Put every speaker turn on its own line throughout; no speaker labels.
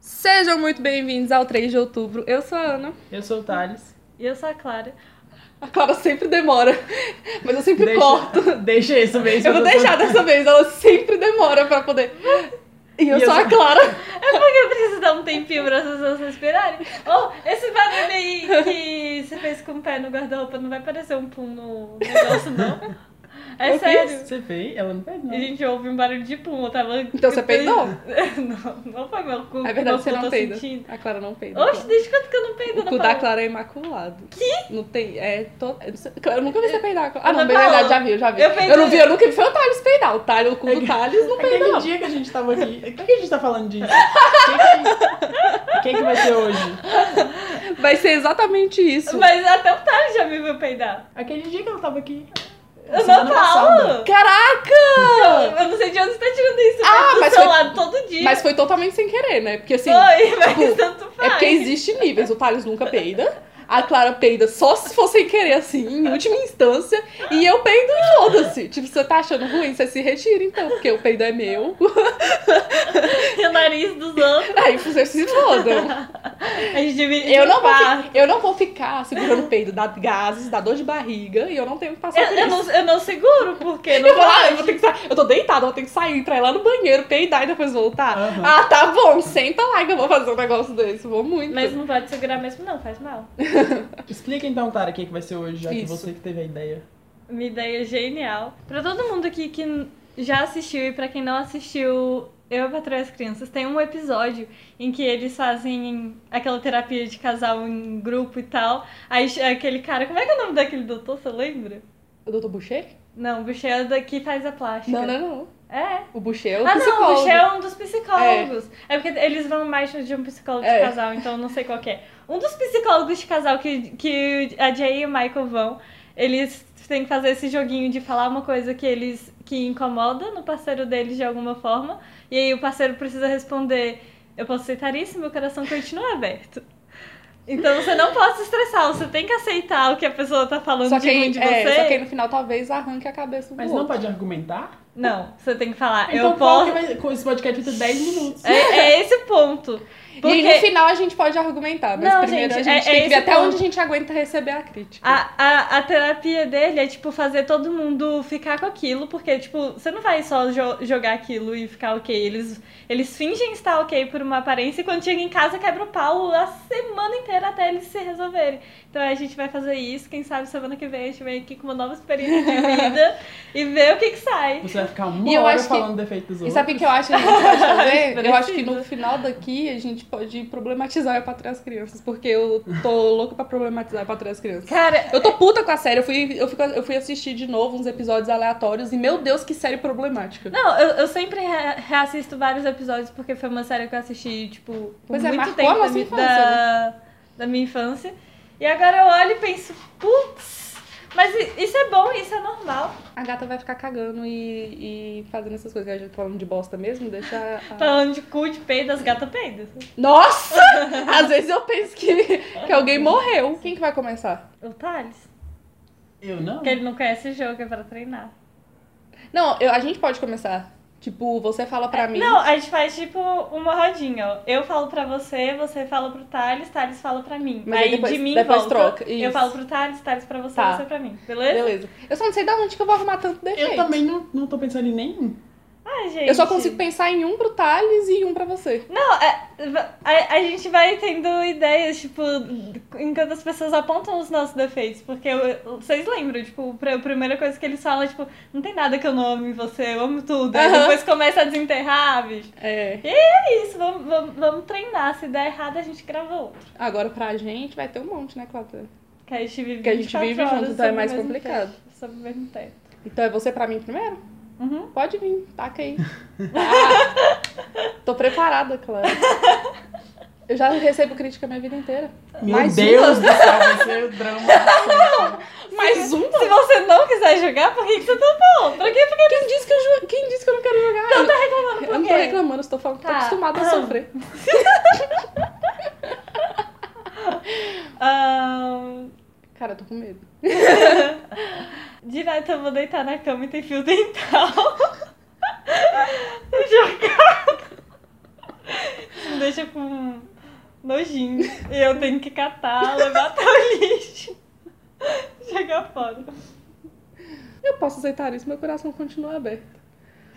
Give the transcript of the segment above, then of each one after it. Sejam muito bem-vindos ao 3 de outubro. Eu sou a Ana.
Eu sou o Thales.
E eu sou a Clara.
A Clara sempre demora, mas eu sempre corto.
Deixa isso mesmo.
Eu vou
tô-
deixar dessa vez, ela sempre demora pra poder. E eu
E eu
sou a
sou-
Clara.
É porque eu preciso dar um tempinho para as pessoas respirarem. Oh, esse barulho aí que você fez com o pé no guarda-roupa não vai parecer um pum no negócio, não? É
Eu
sério.
Você fez? Ela não fez,
A
não.
gente ouve um barulho de pum, eu tava...
Então você peidou?
Não, não foi meu cu.
É
que meu
verdade,
cu
você
eu
não
tô
peida.
sentindo.
A Clara não peida.
Oxe, desde quando que eu não peido
O
na
cu da
Paola?
Clara é imaculado. Que? Não tem. É. To... eu não sei- Clara, eu nunca vi você peidar. Ah, não,
Ana
bem verdade,
Paula,
já vi, já vi.
eu
Eu,
peidei. É
não vi, eu nunca vi. Foi o Thales peidar. O Thales, o cu do Thales não peida,
Aquele
não.
dia que a gente tava aqui. O que, que a gente tá falando disso? Quem que, quem que vai ser hoje?
Vai ser exatamente é isso.
Mas até o Thales já me viu peidar.
Aquele dia que ela tava aqui.
Eu
semana
não
passada.
falo.
Caraca!
Eu não sei de onde você tá tirando isso.
Ah,
mas do
mas
seu
foi-
lado todo dia.
Mas foi totalmente sem querer, né? Porque assim.
Foi, mas
tipo,
tanto faz.
É porque existe níveis. O Thales nunca peida. A Clara peida só se for sem querer, assim, em última instância. E eu peido e foda-se. Tipo, você tá achando ruim, você se retira, então. Porque o peido é meu.
E o nariz dos outros.
Aí vocês se fodam.
A gente divide
Eu
em
não, vou,
quatro.
fi- eu não vou ficar segurando o peido. Dá gases, dá dor de barriga. E eu não tenho que passar
Eu,
por
eu
isso.
não, eu não seguro, porque não
Eu vou lá,
pode.
eu vou ter que sair. Eu tô deitada, eu vou ter que sair, entrar lá no banheiro, peidar e depois voltar.
Aham.
Ah, tá bom, senta lá que eu vou fazer um negócio desse. Vou muito.
Mas não pode segurar mesmo, não, faz mal.
Explica então, Tara, o que, que vai ser hoje, já que
Isso.
você que teve a ideia.
Minha ideia genial. Pra todo mundo aqui que n- já assistiu e pra quem não assistiu, eu patrulho as crianças, tem um episódio em que eles fazem aquela terapia de casal em grupo e tal. Aí che- aquele cara, como é que é o nome daquele doutor, você lembra?
O doutor Boucher?
Não, o Boucher é o daqui que faz a plástica.
Não, não, não.
É.
O Boucher é o
ah,
psicólogo.
não, o Michel é um dos psicólogos. É. porque eles vão mais de um psicólogo
É.
de casal, então eu não sei qual que é. Um dos psicólogos de casal que, que a Jay e o Michael vão, eles têm que fazer esse joguinho de falar uma coisa que eles que incomoda no parceiro deles de alguma forma. E aí o parceiro precisa responder: Eu posso aceitar isso, meu coração continua aberto. Então você não pode se estressar, você tem que aceitar o que a pessoa tá falando
Só
de ruim
que,
de
é,
você.
só que aí no final talvez arranque a cabeça do
Mas não
outro.
pode argumentar?
Não, você tem que falar,
Então
eu
fala que
posso.
vai, com esse podcast vai ter 10 minutos.
É, é esse o ponto.
E no final a gente pode argumentar, mas
Não,
primeiro
gente,
a gente
é-
tem
é
que ver
esse
até
ponto. Ah,
onde a gente aguenta receber a crítica.
A, a, a terapia dele é, tipo, fazer todo mundo ficar com aquilo, porque, tipo, você não vai só jo- jogar aquilo e ficar ok. Eles, eles fingem estar ok por uma aparência e quando chega em casa quebra o pau a semana inteira até eles se resolverem. Então a gente vai fazer isso, quem sabe semana que vem a gente vem aqui com uma nova experiência de vida e ver o que que sai.
Você vai ficar uma
E eu
hora
acho que-
falando defeito dos
E
outros.
sabe o que eu acho que a gente pode fazer?
Parecido.
eu acho que no final daqui a gente pode problematizar a Patria das Crianças, porque eu tô louca pra problematizar a Patria das Crianças.
Cara,
Eu tô puta com a série, eu fui, eu, fui, eu fui assistir de novo uns episódios aleatórios e, meu Deus, que série problemática.
não, eu, eu sempre re- reassisto vários episódios porque foi uma série que eu assisti, tipo, por
Pois é,
muito
marcou a
tempo da,
nossa
mi-
infância, né?
da, da minha infância. E agora eu olho e penso, putz, mas i- isso é bom, isso é normal.
A gata vai ficar cagando e, e fazendo essas coisas que a gente tá falando de bosta mesmo, deixa a...
Falando de cu, de peido, as gatas peidas.
Nossa! Às vezes eu penso que, que alguém morreu. Quem que vai começar?
O Thales,
Eu não?
que ele não conhece o jogo, é pra treinar.
Não, eu- a gente pode começar. Tipo, você fala pra mim.
É, Não, a gente faz tipo uma rodinha, ó. Eu falo pra você, você fala pro Thales, Thales fala pra mim.
Mas aí
aí
depois-
de mim
depois
volta,
troca, isso.
eu falo pro Thales, Thales pra você,
Tá.
você pra mim, beleza?
Beleza. Eu só não sei da onde que eu vou arrumar tanto defeito.
Eu também não, não tô pensando em nenhum.
Ai, gente.
Eu só consigo pensar em um pro Thales e um pra você.
Não, é- a, a gente vai tendo ideias, tipo, enquanto as pessoas apontam os nossos defeitos. Porque eu- vocês lembram, tipo, pr- a primeira coisa que eles falam é, tipo, não tem nada que eu não amo em você, eu amo tudo. Aí
Aham.
depois começa a desenterrar, ah, bicho.
É.
É isso, vamos, vamos, vamos treinar. Se der errado, a gente grava outro.
Agora pra gente vai ter um monte, né, Cláudia?
Que a gente vive,
Porque a gente
24
vive
horas
junto, então é
sobre o
mais
mesmo
complicado.
teto, sobre o mesmo teto.
Então é você pra mim primeiro?
Uhum.
Pode vir, taca aí. Ah, tô preparada, Clara. Eu já recebo crítica a minha vida inteira.
Meu
Mais
Deus do céu, vai ser o drama.
Mais um?
Se você não quiser jogar, por que, que você tá bom? Pra que ficar
Quem disse que eu, ju- quem disse que eu não quero jogar?
Então tá reclamando por
Eu não tô
quê?
reclamando, eu estou falando que tô
Tá.
acostumada a
Ah.
sofrer.
Ahn,
Cara, eu tô com medo.
Direto eu vou deitar na cama e tem fio dental. Jogar. Isso me deixa hum, nojinho. E eu tenho que catar, levar até o lixo. Jogar fora.
Eu posso aceitar isso, meu coração continua aberto.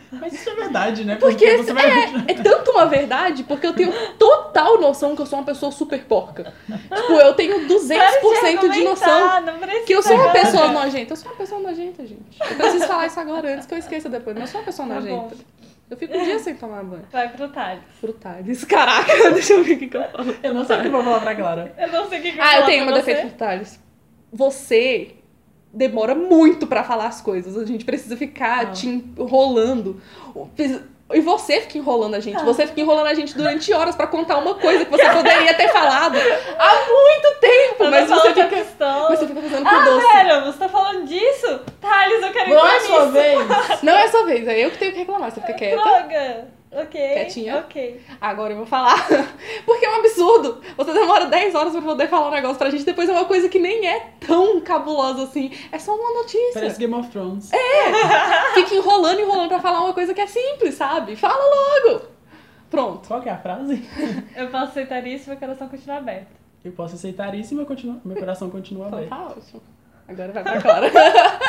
Mas isso é verdade, né?
Porque
você
esse-
vai.
é, é tanto uma verdade, porque eu tenho total noção que eu sou uma pessoa super porca. Tipo, eu tenho 200% de noção que eu sou uma pessoa nojenta. Eu sou uma pessoa nojenta, gente. Eu preciso falar isso agora antes que eu esqueça depois, mas eu sou uma pessoa
Tá
nojenta.
bom.
Eu fico um dia sem tomar banho.
Vai pro Thales.
Frutales. Caraca, deixa eu ver o que, que eu falo.
Eu não sei o que eu vou falar pra Clara.
Eu não sei o que que
Ah, eu
falo
tenho
pra
meu
você.
defeito Thales. Você demora muito pra falar as coisas. A gente precisa ficar
Ah.
te enrolando. E você fica enrolando a gente. Você fica enrolando a gente durante horas pra contar uma coisa que você poderia ter falado há muito tempo.
Eu
mas
não
você,
falo
fica,
outra questão.
mas você fica fazendo com
Ah,
doce.
pera, você tá falando disso? Thales, eu quero ir
Não é
pra
sua
missa.
vez!
Não é a sua vez, é eu que tenho que reclamar. Você fica quieta.
Droga. Ok.
Quietinha.
Ok.
Agora eu vou falar. Porque é um absurdo. Você demora 10 horas pra poder falar um negócio pra gente. Depois é uma coisa que nem é tão cabulosa assim. É só uma notícia.
Parece Game of Thrones.
É. fica enrolando, enrolando pra falar uma coisa que é simples, sabe? Fala logo! Pronto.
Qual que é a frase?
Eu posso aceitar isso e meu coração continua aberto.
Eu posso aceitar isso e meu, continua- meu coração continua
Então
aberto.
tá ótimo. Agora vai pra Clara.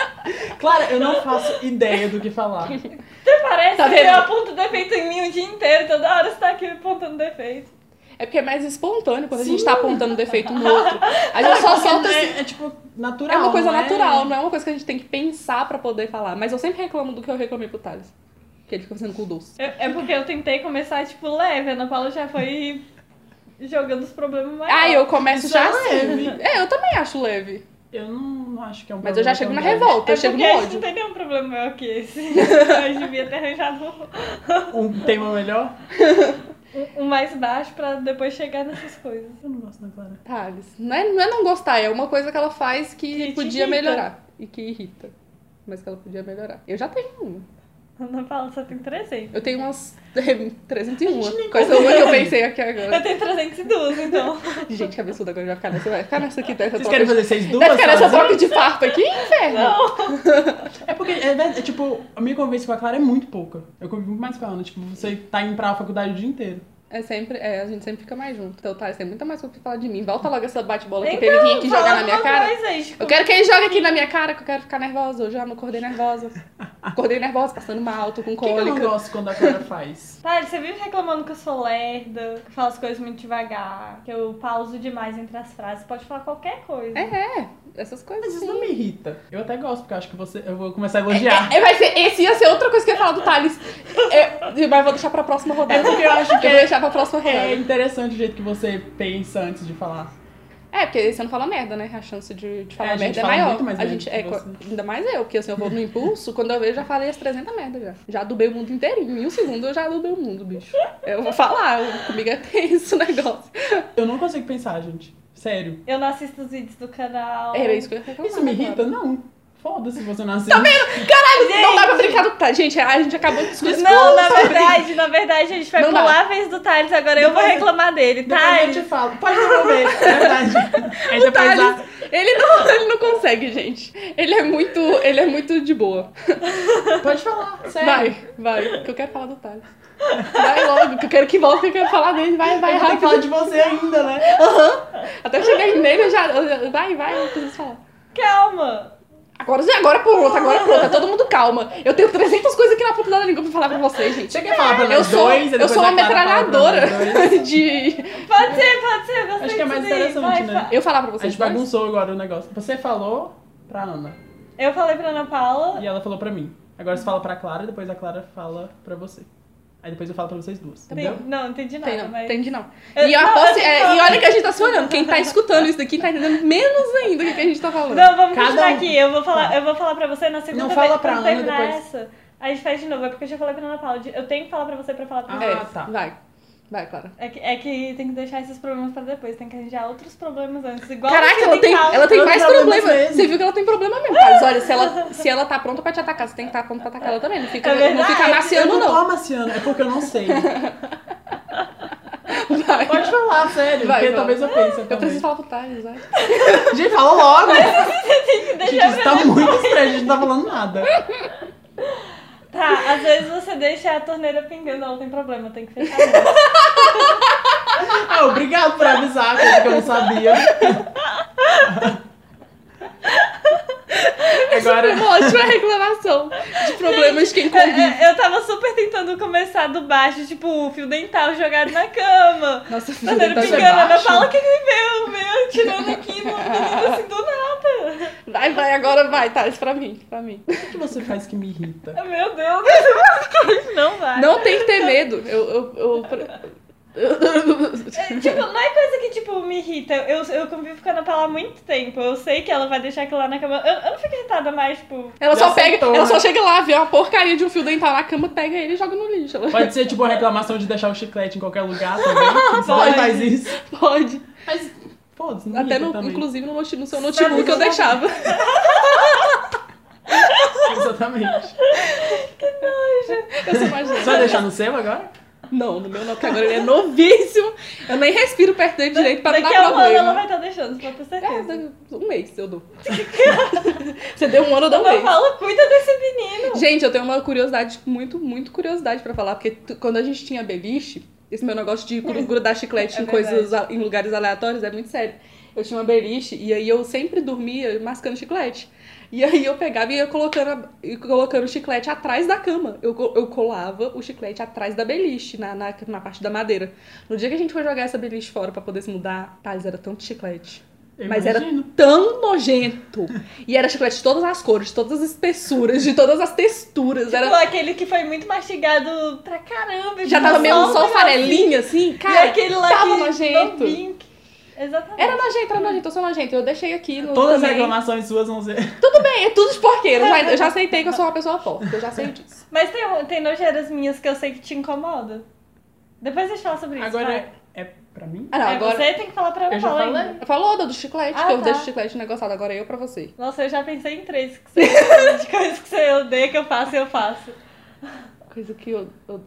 Clara, eu não faço ideia do que falar.
Você parece
Tá
que
vendo?
eu aponto defeito em mim o dia inteiro, toda hora você tá aqui apontando defeito.
É porque é mais espontâneo quando a gente
Sim.
tá apontando defeito no outro. A gente só
Porque
solta
é,
assim.
é tipo natural.
É uma coisa
não é?
natural, não é uma coisa que a gente tem que pensar pra poder falar. Mas eu sempre reclamo do que eu reclamei pro Thales. Que ele fica fazendo com o doce.
Eu- é porque eu tentei começar, tipo, leve, a Ana Paula já foi jogando os problemas mais.
Ah, eu começo
Isso
já
é
assim.
leve.
É, eu também acho leve.
Eu não acho que é um
Mas eu já
problema
chego na
tão grande.
revolta,
É
eu chego no
porque a gente não
ódio.
tem nenhum problema maior que esse. Eu devia ter arranjado um-
Um tema melhor?
um, mais baixo pra depois chegar nessas coisas.
Eu não gosto da Clara.
Thales. Não é, não é não gostar, é uma coisa que ela faz que,
Que te
podia
irrita.
melhorar. E que irrita. Mas que ela podia melhorar. Eu já tenho uma.
Ana Paula só tem 300.
Eu tenho umas 301. Coisa uma que eu pensei aqui
Eu
agora.
tenho 302, então.
Gente, cabeçuda, agora vai ficar nessa. Vai ficar nessa aqui, dessa
Vocês
troca.
querem
de-
fazer seis duas?
Vai ficar nessa
sozinhas?
troca de farpa aqui, inferno?
É porque, é, verdade, é tipo, a minha convivência com a Clara é muito pouca. Eu convivo muito mais com a Ana. Tipo, você tá indo pra faculdade o dia inteiro.
É sempre, é, a gente sempre fica mais junto. Então, Thales, tem muita mais coisa pra falar de mim. Volta logo essa bate-bola aqui
Então,
pra ele vir
Então,
aqui jogar na minha cara.
tipo,
Eu quero que ele jogue aqui na minha cara, que eu quero ficar nervosa. Hoje eu já não acordei nervosa. Acordei nervosa, passando mal, tô com
O que, que eu não
cólica.
gosto quando a Clara faz?
Tá, você vive reclamando que eu sou lerda, que eu falo as coisas muito devagar, que eu pauso demais entre as frases. Pode falar qualquer coisa.
É, é, essas coisas.
Mas isso
Assim.
não me irrita. Eu até gosto, porque eu acho que você. Eu vou começar a elogiar.
É, é, vai ser, esse ia ser outra coisa que eu ia falar do Thales. É, mas vou deixar pra próxima rodada.
É porque eu acho que
Eu vou deixar pra próxima rodada.
É interessante o jeito que você pensa antes de falar.
É, porque você não fala merda, né? A chance de, de falar
É, a gente
merda é
fala
maior.
muito
a
mais merda
gente,
que
é,
você.
co- ainda mais eu, porque assim, eu vou no impulso, quando eu vejo, já falei as 300 merda já. Já dubei o mundo inteirinho. Em um segundo eu já dubei o mundo, bicho. Eu vou falar, eu- comigo é tenso o negócio.
Eu não consigo pensar, gente. Sério.
Eu não assisto os vídeos do canal.
Era isso que eu ia reclamar.
Isso me
agora.
irrita? Não. Foda-se você não assiste. Tá vendo?
Não dá pra brincar do tá, Gente, a gente acabou de discutir.
Ah, Não, na verdade, na verdade, a gente vai
Não dá.
pular a vez do Thales agora. Eu vou
Depois-
reclamar dele,
Depois eu
Thales.
te falo. Pode devolver. É verdade. Aí
Tá. O
depois a-
Thales, ele não, ele não consegue, gente. Ele é muito, ele é muito de boa.
Pode falar. Sério.
Vai, vai, que eu quero falar do Thales. Vai logo, que eu quero que volte, que eu quero falar dele. Vai, vai,
Eu vou ter que
rápido.
falar de você ainda, né?
Até eu cheguei nele, eu já. eu já- vai, vai, eu preciso falar.
Calma.
Agora, agora pronto, agora pronto, tá todo mundo calma. Eu tenho 300 coisas aqui na ponta da língua pra falar pra vocês, gente.
Você quer falar pra
Eu
nós
sou,
dois? e
eu
depois
sou uma
a Clara fala pra nós
metralhadora
dois?
de.
Pode ser, pode ser. Eu gostei
Acho que é mais
disso aí.
interessante,
Vai,
né?
fa-
Eu falar pra
A
vocês.
gente bagunçou agora o negócio. Você falou pra Ana
Eu falei pra Ana Paula.
e ela falou pra mim. Agora você fala pra Clara e depois a Clara fela pra você. Aí depois eu falo pra vocês duas.
Tem-
Entendeu?
Não, não entendi nada,
Tem não,
mas.
entendi não.
Eu-
E, eu
não,
aposto-
eu
é,
tô-
e olha que a gente tá se olhando. Quem tá escutando isso daqui tá entendendo menos ainda o que que a gente tá falando.
Não, vamos
Cada
continuar
um.
aqui. Eu vou falar, eu vou falar pra você na segunda
Não, fala
vez
pra
quando
Ana
terminar
depois.
essa. A gente faz de novo, é porque eu já falei pra Ana Paula. de- Eu tenho que falar pra você pra falar pra
Ah,
você.
é,
tá.
Vai. Vai, Clara.
É que, é que tem que deixar esses problemas pra depois, tem que arranjar outros problemas antes. Igual
Caraca,
você
ela tem,
calma.
ela tem
Ela tem
mais
problemas
problema.
mesmo.
Você viu que ela tem problema mesmo, Thales. Olha, se ela, se ela tá pronta pra te atacar, você tem que estar pronta pra atacar ela também. Não fica,
É
não
verdade,
fica
eu
amaciando,
não tô
não.
amaciando, é porque eu não sei.
Vai.
Pode falar, sério,
Vai,
porque
vai.
talvez eu pense.
Eu preciso falar pro Thales, vai.
Gente, fala logo!
Deixa
Gente, isso tá muito estranho, a gente não tá falando nada.
Tá, às vezes você deixa a torneira pingando, ela tem problema, tem que fechar. a luz.
Ah, analisar coisa que eu não sabia.
Foi
Agora.
uma ótima reclamação de problemas que encontram.
É, é, Eu tava super tentando começar do baixo, tipo, o fio dental jogado na cama.
Nossa, filha,
Fazendo
tá
pingana, Ana
baixo.
Paula, o que que ele veio? Meu, tirando aqui, não menino assim do nada.
Vai, vai, agora vai, tá, isso pra mim, pra mim.
O que você faz que me irrita?
Meu Deus, isso não vai.
Não tem que ter medo. Eu, eu, eu-
É, tipo, não é coisa que, tipo, me irrita. Eu, eu convivo com a Ana Paula há muito tempo. Eu sei que ela vai deixar aquilo lá na cama. Eu, eu não fico irritada mais, tipo...
Ela
Já
só pega,
sentou,
ela
né?
só chega lá, vê uma porcaria de um fio dental na cama, pega ele e joga no lixo. Ela
Pode ser tipo uma reclamação de deixar o chiclete em qualquer lugar também. Só
Pode.
faz isso.
pode.
Mas, foda-se, não
Até
irrita
no,
também.
inclusive no, noti- no seu
Sabe
notebook
que
eu
eu
deixava.
Exatamente.
Eu só imagino.
Você vai deixar no seu agora?
Não, no meu não, porque agora ele é novíssimo. Eu nem respiro perto dele direito pra não
Daqui
dar
a um ano ela
problema.
vai estar deixando, pode ter
É,
certeza.
daqui- um mês eu dou. Você deu um ano, eu dou um
Ana
mês.
Paula, cuida desse menino.
Gente, eu tenho uma curiosidade, muito, muito curiosidade pra falar, porque tu- quando a gente tinha beliche, esse meu negócio de gru- grudar chiclete
É
em
verdade.
coisas, a- em lugares aleatórios é muito sério. Eu tinha uma beliche e aí eu sempre dormia mascando chiclete. E aí eu pegava e ia colocando, a- e colocando o chiclete atrás da cama. Eu, co- eu colava o chiclete atrás da beliche, na, na, na parte da madeira. No dia que a gente foi jogar essa beliche fora pra poder se mudar, Thales, era tanto chiclete.
Eu
Mas era
imagino.
tão nojento. E era chiclete de todas as cores, de todas as espessuras, de todas as texturas.
Tipo,
Era...
aquele que foi muito mastigado pra caramba.
Já
tipo,
tava meio só
um
o farelinho, assim. Cara,
e aquele lá
tava
que
nojento.
novinho que- Exatamente.
Era nojento, era nojento, eu sou nojento. Eu deixei aqui no
Todas as
também.
reclamações suas vão ser.
Bem, é tudo de porqueiro. Eu já- eu já aceitei que eu sou uma pessoa forte, eu já sei disso.
Mas tem, um- tem nojeiras minhas que eu sei que te incomoda. Depois a gente fala sobre isso.
Agora
vai.
é, é pra mim?
Ah, não,
É,
agora...
Você tem que falar pra Ana
Eu já
Paula
falei.
ainda.
Falou do chiclete,
Ah,
que eu
tá.
deixo chiclete negociado, agora é eu pra você.
Nossa, eu já pensei em três que você fala de coisas que você odeia que eu faço e eu faço.
Coisa que eu, eu.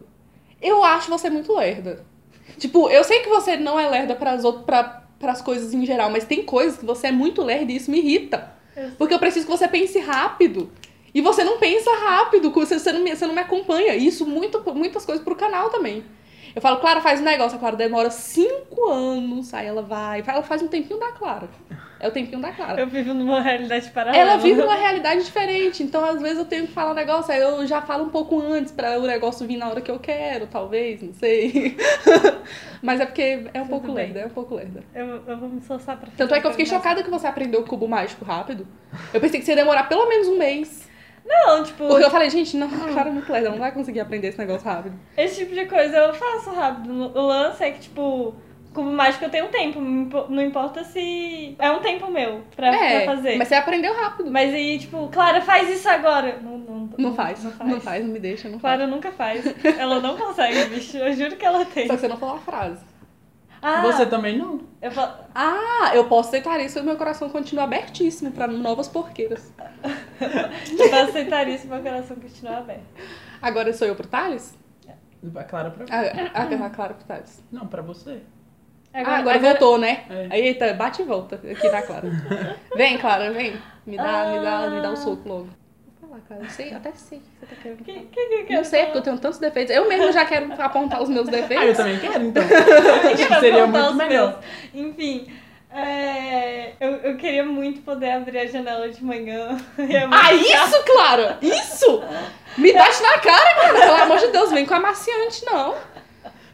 eu acho você muito lerda. Tipo, eu sei que você não é lerda pras, out- pra, pras coisas em geral, mas tem coisas que você é muito lerda e isso me irrita.
Eu sei.
Porque eu preciso que você pense rápido. E você não pensa rápido, que você, você, não, me, você não me acompanha. E isso muito, muitas coisas pro canal também. Eu falo, Clara, faz um negócio. A Clara demora cinco anos, aí ela vai. Ela faz um tempinho da Clara. É o tempinho da Clara.
Eu vivo numa realidade paralela.
Ela vive uma realidade diferente, então às vezes eu tenho que falar um negócio, aí eu já falo um pouco antes pra o negócio vir na hora que eu quero, talvez, não sei. Mas é porque é um pouco
bem.
lerda, é um pouco lerda.
Eu, eu vou me esforçar pra
Tanto é que eu fiquei
fazer
chocada que você aprendeu o cubo mágico rápido. Eu pensei que você ia demorar pelo menos um mês.
mais. Não, tipo,
Porque eu falei, gente, não, cara, é muito lerda, não vai conseguir aprender esse negócio rápido.
esse tipo de coisa eu faço rápido. O lance é que, tipo, cubo mágico eu tenho tempo. Não importa se. É um tempo meu pra,
é,
pra fazer.
mas você aprendeu rápido.
Mas aí, tipo, Clara, faz isso agora. Não, não,
Não faz,
não
não
faz.
faz, não, me deixa, não faz.
Clara nunca faz. Ela não consegue, bicho. Eu juro que ela tem.
Só que é. você não falou a frase.
Ah,
Você também não.
eu falo...
Ah, eu posso aceitar isso e meu coração continua abertíssimo pra novas porqueiras.
eu vou aceitar isso meu coração continuar aberto.
Agora sou eu pro Thales?
É Clara pra mim.
Ah, ah, ah, claro pro Thales.
Não, pra você.
Ah, agora, voltou, né?
É.
Aí, eita, bate e volta aqui na Clara. vem, Clara, vem. Me dá, me dá, me dá um soco logo. Vai lá, Clara. Eu sei, eu até sei o que você tá querendo.
Que, que, que, é que
Não sei, é porque eu tenho tantos defeitos. Eu mesmo já quero apontar os meus
Ah, eu
defeitos.
também quero, então.
eu
Acho que
quero
seria
contar
muito
os
melhor.
meus. Enfim, é, eu, eu queria muito poder abrir a janela de manhã. E é muito
Ah,
chato.
isso, Clara! Isso! Me bate na cara, cara! Pelo amor de Deus, vem com amaciante, não.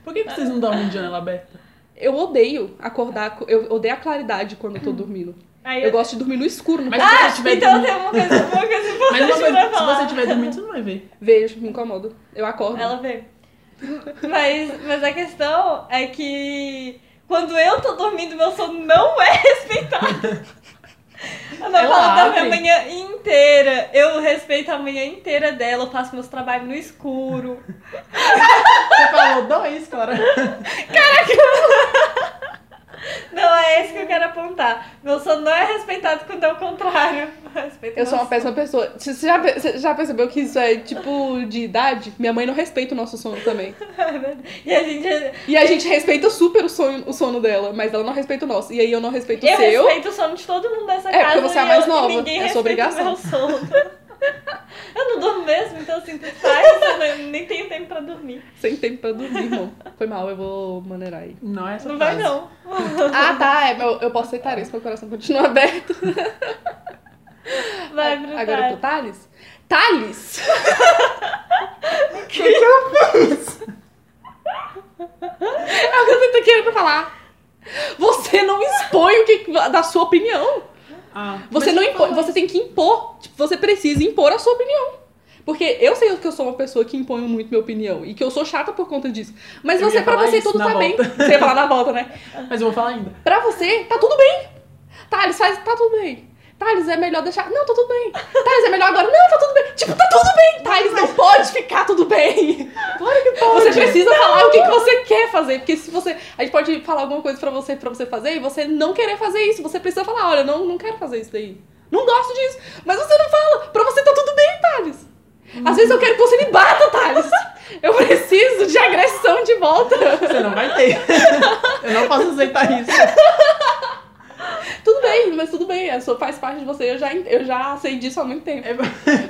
Por que que vocês não dormem de janela aberta?
Eu odeio acordar, co- eu odeio a claridade quando eu tô dormindo.
Aí
Eu gosto de dormir no escuro. No...
Mas se você tiver
Então
dormindo-
tem uma coisa, uma coisa
Mas uma
importante
coisa,
pra
se
falar.
você tiver dormindo, você não vai ver.
Vejo, me incomodo. Eu acordo.
Ela veio. Mas, mas a questão é que quando eu tô dormindo, meu sono não é respeitado. A Ana
Ela
Paula dorme a
abre.
manhã inteira. Eu respeito a manhã inteira dela. Eu faço meus trabalhos no escuro.
Você falou dois, Clara.
Não é isso que eu quero apontar. Meu sono não é respeitado quando é o contrário. Eu respeito
Eu sou
meu
uma péssima pessoa. Você você já, pe- você já percebeu que isso é tipo de idade? Minha mãe não respeita o nosso sono também.
sono. é E a gente.
E a gente respeita super o sono, o sono dela, mas ela não respeita o nosso. E aí eu não respeito o
Eu
seu.
respeito o sono de todo mundo nessa
É, porque
casa.
você é a
e
mais
eu- e
nova.
Ninguém
É sua
respeita o
obrigação.
Meu sono. Eu não durmo mesmo, então assim, tu faz, eu nem tenho tempo pra dormir.
Sem tempo pra dormir, irmão. Foi mal, eu vou maneirar aí.
Não é essa
Não vai
frase.
não.
Ah, tá. É, meu, eu posso aceitar isso, meu coração continua aberto. É
Vai pro
Agora pro Thales? Thales!
Que que eu fiz?
É o que eu tô querendo falar. Você não expõe o que da sua opinião.
Ah,
Você
mas
não
eu
impõe,
falo-
você tem que impor. Tipo, você precisa impor a sua opinião. Porque eu sei que eu sou uma pessoa que impõe muito minha opinião e que eu sou chata por conta disso. Mas
Eu
você,
ia
pra
falar
você,
isso
tudo
na
tá bem.
volta.
Você ia falar na volta, né?
Mas eu vou falar ainda.
Pra você, tá tudo bem. Thales, faz, tá tudo bem. Thales, é melhor deixar. Não, tá tudo bem. Thales, é melhor agora. Não, tá tudo bem. Tipo, tá tudo bem. Thales, não pode ficar tudo bem.
Claro que
Você precisa falar o que, que você quer fazer. Porque se você. A gente pode falar alguma coisa pra você pra você fazer e você não querer fazer isso. Você precisa falar, olha, não, não quero fazer isso daí. Não gosto disso. Mas você não fala. Pra você tá tudo bem, Thales. Às vezes eu quero que você me bata, Thales. Eu preciso de agressão de volta.
Você não vai ter. Eu não posso aceitar isso.
Tudo bem, mas tudo bem. Isso faz parte de você. Eu já, en- eu já sei disso há muito tempo.
É-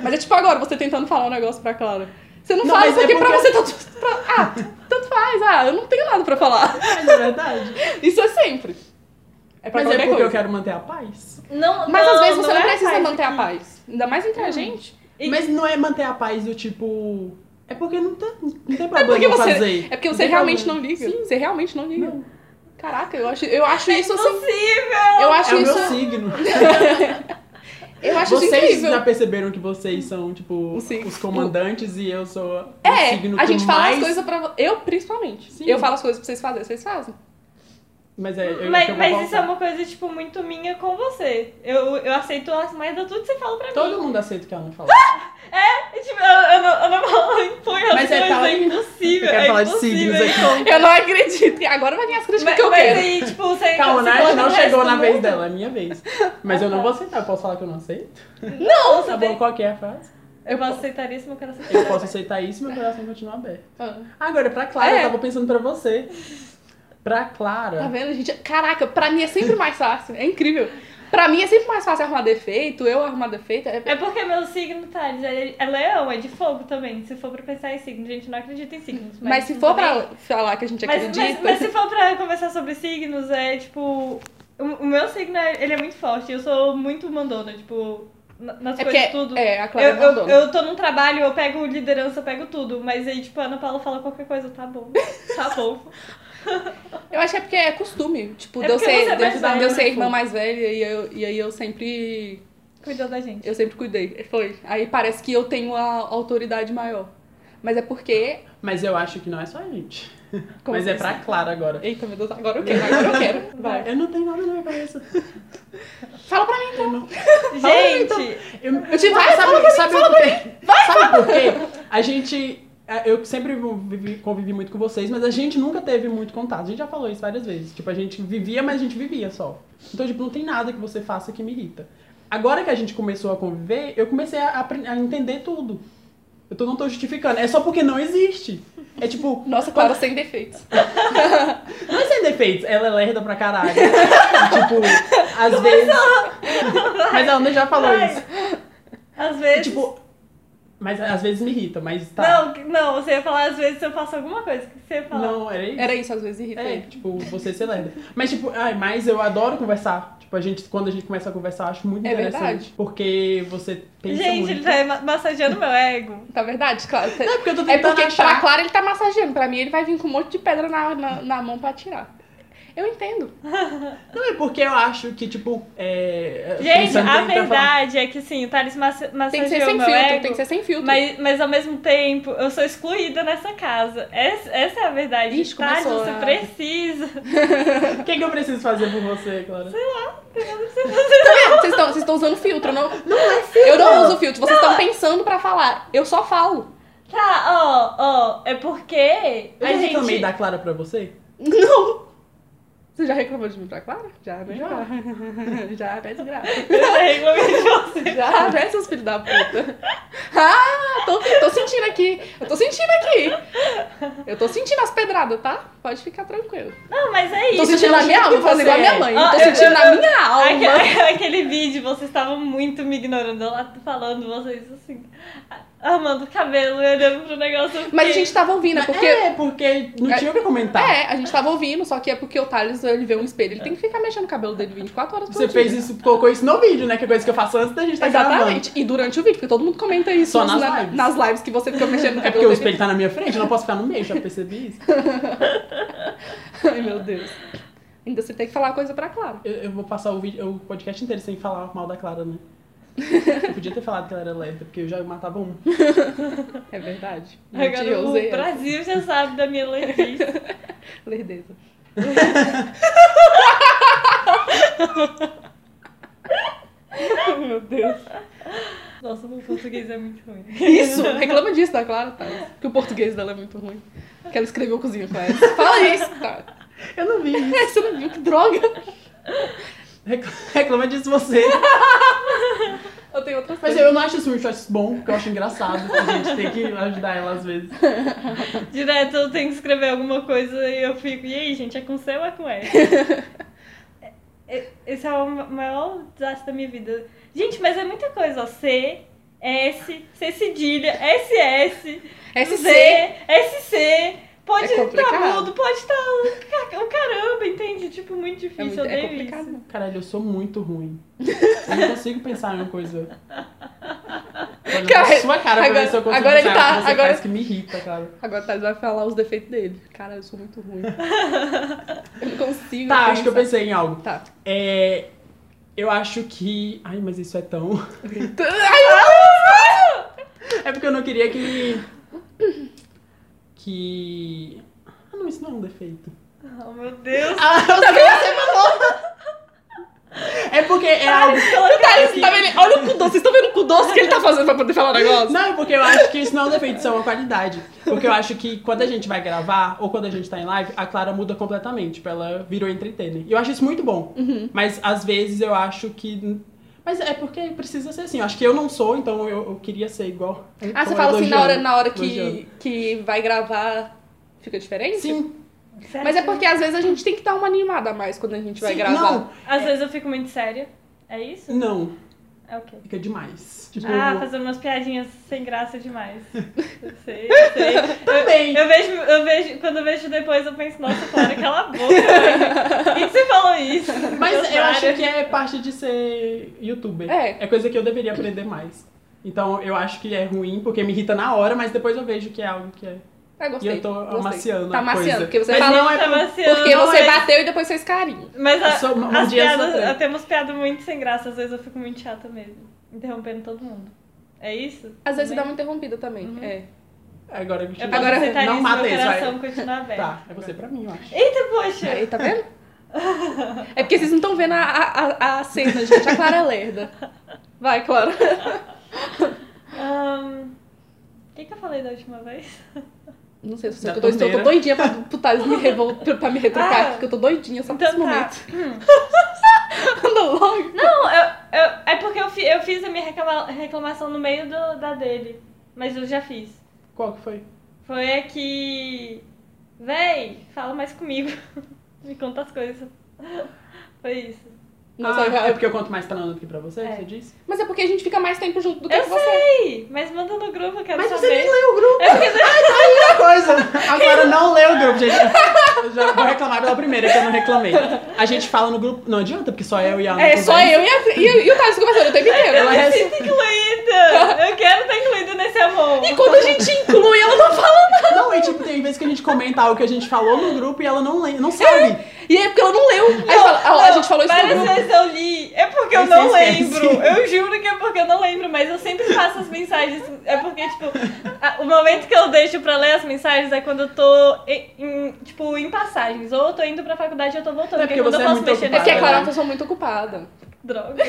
Mas é tipo agora, você tentando falar um negócio pra Clara. Você não,
Não,
fala
mas
isso
é
aqui pra
porque-
você. Tá, tudo- pra- ah, tanto faz. Ah, eu não tenho nada pra falar.
Mas é verdade.
Isso é sempre. É pra
Mas
qualquer
é porque
coisa.
eu quero manter a paz.
Não,
Mas às vezes você não,
é
precisa
faz
manter
aqui.
a paz. Ainda mais entre a gente.
E-
Mas não é manter a paz do tipo. É porque não tem, não tem problema
É porque
eu
você,
fazer.
é porque
Não
você
tem
realmente
problema.
não liga.
Sim.
Você realmente não liga.
Não.
Caraca, eu acho, eu acho
É
isso assim.
impossível!
Eu
É
acho
o meu
isso.
signo.
Eu acho isso
Vocês
incrível.
já perceberam que vocês são, tipo,
O signo.
os comandantes e eu sou o
É,
signo
a
que
gente fala
mais...
as coisas pra vo- Eu, principalmente.
Sim.
Eu falo as coisas pra vocês fazerem, vocês fazem.
Mas, é, eu,
Mas,
que eu vou
mas isso é
voltar.
uma coisa, tipo, muito minha com você. Eu, eu aceito as merdas tudo que você fala pra mim.
Todo mundo aceita o que ela não fala.
É, tipo, eu, eu não, eu não falo em punho as
Mas é
coisas,
tal-
é impossível.
Eu quero
é
falar de
impossível,
signos
é
aqui.
impossível.
Eu não acredito. E Agora vai vir as críticas
Mas,
que eu
mas
quero.
aí, tipo, você.
Calma,
você
né?
coloca
não
o resto
chegou na
do
vez
mundo.
dela, é minha vez. Mas eu não vou aceitar, eu posso falar que eu não aceito? Tá
Não, você
bom,
tem... é
qual que é a frase?
Eu posso aceitar isso, meu quero aceitar.
Eu posso aceitar isso e meu coração continua aberto.
Ah,
Agora, pra Clara,
É.
eu tava pensando pra você. Pra Clara...
Tá vendo, gente? Caraca, pra mim é sempre mais fácil. É incrível. Pra mim é sempre mais fácil arrumar defeito, eu arrumar defeito. É-
É porque meu signo, Thales, é, é leão, é de fogo também. Se for pra pensar em signos, gente, não acredita em signos. Mas,
Mas se
tudo
for
bem.
pra falar que a gente
Mas,
acredita.
mas, mas se for pra conversar sobre signos, é tipo. O, o meu signo, é, ele é muito forte. Eu sou muito mandona, tipo, na- nas
É porque
coisas tudo.
é, a Clara
Eu,
é
eu,
mandona.
eu tô num trabalho, eu pego liderança, eu pego tudo. Mas aí, tipo, a Ana Paula fala qualquer coisa, tá bom. Tá bom.
Eu acho que é porque é costume. Tipo,
É
de eu
porque
ser,
você é
de eu-
mais
de eu
velha,
ser
né,
irmã
pô?
mais velha e eu, e aí eu sempre.
Cuidou da gente.
Eu sempre cuidei. Foi. Aí parece que eu tenho a autoridade maior. Mas é porque.
Mas eu acho que não é só a gente.
Como
Mas é
assim?
pra Clara agora.
Eita, meu Deus, agora eu quero, agora eu quero. Vai.
Eu não tenho nada na minha cabeça.
Fala pra mim.
Eu não...
Gente!
então,
Eu,
Eu te- vai,
sabe,
fala pra mim,
sabe
fala
por quê? Sabe por quê? A gente... é, Eu sempre vivi- convivi muito com vocês, mas a gente nunca teve muito contato. A gente já falou isso várias vezes. Tipo, a gente vivia, mas a gente vivia só. Então, tipo, não tem nada que você faça que me irrita. Agora que a gente começou a conviver, eu comecei a, apre- a entender tudo. Eu tô- não tô justificando. É só porque não existe. É tipo,
Nossa, Clara sem defeitos.
Não é sem defeitos, ela é lerda pra caralho. tipo, às vezes. Mas a Ana já falou
Vai.
isso.
Às
E,
vezes.
tipo. Mas às vezes me irrita, mas tá.
Não, não, você ia falar, às vezes eu faço alguma coisa que você ia falar.
Não, era isso.
Era isso, às vezes irrita
É,
ele.
tipo, você ser lerda. Mas, tipo, ai, mas eu adoro conversar. Tipo, a gente, quando a gente começa a conversar, eu acho muito
É
interessante.
verdade.
Porque você pensa
gente,
muito.
ele tá ma- massageando meu ego.
Tá verdade, Clara?
Não, é porque eu tô
É
tentando
porque
achar.
pra Clara ele tá massageando. Pra mim ele vai vir com um monte de pedra na, na, na mão pra tirar. Eu entendo.
Não, é porque eu acho que, tipo, é...
Gente,
pensando,
a
tentando falar-
verdade é que sim, o Thales massa-
Tem que ser
massageou
sem
meu
filtro,
ego.
tem que ser sem filtro.
Mas, mas ao mesmo tempo, eu sou excluída nessa casa. Essa, essa é a verdade.
Ixi,
Thales,
começou
você
a-
precisa.
O que, que eu preciso fazer por você, Clara?
Tá vendo? Vocês estão- Vocês estão usando filtro, não? Não é filtro. Eu não uso filtro, vocês estão pensando pra falar. Eu só falo.
Tá, ó, ó, é porque
Eu
a
já
gente.
reclamei da Clara pra você?
Não. Você já reclamou de mim pra Clara? Já, né?
Já.
Já, até desgraça.
Eu já reclamei de você.
Já, né, seus filhos da puta? Ah, tô, eu tô sentindo aqui. Eu tô sentindo aqui. Eu tô sentindo as pedradas, tá? Pode ficar tranquilo.
Não, mas é isso.
Tô sentindo na
pelo
minha
jeito
alma,
que
fazendo
você
igual a
é.
minha mãe. Eu
Ah,
tô
eu-
sentindo
eu-
na minha alma.
Aquele, aquele vídeo, vocês estavam muito me ignorando. Eu lá falando, vocês assim, armando o cabelo e olhando pro negócio. eu
Mas a
fiquei-
gente tava ouvindo, é porque.
É, porque não tinha o que
tá.
comentar.
É, a gente tava ouvindo, só que é porque o Thales, ele vê um espelho, ele tem que ficar mexendo o cabelo dele 24 horas por
Você
dia.
fez isso, colocou isso no vídeo, né? Que é coisa que eu faço antes da gente tá gravando.
Exatamente. E durante o vídeo, porque todo mundo comenta isso
Só nas
na-
lives.
nas lives que você fica mexendo no
É
cabelo
porque o
dele.
espelho tá na minha frente, eu não posso ficar no meio, já percebi isso.
Ai, meu Deus. Ainda você tem que falar a coisa pra Clara.
Eu, eu vou passar o, vídeo, o podcast inteiro sem falar mal da Clara, né? Eu podia ter falado que ela era lésbica, porque eu já matava um.
É verdade. Gente,
Agora
eu
o
usei essa.
Brasil já sabe da minha lerdez.
Lerdeza. Meu Deus.
Nossa, meu português é muito ruim.
Isso! Reclama disso da Clara, tá? Que o português dela é muito ruim. Que ela escreveu cozinha com essa. Fala isso, tá?
Eu não vi isso.
É, Você não viu que droga?
Recla- Reclama disso você.
Eu tenho outras
Mas
coisas.
eu, eu não acho isso ruim, eu acho isso bom, porque eu acho engraçado. A gente tem que ajudar ela às vezes.
Direto eu tenho que escrever alguma coisa e eu fico, e aí, gente, é com C ou é com R? É- Esse é o ma- maior desastre da minha vida. Gente, mas é muita coisa, ó. C, S, C cedilha, SS,
É
Z,
SC.
SC. Pode
É
estar
complicado.
mudo, pode estar o caramba, entende? Tipo, muito
É,
difícil,
muito,
eu
é
odeio isso.
complicado.
Caralho, eu sou muito ruim. Eu não consigo pensar em uma coisa. Olha
Cara,
na sua cara pra
agora-
ver se eu consigo
agora ele
pensar
tá-
o que você
agora-
faz que me irrita, cara.
Agora o Thales vai falar os defeitos dele. Cara, eu sou muito ruim. Eu não consigo.
Tá, acho que eu
pensar.
pensei em algo.
Tá.
É. Eu acho que. Ai, mas isso é tão. É porque eu não queria que. Que. Ah, não, isso não é um defeito.
Oh, meu Deus.
Ah,
É porque é
Para
algo.
de colocar
Thales,
aqui.
tá vendo? ele- Olha o cu doce. Vocês estão vendo o cu doce que ele tá fazendo pra poder falar o negócio?
Não, é porque eu acho que isso não é um defeito, isso é uma qualidade. Porque eu acho que quando a gente vai gravar ou quando a gente tá em live, a Clara muda completamente. Tipo, ela virou entertainer. E eu acho isso muito bom.
Uhum.
Mas às vezes eu acho que. Mas é porque precisa ser assim. Eu acho que eu não sou, então eu, eu queria ser igual.
Ah, você
Então,
fala assim na hora,
elogiando,
na hora que,
elogiando.
que vai gravar, fica diferente?
Sim,
Sério?
Mas é porque às vezes a gente tem que dar uma animada a mais quando a gente vai
sim,
gravar.
Às vezes eu fico muito séria. É isso?
Não, não,
É o quê?
fica demais. Tipo,
Ah, fazendo umas piadinhas sem graça demais. Eu sei, eu sei.
Também.
Eu vejo, eu vejo, quando eu vejo depois, eu penso, nossa, Clara, cala a boca. velho. Por que, que você falou isso?
Mas eu
Otária.
acho que é parte de ser youtuber.
É.
coisa que eu deveria aprender mais. Então eu acho que é ruim, porque me irrita na hora, mas depois eu vejo que é algo que é.
Ah, gostei.
e eu tô
gostei.
amaciando.
Tá
a coisa.
amaciando, porque você
mas
fala-
Não é
Tá
por-
vaciando,
Porque
não
você
é-
bateu e depois fez carinho.
Mas a,
Eu sou- um
as
dia eu sou
piadas,
trans.
eu tenho umas piadas muito sem graça, às vezes eu fico muito chata mesmo. Interrompendo todo mundo. É isso?
Às vezes você dá uma
Também?
interrompida também.
Uhum.
É.
Agora, eu
Eu
continuo.
Agora-
Agora você tá
não
nisso,
mata
meu
isso, vai.
coração continua aberto.
Tá, é você pra mim, eu acho.
Eita, poxa!
Aí, tá vendo? É porque vocês não estão vendo a, a, a- a cena, gente. A Clara é lerda. Vai, Clara.
Ahn, O que, que eu falei da última vez?
Não sei se você é
Da
eu tô, eu tô
torneira.
doidinha pra, pro Thales me, revol... pra- pra me retrucar
Ah.
aqui, porque eu tô doidinha só pra
Então
esse
tá.
momento. Anda logo.
Não, eu, eu- é porque eu, fi- eu fiz a minha reclama- reclamação no meio do- da dele. Mas eu já fiz.
Qual que foi?
Foi a que. Véi, fala mais comigo. Me conta as coisas. Foi isso.
Nossa,
ah,
eu-
é porque eu conto mais pra Ana do que pra você,
É.
você disse?
Mas é porque a gente fica mais tempo junto do que
Eu
com você.
sei, mas manda no grupo, eu quero
Mas
saber.
você nem leu o grupo.
É porque não-
Outra coisa. Agora não leu o grupo, gente. Eu já vou reclamar pela primeira, que eu não reclamei. A gente fala no grupo. Não adianta, porque só eu e a Ana.
É, só
conversa.
eu e, a, e, e o Thales conversando o tempo inteiro.
Ela
eu me
rece-
sinto incluída. Eu quero estar incluída nesse amor.
E quando a gente inclui, ela não fala nada.
Não, e tipo, tem vezes que a gente comenta algo que a gente falou no grupo e ela não lembra, não sabe.
E é porque ela não leu. Aí fala, ah, a gente falou isso no
Várias
grupo.
vezes eu li. É porque eu
Mas
não
você esquece.
lembro. Eu juro que é porque eu não lembro, mas eu sempre faço as mensagens. É porque, tipo, a- o momento que eu deixo pra ler as mensagens é quando eu tô em, em, tipo, em passagens. Ou eu tô indo pra faculdade ou eu tô voltando.
É porque
porque quando
você
eu
é
posso
muito
mexer
É porque a
ocupada,
Clara é
né?
uma pessoa muito ocupada.
Droga.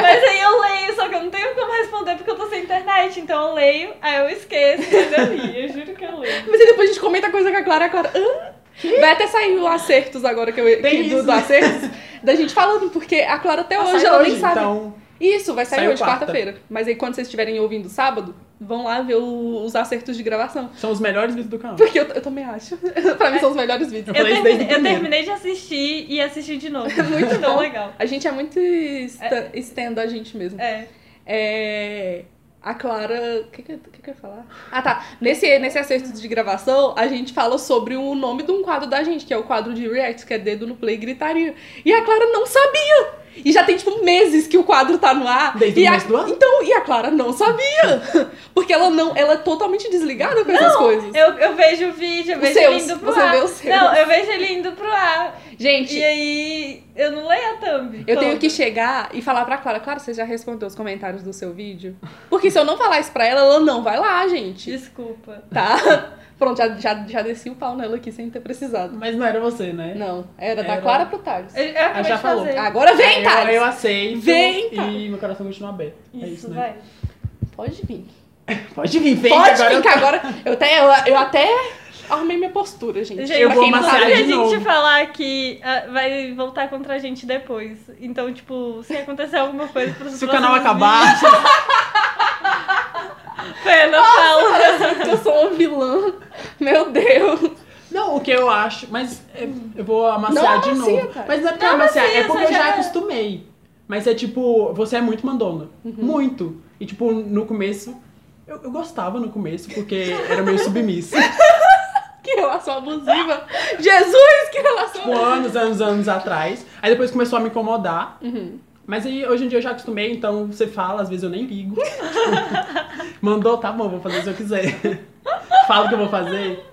Mas aí eu leio, só que eu não tenho como responder porque eu tô sem internet. Então eu leio, aí eu esqueço, mas eu li. Eu juro que eu leio.
Mas aí depois a gente comenta coisa com a Clara, a Clara. "Hã?" Vai até sair o acertos agora que eu
Tem
que do,
isso,
do
né?
acertos. Da gente falando, porque a Clara até
Ela
hoje
sai
ela nem sabe.
Então,
Isso, vai sair
Saiu
hoje,
quarta.
quarta-feira. Mas aí quando vocês estiverem ouvindo sábado, vão lá ver o- os acertos de gravação.
São os melhores vídeos do canal.
Porque eu, eu também acho. pra mim são os melhores vídeos.
Eu,
falei isso
termi-
desde o
eu
primeiro.
terminei de assistir e assisti de novo. Muito
bom.
legal.
A gente é muito esta- estendo a gente mesmo.
É.
É, A Clara. O que, que, eu- que que eu ia falar? Ah, tá. Nesse, nesse acerto de gravação, a gente fala sobre o nome de um quadro da gente, que é o quadro de Reacts, que é Dedo no Play e Gritaria. E a Clara não sabia! E já tem, tipo, meses que o quadro tá no ar.
Desde o
e a...
começo do ano?
Então, e a Clara não sabia! Porque ela não. Ela é totalmente desligada com essas coisas.
Eu, eu vejo o vídeo, eu
Os
vejo
seus,
ele indo pro
você
ar.
vê os seus.
Não, eu vejo ele indo pro ar.
Gente.
E aí eu não leio a thumb.
Eu
então
tenho
toda.
que chegar e falar pra Clara, Clara, você já respondeu os comentários do seu vídeo? Porque se eu não falar isso pra ela, ela não vai lá, gente.
Desculpa.
Tá? Pronto, já, já, já desci o pau nela aqui sem ter precisado.
Mas não era você, né?
Não, era da
Era.
Clara pro Thales.
Eu, eu acabei
Ah, já
de
falou.
fazer.
Agora vem,
Eu,
Thales!
eu aceito.
Vem,
E meu coração continua aberto.
Isso,
é isso, né?
vai.
Pode vir.
Pode vir, vem.
Pode
agora
vir, que agora eu até, eu, eu até arrumei minha postura, gente.
Gente,
Eu
Pra
vou
quem não
massagem.
sabe-
Se a
de
gente
novo.
falar que ah, vai voltar contra a gente depois. Então, tipo, se acontecer alguma coisa pros
Se o
próximos
canal acabar,
vídeos, Pena, fala.
Eu sou uma vilã. Meu Deus.
Não, o que eu acho, mas é, eu vou amaciar
Não
de
amacia,
novo.
cara.
Mas não é porque
Não
eu amaciar,
amacia,
é porque
você
eu já
já-
acostumei. Mas é tipo, você é muito mandona.
Uhum.
Muito. E tipo, no começo, eu, eu gostava no começo, porque era meio submissa.
Que relação abusiva. Jesus, que relação
tipo, anos, anos, anos atrás. Aí depois começou a me incomodar.
Uhum.
Mas aí hoje em dia eu já acostumei, então você fala, às vezes eu nem ligo. Tipo, Mandou, tá bom, vou fazer se eu quiser. Fala o que eu vou fazer.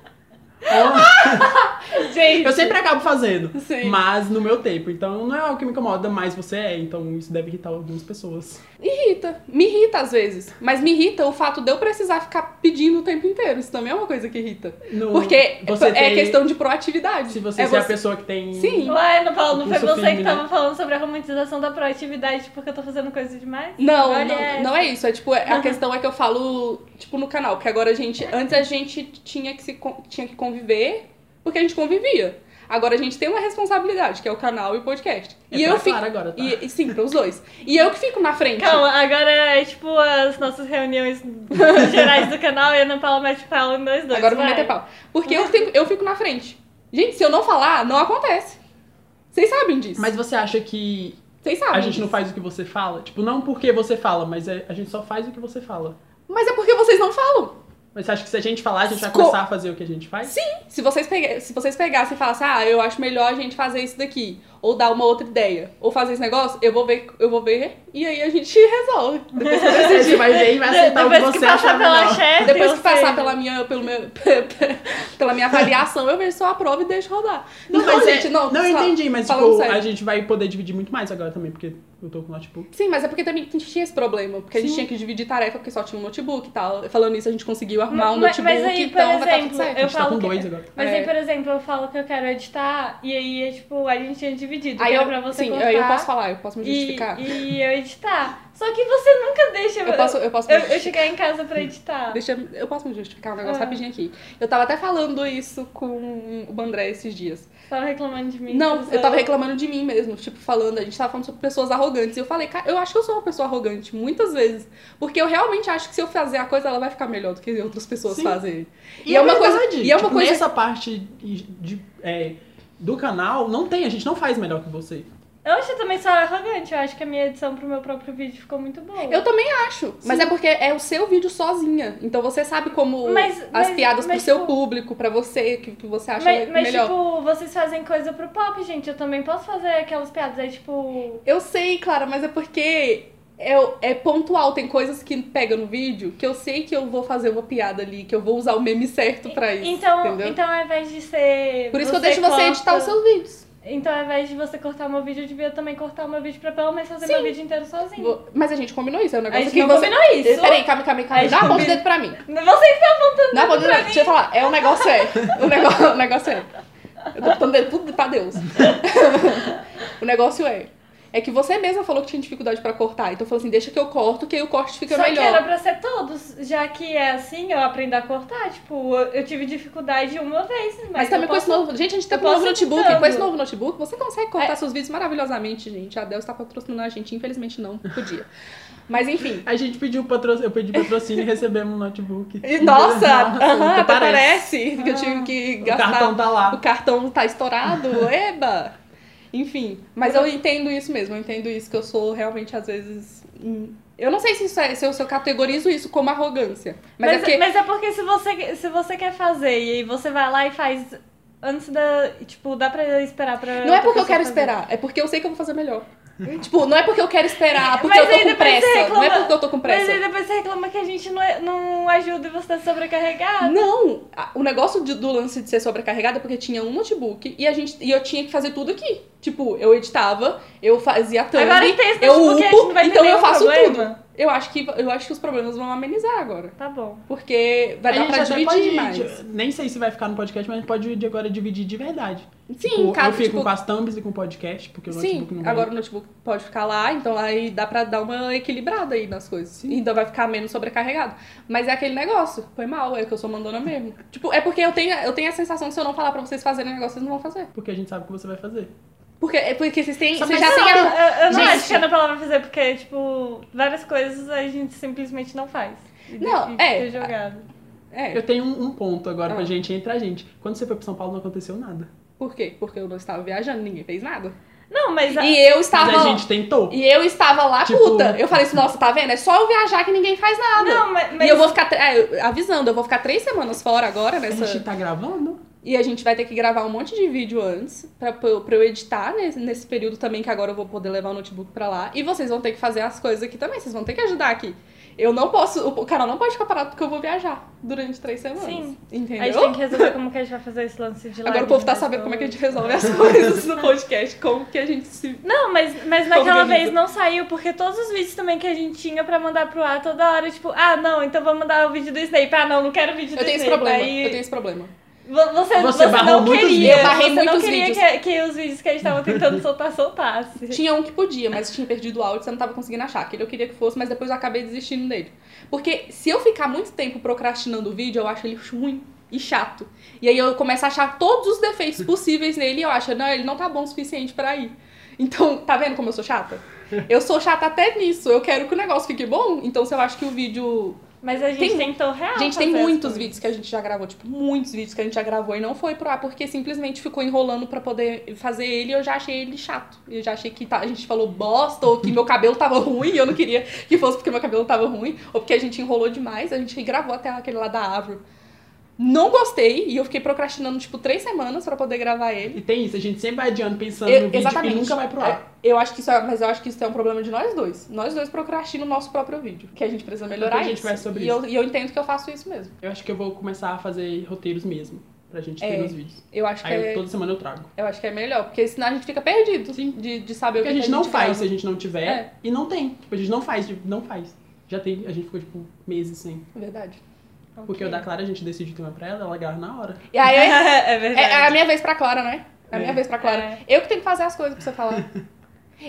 Ó.
Gente.
Eu sempre acabo fazendo,
Sim.
mas no meu tempo. Então não é algo que me incomoda, mas você é, então isso deve irritar algumas pessoas.
Irrita. Me irrita às vezes. Mas me irrita o fato de eu precisar ficar pedindo o tempo inteiro. Isso também é uma coisa que irrita.
No-
Porque
você
é
tem-
questão de proatividade.
Se você
é
é, a pessoa que tem.
Sim.
Ué, Ana Paula, não
Impulso
foi você que
firme, né?
tava falando sobre a romantização da proatividade porque eu tô fazendo coisa demais?
Não,
Olha
não,
essa.
não é isso. É tipo, a
Uhum.
questão é que eu falo, tipo, no canal, porque agora a gente. Antes a gente tinha que, se, con- tinha que conviver porque a gente convivia. Agora a gente tem uma responsabilidade, que é o canal e o podcast.
É
e
pra
eu fico.
Clara agora, tá?
E, e sim, para os dois. E eu que fico na frente.
Calma, agora é tipo as nossas reuniões gerais do canal e a Ana Paula mete pau em nós tipo, um, dois.
Agora eu vou
vai.
meter pau. Porque eu, tenho- eu fico na frente. Gente, se eu não falar, não acontece. Vocês sabem disso.
Mas você acha que
Vocês sabem.
a gente não
disso.
faz o que você fala? Tipo, não porque você fala, mas é- a gente só faz o que você fala.
Mas é porque vocês não falam.
Mas você acha que se a gente falar, a gente vai
Co-
começar a fazer o que a gente faz?
Sim. Se vocês, pega- se vocês pegassem e falassem, ah, eu acho melhor a gente fazer isso daqui. Ou dar uma outra ideia. Ou fazer esse negócio, eu vou ver, eu vou ver e aí a gente resolve.
É
Depois que eu
Aí
decidir.
Você vai ver e vai aceitar o que
Depois
você
que passar
achar
pela
melhor.
chefe,
Depois
ou
que passar
seja,
pela minha, pelo meu, pela minha avaliação, eu vejo se eu aprovo e deixo rodar. Não,
mas é-
gente, não.
Não, eu
só-
entendi, mas
falando
tipo,
sério.
a gente vai poder dividir muito mais agora também, porque eu tô com tipo, notebook.
Sim, mas é porque também a gente tinha esse problema, porque a gente
Sim.
tinha que dividir tarefa, porque só tinha um notebook e tal. Falando nisso, a gente conseguiu arrumar um
Mas-
notebook,
mas aí, por
então vai estar tudo
exemplo,
certo.
A
Eu
gente tá
falo
com
que-
dois agora.
Mas
É.
aí, por exemplo, eu falo que eu quero editar e aí é tipo, a gente tinha dividido.
Aí
que
eu,
era pra você
sim,
cortar
aí eu posso falar, eu posso me
e,
justificar.
e eu editar. Só que você nunca deixa
eu posso, eu posso me
eu, eu chegar em casa pra editar.
Deixa, eu posso me justificar um negócio
Ah.
rapidinho aqui. Eu tava até falando isso com o Bandré esses dias.
Tava reclamando de mim. então
Não,
que
eu tava
sou-
reclamando de mim mesmo, tipo, falando, a gente tava falando sobre pessoas arrogantes. E eu falei, cara, eu acho que eu sou uma pessoa arrogante, muitas vezes. Porque eu realmente acho que se eu fazer a coisa, ela vai ficar melhor do que outras pessoas
Sim.
fazem. E é uma coisa-
verdade,
e é uma
tipo,
coisa-
Nessa parte de- de- é, do canal, não tem, a gente não faz melhor que você.
Eu acho que eu também sou arrogante. Eu acho que a minha edição pro meu próprio vídeo ficou muito boa.
Eu também acho, mas é porque é o seu vídeo sozinha. Então você sabe como
Mas-
as
mas-
piadas
mas,
pro seu
tipo-
público, pra você, que, que você acha
Mas, mas,
melhor.
tipo, vocês fazem coisa pro pop, gente. Eu também posso fazer aquelas piadas. Aí, tipo.
Eu sei, Clara, mas é porque é, é pontual. Tem coisas que pega no vídeo que eu sei que eu vou fazer uma piada ali, que eu vou usar o meme certo pra isso.
então,
entendeu?
então, ao invés de ser.
Por isso que eu deixo você
corta-
editar os seus vídeos.
Então, ao invés de você cortar o meu vídeo, eu devia também cortar o meu vídeo pra pelo menos fazer meu vídeo inteiro sozinho.
Vou- Mas a gente combinou isso, é um
A
negócio
gente
que
não
você. É,
combinou isso.
Peraí, calma, calma,
A
calma.
gente
Dá a ponta do
combinou.
dedo pra mim.
Você que tá apontando.
Dá a ponta do
pra
dedo. Deixa eu falar. É um negócio é. O negócio, o negócio é. Eu tô botando dedo tudo pra Deus. o negócio é. É que você mesma falou que tinha dificuldade pra cortar. Então falou assim, deixa que eu corto, que aí o corte fica
Só
melhor.
que era pra ser todos, já que é assim, eu aprendi a cortar. Tipo, eu, eu tive dificuldade uma vez, mas,
Mas também
eu
com esse
posso...
novo. Gente, a gente tá É.
eu
com um novo
posso ir
notebook.
mudando.
Com esse novo notebook, você consegue cortar seus vídeos maravilhosamente, gente. A Dell está patrocinando a gente, infelizmente não podia. Mas enfim.
A gente pediu patrocínio, eu pedi patrocínio e recebemos um notebook.
E, nossa! aham,
até
até parece que eu tive que
O
gastar.
cartão tá
O
lá.
cartão tá estourado, eba! Enfim, mas eu entendo isso mesmo, eu entendo isso, que eu sou realmente, às vezes. hum, Eu não sei se, isso é, se, eu, se eu categorizo isso como arrogância. Mas,
Mas,
é porque.
mas é porque se você, se você quer fazer e aí você vai lá e faz antes da. Tipo, dá pra esperar
Não é
pra. outra
porque eu
pessoa
quero
fazer.
esperar, é porque eu sei que eu vou fazer melhor. tipo, não é porque eu quero esperar, porque
Mas
eu
aí
tô com
depois você
pressa. Não é
reclama-
porque eu tô com pressa.
Mas aí depois você reclama que a gente não, é- não ajuda e você tá sobrecarregado.
Não, a- o negócio de- do lance de ser sobrecarregada é porque tinha um notebook e, a gente, e eu tinha que fazer tudo aqui. Tipo, eu editava, eu fazia thumb,
Agora em texto,
Então, eu
tipo, que a gente não
upo,
vai ter
então eu
nenhum
faço
problema.
tudo. Eu acho, que, eu acho que os problemas vão amenizar agora.
Tá bom.
Porque vai dar pra
até
dividir mais.
di- Nem sei se vai ficar no podcast, mas pode de agora dividir de verdade.
Sim,
Tipo,
cada
eu fico
tipo,
com as thumbs e com o podcast, porque um o
Sim,
notebook não vai.
agora o notebook pode ficar lá, então aí dá pra dar uma equilibrada aí nas coisas. Então vai ficar menos sobrecarregado. Mas é aquele negócio, foi mal, é que eu sou mandona mesmo. Tipo, é porque eu tenho, eu tenho a sensação que se eu não falar pra vocês fazerem o negócio, vocês não vão fazer.
Porque a gente sabe o que você vai fazer.
Porque, é porque vocês têm.
Só
Vocês já
mas
têm a.
Eu, eu não
Gente.
acho que a Ana Paula vai fazer, porque, tipo, várias coisas a gente simplesmente não faz. E
Não,
fica
é.
jogado.
É.
Eu tenho um, um ponto agora
Ah.
pra gente, entre a gente. Quando você foi pra São Paulo, não aconteceu nada.
Por quê? Porque eu não estava viajando, ninguém fez nada.
Não, mas a-
E eu estava.
Mas a gente tentou.
E eu estava lá
Tipo-
puta. Eu falei assim, nossa, tá vendo? É só eu viajar que ninguém faz nada.
Não, mas, mas
E eu vou ficar. tre- é, eu- avisando, eu vou ficar três semanas fora agora
A
nessa.
gente tá gravando?
E a gente vai ter que gravar um monte de vídeo antes pra, pra eu- pra eu editar nesse, nesse período também, que agora eu vou poder levar o notebook pra lá. E vocês vão ter que fazer as coisas aqui também, vocês vão ter que ajudar aqui. Eu não posso, o canal não pode ficar parado porque eu vou viajar durante três semanas.
Sim.
Entendeu?
a gente tem que resolver como que a gente vai fazer esse lance de live. né?
Agora o povo tá
de
sabendo como é que a
pessoas.
gente resolve as coisas no podcast, como que a gente se.
Não, mas, mas naquela
Organiza.
vez não saiu, porque todos os vídeos também que a gente tinha pra mandar pro ar toda hora, tipo, ah, não, então vou mandar o vídeo do Snape. Ah, não, não quero o vídeo
Eu
do
tenho esse
Snape.
problema.
Aí
Eu tenho esse problema.
vo- Você,
Você
você,
barrou
não
muitos
queria,
vídeos.
Eu barrei
você não
muitos
queria
vídeos.
que, que os vídeos que a gente tava tentando soltar, soltasse.
Tinha um que podia, mas tinha perdido o áudio, você não tava conseguindo achar. Aquele eu queria que fosse, mas depois eu acabei desistindo dele. Porque se eu ficar muito tempo procrastinando o vídeo, eu acho ele ruim e chato. E aí eu começo a achar todos os defeitos possíveis nele e eu acho, não, ele não tá bom o suficiente pra ir. Então, tá vendo como eu sou chata? Eu sou chata até nisso. Eu quero que o negócio fique bom, então se eu acho que o vídeo
Mas a gente
Tem-
tentou real.
Gente, tem
fazer as
muitos
coisas.
vídeos que a gente já gravou, tipo, muitos vídeos que a gente já gravou e não foi pro ar porque simplesmente ficou enrolando pra poder fazer ele e eu já achei ele chato. Eu já achei que tá- a gente falou bosta ou que meu cabelo tava ruim e eu não queria que fosse porque meu cabelo tava ruim ou porque a gente enrolou demais. A gente gravou até aquele lá da árvore. Não gostei e eu fiquei procrastinando, tipo, três semanas pra poder gravar ele.
E tem isso, a gente sempre vai adiando pensando
Eu-
Tá no vídeo
exatamente.
e nunca vai pro ar.
Eu acho que isso é, mas eu acho que isso é um problema de nós dois. Nós dois procrastinamos o nosso próprio vídeo, que a gente precisa melhorar
a gente
isso.
conversa sobre
e,
isso.
Eu, e eu entendo que eu faço isso mesmo.
Eu acho que eu vou começar a fazer roteiros mesmo, pra gente ter
É.
nos vídeos.
Eu acho que
Aí eu-
é...
toda semana eu trago.
Eu acho que é melhor, porque senão a gente fica perdido de, de saber o que
Porque
tá
a gente não faz se
grava.
a gente não tiver.
É.
E não tem. Tipo, a gente não faz, tipo, não faz. Já tem, a gente ficou, tipo, meses sem.
Verdade.
Porque o da Clara, a gente decide o tema pra ela, ela grava na hora.
E aí é,
é verdade.
é a minha vez pra Clara, né? É a minha
É.
vez pra Clara.
É.
Eu que tenho que fazer as coisas pra você falar.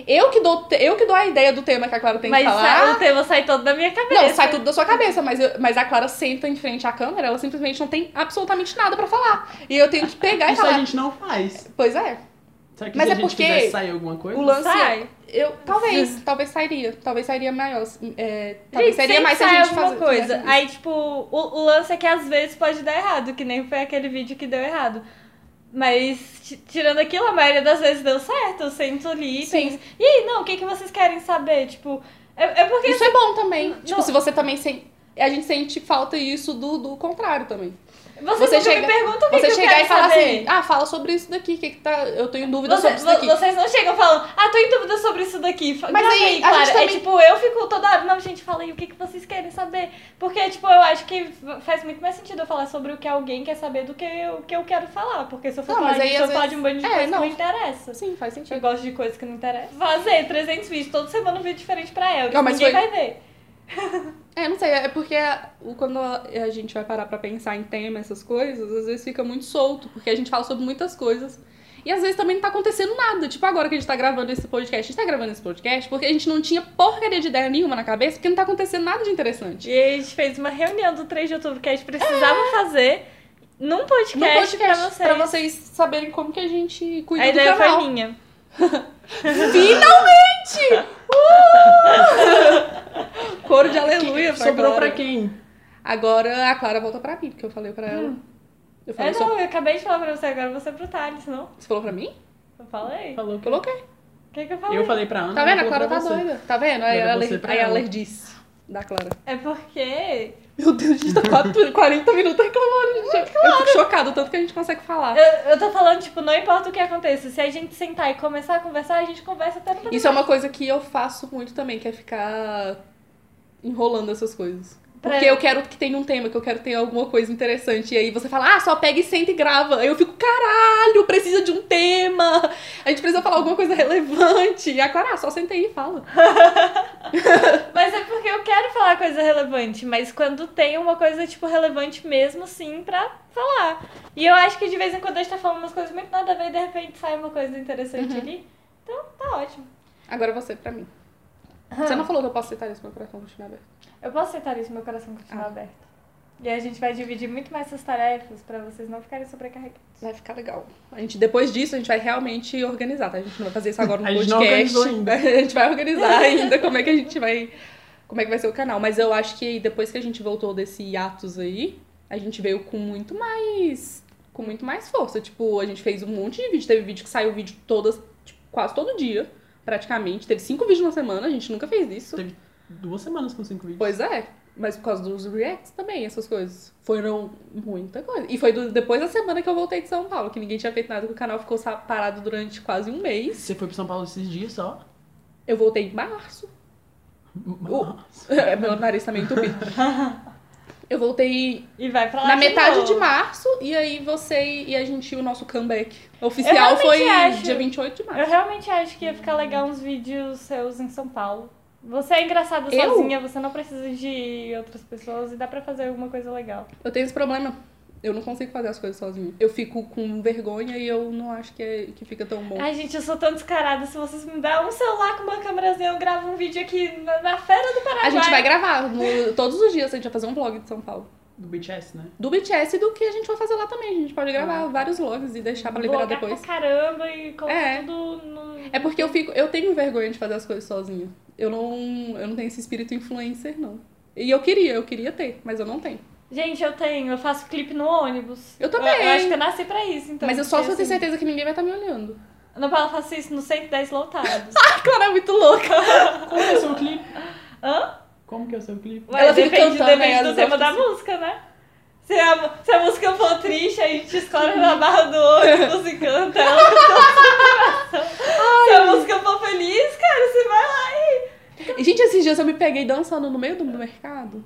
Eu que dou, te- eu que dou a ideia do tema que a Clara tem
mas
que
sa-
falar.
o tema sai todo da minha cabeça.
Não, sai tudo da sua cabeça, mas, eu- mas a Clara senta em frente à câmera, ela simplesmente não tem absolutamente nada pra falar. E eu tenho que pegar e
Isso a
falar.
gente não faz.
Pois é.
Será que
Mas
se
é
a gente
porque
quisesse sair alguma coisa?
O lance
Sai.
é. Eu, talvez, talvez sairia. Talvez sairia maior. é, talvez sairia
Gente, sempre
mais se a
sai
gente
alguma
fazer.
coisa.
fizesse isso.
Aí, tipo, o, o lance é que às vezes pode dar errado, que nem foi aquele vídeo que deu errado. Mas, ti- tirando aquilo, a maioria das vezes deu certo. Eu sento ali.
Sim.
penso, E aí, não, o que, que vocês querem saber? Tipo, é, é porque.
Isso é bom também. Tipo,
Não.
se você também sente. A gente sente falta isso do, do contrário também.
Vocês
você
nunca
chega-
me perguntam o que,
Você
que eu
chegar
quero
e falar
saber.
assim, ah, fala sobre isso daqui, que, que tá. Eu tô em dúvida
Você-
sobre isso
vo-
daqui.
Vocês não chegam falando, ah, tô em dúvida sobre isso daqui. Fa-
Mas
grava
aí, a
Clara.
gente também-
É tipo, eu fico toda hora, não, gente, fala aí o que, que vocês querem saber. Porque, tipo, eu acho que fa- faz muito mais sentido eu falar sobre o que alguém quer saber do que o que eu quero falar. Porque se eu for
Não,
falar,
mas aí,
disso, eu
às
falar
vezes-
de um bando de
é,
coisa
não.
que não interessa.
Sim, faz
Eu
sentido.
gosto de coisa que não interessa. Fazer 300 vídeos, toda semana um vídeo diferente pra ela.
Não, mas
Ninguém
foi-
vai ver.
É, não sei, é porque o- quando a a gente vai parar pra pensar em tema, essas coisas, às vezes fica muito solto, porque a gente fala sobre muitas coisas. E às vezes também não tá acontecendo nada. Tipo, agora que a gente tá gravando esse podcast, a gente tá gravando esse podcast porque a gente não tinha porcaria de ideia nenhuma na cabeça, porque não tá acontecendo nada de interessante.
E aí a gente fez uma reunião do 3 de outubro que a gente precisava fazer
É. Num
num podcast, pra
Tipo, um podcast,
vocês.
pra vocês saberem como que a gente cuida
a
do
ideia
canal.
foi minha.
Finalmente! Uh! Coro de aleluia, pra
Sobrou
Clara.
pra quem?
Agora a Clara volta pra mim, porque eu falei pra ela. Eu falei
É,
só.
não, eu acabei de falar pra você, agora você é pro Thales, não?
Você falou pra mim?
Eu falei?
Falou
Eu
que
coloquei.
O que, que eu falei?
eu falei pra Ana.
Tá vendo? A
ela
Clara
falou pra
tá
você.
doida. Tá vendo? Aí
Era
ela,
você pra
aí
ela.
ela disse da Clara.
É porque
Meu Deus, a gente tá 4, 40 minutos reclamando. Gente. Eu fico chocada o tanto que a gente consegue falar.
eu, eu tô falando, tipo, não importa o que aconteça, se a gente sentar e começar a conversar, a gente conversa até no
Isso é uma coisa que eu faço muito também, que é ficar enrolando essas coisas.
Pra-
Porque eu quero que tenha um tema, que eu quero ter alguma coisa interessante. E aí você fala, ah, só pega e senta e grava. Aí eu fico, caralho, precisa de um tema. A gente precisa falar alguma coisa relevante. E a Clara, ah, só senta aí e fala.
Mas é porque eu quero falar coisa relevante, mas quando tem uma coisa, tipo, relevante mesmo, sim, pra falar. E eu acho que de vez em quando a gente tá falando umas coisas muito nada a ver e de repente sai uma coisa interessante ali. Então tá ótimo.
Agora você, pra mim. Você não falou que eu posso aceitar isso, meu coração continua aberto.
Eu posso aceitar isso, meu coração continua aberto. E a gente vai dividir muito mais essas tarefas pra vocês não ficarem sobrecarregados.
Vai ficar legal. A gente, depois disso, a gente vai realmente organizar, tá? A gente não vai fazer isso agora no
A gente não
podcast.
organizou ainda.
A gente vai organizar ainda como é que a gente vai. Como é que vai ser o canal. Mas eu acho que depois que a gente voltou desse hiatus aí, a gente veio com muito mais. Com muito mais força. Tipo, a gente fez um monte de vídeo. Teve vídeo que saiu vídeo todas, tipo, quase todo dia, praticamente. Teve cinco vídeos na semana, a gente nunca fez isso.
Teve duas semanas com cinco vídeos.
Pois é. Mas por causa dos reacts também, essas coisas. Foram muita coisa. E foi do- depois da semana que eu voltei de São Paulo, que ninguém tinha feito nada, que o canal ficou sa- parado durante quase um mês.
Você foi pra São Paulo esses dias só?
Eu voltei em março. Meu nariz tá meio entupido. Eu voltei
E vai pra lá
na
de
metade
novo.
de março, e aí você e a gente, o nosso comeback oficial foi
acho-
dia 28 de
Eu
março.
realmente acho que ia ficar legal uns vídeos seus em São Paulo. Você é engraçada
Eu?
sozinha, você não precisa de outras pessoas e dá pra fazer alguma coisa legal.
Eu tenho esse problema. Eu não consigo fazer as coisas sozinha. Eu fico com vergonha e eu não acho que, é- que fica tão bom.
Ai, gente, eu sou tão descarada. Se vocês me dão um celular com uma câmerazinha, eu gravo um vídeo aqui na, na Feira do Paraguai.
A gente vai gravar no- todos os dias, a gente vai fazer um vlog de São Paulo.
Do BTS, né?
do BTS e do que a gente vai fazer lá também. A gente pode gravar vários vlogs e deixar pra liberar
Blogar pra
depois.
caramba e colocar
É.
tudo no...
É porque eu fico, eu tenho vergonha de fazer as coisas sozinha. Eu não, eu não tenho esse espírito influencer não. E eu queria, eu queria ter, mas eu não tenho.
Gente, eu tenho. Eu faço clipe no ônibus.
Eu também.
Eu, acho que eu nasci pra isso, então.
mas eu só se eu
porque,
tenho certeza que assim- ninguém vai estar me olhando.
assim, Ana Paula, eu faço isso no 110 lotados.
A Clara é muito louca.
Como que é o seu clipe?
Hã?
Como que é o seu clipe?
Mas
Ela fica
depende,
cantando,
depende
aí, às
do
vezes,
tema
eu
da música, né? Se a, se a música for triste, a gente escolhe na barra do ônibus e canta ela com toda a sua vibração. Se a música for feliz, cara, você vai lá e...
E, gente, esses dias eu me peguei dançando no meio do mercado.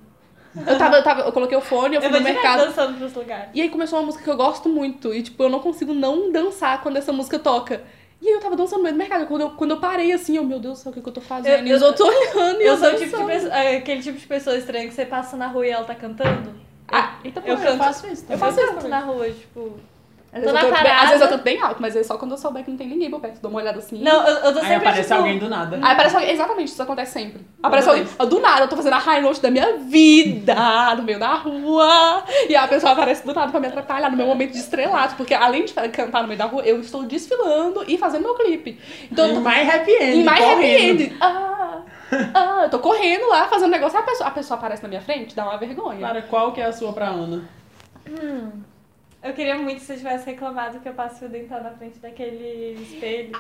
Eu tava, eu tava, eu coloquei o fone, eu fui
Eu vou
no
direto
mercado.
dançando pros lugares.
E aí começou uma música que eu gosto muito. E, tipo, eu não consigo não dançar quando essa música toca. E aí eu tava dançando no meio do mercado. Quando eu, quando eu parei assim, eu, meu Deus do céu, o que, que eu tô fazendo?
Eu-
e os
eu-
outros olhando. e
Eu sou o tipo de
dançando.
pessoa, aquele tipo de pessoa estranha que você passa na rua e ela tá cantando.
Ah, então
Eu canto.
faço isso também.
Eu faço
isso
isso
também.
na rua, tipo...
Às
Tô
vezes, eu
na
canto bem,
parada.
às vezes eu canto bem alto, mas é só quando eu souber que não tem ninguém por perto. Dou uma olhada assim.
Não, eu, eu tô sempre,
Aí aparece
tipo...
alguém do nada.
Aí aparece alguém. Exatamente, isso acontece sempre. Aparece
Toda
alguém. Do nada, eu tô fazendo a high note da minha vida, no meio da rua. E a pessoa aparece do nada pra me atrapalhar no meu momento de estrelato. Porque além de fa- cantar no meio da rua, eu estou desfilando e fazendo meu clipe. Então eu tô
E mais happy end.
E mais
correndo.
arrepende. Ah, ah, eu tô correndo lá, fazendo negócio. A pessoa, a pessoa aparece na minha frente, dá uma vergonha.
Clara, qual que é a sua pra Ana?
Eu queria muito se você tivesse reclamado que eu passo fio dental na frente daquele espelho.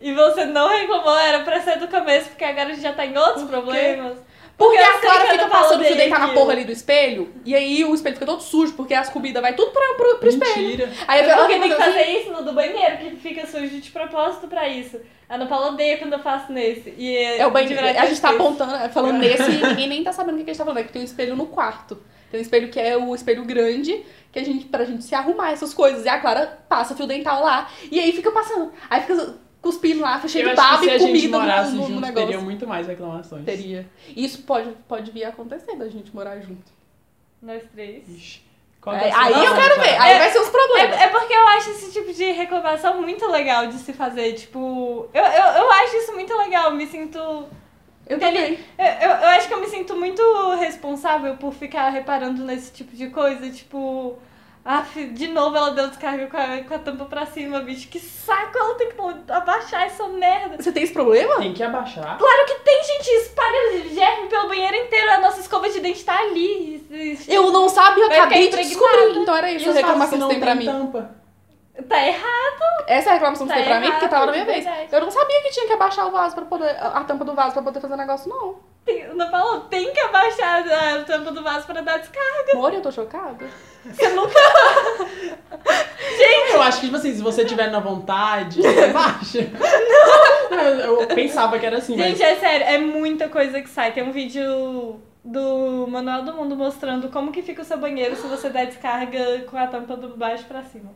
E você não reclamou, era pra ser do começo, porque agora a gente já tá em outros problemas.
Porque,
eu
a
sei
Clara
é assim que eu
fica
não falo
passando o fio
dele
dental na
aquilo.
porra ali do espelho, e aí o espelho fica todo sujo, porque as comidas vai tudo pro, pro, pro espelho.
Mentira.
Aí eu
É
falo,
porque
"Ah,
tem que
meu Deus,
fazer isso no do banheiro, que fica sujo de propósito pra isso. A Ana Paula odeia quando eu faço nesse. E
É o banheiro.
de verdade,
A gente tá
eu esqueço.
apontando, é, falando nesse e ninguém nem tá sabendo o que a gente tá falando. É que tem um espelho no quarto. Tem um espelho que é o espelho grande, que a gente, pra gente se arrumar essas coisas. E a Clara passa fio dental lá. E aí fica passando. Aí fica cuspindo lá, cheio
eu
de
acho
baba
que se
e
a gente
comida
morasse
no, no, no
juntos,
negócio.
teria muito mais reclamações.
Teria. Isso pode, pode vir a acontecer da gente morar junto.
Nós três.
Ixi. Qual que é
Aí
a sua
eu
razão,
quero ver.
cara?
Aí vai ser uns problemas.
É, é porque eu acho esse tipo de reclamação muito legal de se fazer. Tipo, eu, eu, eu acho isso muito legal. Me sinto.
Eu
Ele-
também.
Eu, eu, eu acho que eu me sinto muito responsável por ficar reparando nesse tipo de coisa. Tipo, af, de novo ela deu descarga com a, com a tampa pra cima, bicho. Que saco ela tem que pô- abaixar essa merda.
Você tem esse problema?
Tem que abaixar.
Claro que tem, gente, espalha germe pelo banheiro inteiro. A nossa escova de dente tá ali. Isso-
Eu não sabia, eu
Vai ficar é
acabei de
impregnado.
descobrir. Então era isso a
Eles falam
reclamação que
não
você tem pra mim.
Tampa.
Tá errado.
Essa é a reclamação que
Tá
você tem pra mim, porque
errado,
tava na minha
de
vez.
verdade.
Eu não sabia que tinha que abaixar o vaso para poder. A a tampa do vaso pra poder fazer negócio, não.
Tem- Não falou, tem que abaixar a tampa do vaso pra dar descarga.
Amor, eu tô chocada.
Eu acho que, tipo assim, se você tiver na vontade, baixa. Não! Eu, eu pensava que era assim,
Gente,
mas...
é sério, é muita coisa que sai. Tem um vídeo do Manual do Mundo mostrando como que fica o seu banheiro se você der descarga com a tampa do baixo pra cima.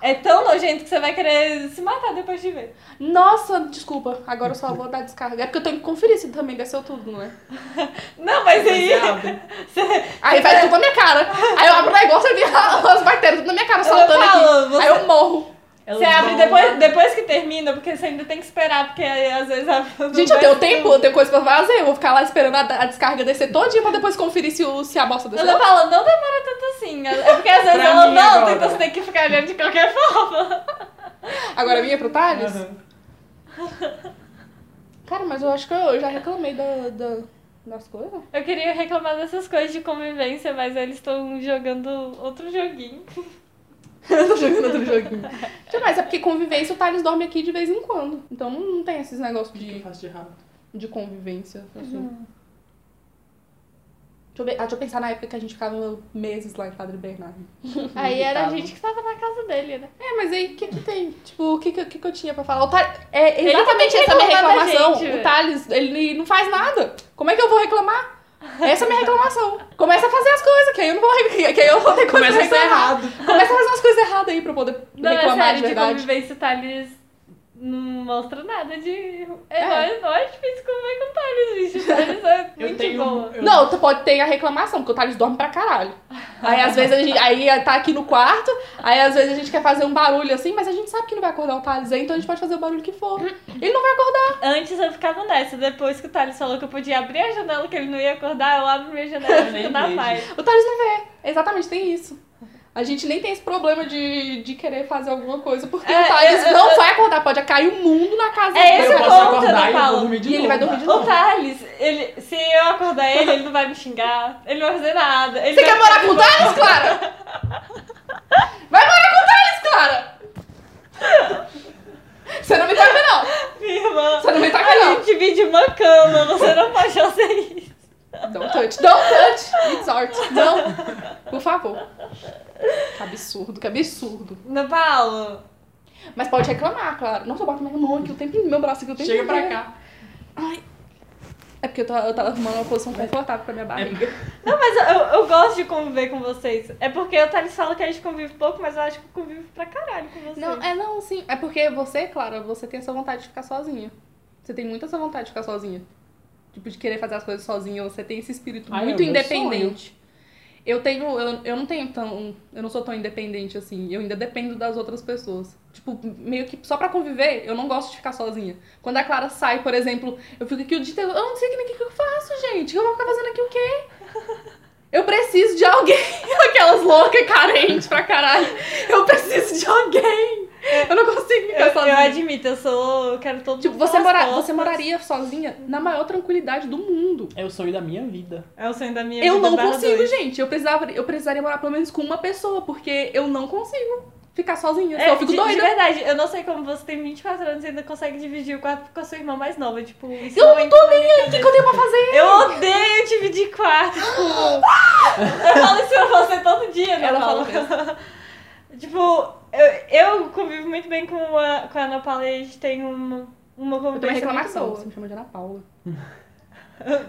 É tão nojento que você vai querer se matar depois de ver.
Nossa, desculpa. Agora eu só vou dar descarga. É porque eu tenho que conferir se também desceu tudo, não é?
Não, mas aí.
Sabe?
Aí
É.
vai tudo na minha cara. Aí eu abro o negócio e vi as bactérias tudo na minha cara saltando aqui.
falo, você,
Aí eu morro.
Elas
você abre
vão-
depois, depois que termina, porque você ainda tem que esperar, porque aí, às vezes a.
Gente, eu tenho tempo, eu tenho coisa pra fazer. Eu vou ficar lá esperando a, a descarga descer todinha pra depois conferir se, o, se a bosta
Eu
desceu.
tô falando, não demora tanto assim. É porque às vezes
Pra
ela
mim
volta,
agora.
então você tem que ficar olhando de qualquer forma.
Agora a minha é pro Thales?
Aham.
Cara, mas eu acho que eu já reclamei da, da- das coisas.
Eu queria reclamar dessas coisas de convivência, mas eles estão jogando outro joguinho.
Eu tô jogando outro joguinho. Mas é porque convivência, o Thales dorme aqui de vez em quando. Então não não tem esses negócios
O que eu
de,
faço de errado?
de convivência. assim. Deixa, eu ver- ah, deixa eu pensar na época que a gente ficava meses lá em Padre Bernardo.
Aí era a
Tava.
gente que tava na casa dele, né?
É, mas aí o que que tem? Tipo, o que que, o que que eu tinha pra falar? O Thales, é
Ele
exatamente
também
essa minha
reclama da
reclamação.
gente, velho.
o Thales, ele não faz nada. Como é que eu vou reclamar? Essa é a minha reclamação. Começa a fazer as coisas, que aí eu não vou, re- que aí eu vou ter coisa
Começa a ser
pra reclamar.
errado.
Começa a fazer umas coisas erradas aí pra eu poder
Não, é
reclamar
sério,
de
de,
verdade.
convivência, o Thales tá não mostra nada de... É,
É.
Não, é, não é difícil conviver com o Thales, bicho. O Thales é
Eu
muito
tenho...
boa.
eu-
Não, tu pode ter a reclamação, porque o Thales dorme pra caralho. Aí às vezes a gente aí, tá aqui no quarto, aí às vezes a gente quer fazer um barulho assim, mas a gente sabe que não vai acordar o Thales aí, então a gente pode fazer o barulho que for. Ele não vai acordar.
Antes eu ficava nessa, depois que o Thales falou que eu podia abrir a janela, que ele não ia acordar, eu abro minha janela e fico
Nem
na
vejo.
paz.
O Thales não vê. Exatamente, tem isso. A gente nem tem esse problema de, de querer fazer alguma coisa, porque
É,
o Thales
é, é,
não
é.
vai acordar, pode cair o mundo na casa
É
dele.
esse
Eu
é
posso
ponto,
acordar
né,
e eu
Paulo?
vou dormir de
E ele
novo.
vai dormir de
O
novo.
Thales, ele, se eu acordar ele, ele não vai me xingar, ele não vai fazer nada. Ele
Você
vai-
quer morar com o Thales, Clara? Vai morar com o Thales, Clara! Você não me toca, não!
Minha irmã,
Você não me toca,
a
não!
gente divide uma cama, você não pode fazer isso.
Don't touch, don't touch! It's art! Não! Por favor. Que absurdo, que absurdo.
Não, Paulo...
Mas pode reclamar, claro. Nossa, eu bato minha mão aqui o tempo meu braço aqui o tempo
Chega pra
inteiro.
cá.
É porque eu tava, eu tava arrumando uma posição confortável
É
pra minha barriga.
Não, mas eu, eu gosto de conviver com vocês. É porque o Thales fala que a gente convive pouco, mas eu acho que eu convivo pra caralho com vocês.
Não, é não, sim. É porque você, Clara, você tem essa vontade de ficar sozinha. Você tem muita essa vontade de ficar sozinha. Tipo, de querer fazer as coisas sozinha. Você tem esse espírito
Ai, é
muito
meu
independente. Eu tenho. Eu, eu não tenho tão. Eu não sou tão independente assim. Eu ainda dependo das outras pessoas. Tipo, meio que só pra conviver, eu não gosto de ficar sozinha. Quando a Clara sai, por exemplo, eu fico aqui o dia inteiro. Eu não sei que nem o que que eu faço, gente. Eu vou ficar fazendo aqui o quê? Eu preciso de alguém. Aquelas loucas carentes pra caralho. Eu preciso de alguém. Eu não consigo
eu,
ficar
eu
sozinha.
admito, eu sou. Eu quero todo
Tipo,
mundo
você,
pelas
mora,
costas.
você moraria sozinha na maior tranquilidade do mundo.
É o sonho da minha vida.
É o sonho da minha
Eu
vida
não
barra
consigo,
dois.
gente. Eu, precisava, eu precisaria morar pelo menos com uma pessoa, porque eu não consigo ficar sozinha.
É,
Senão eu fico
de, de
doida.
verdade, eu não sei como você tem 24 anos e ainda consegue dividir o quarto com a sua irmã mais nova. Tipo, isso
Eu
não
não
entra
tô
na minha
nem aí. O que, que eu tenho pra fazer?
Eu odeio dividir quarto, tipo. eu falo isso pra você todo dia, né?
Ela fala
Paula? tipo, eu, eu convivo muito bem com a, com a Ana Paula e a gente tem uma, uma
Eu tenho uma
convivência muito
reclamação. assim.
boa.
Você me chama de Ana Paula.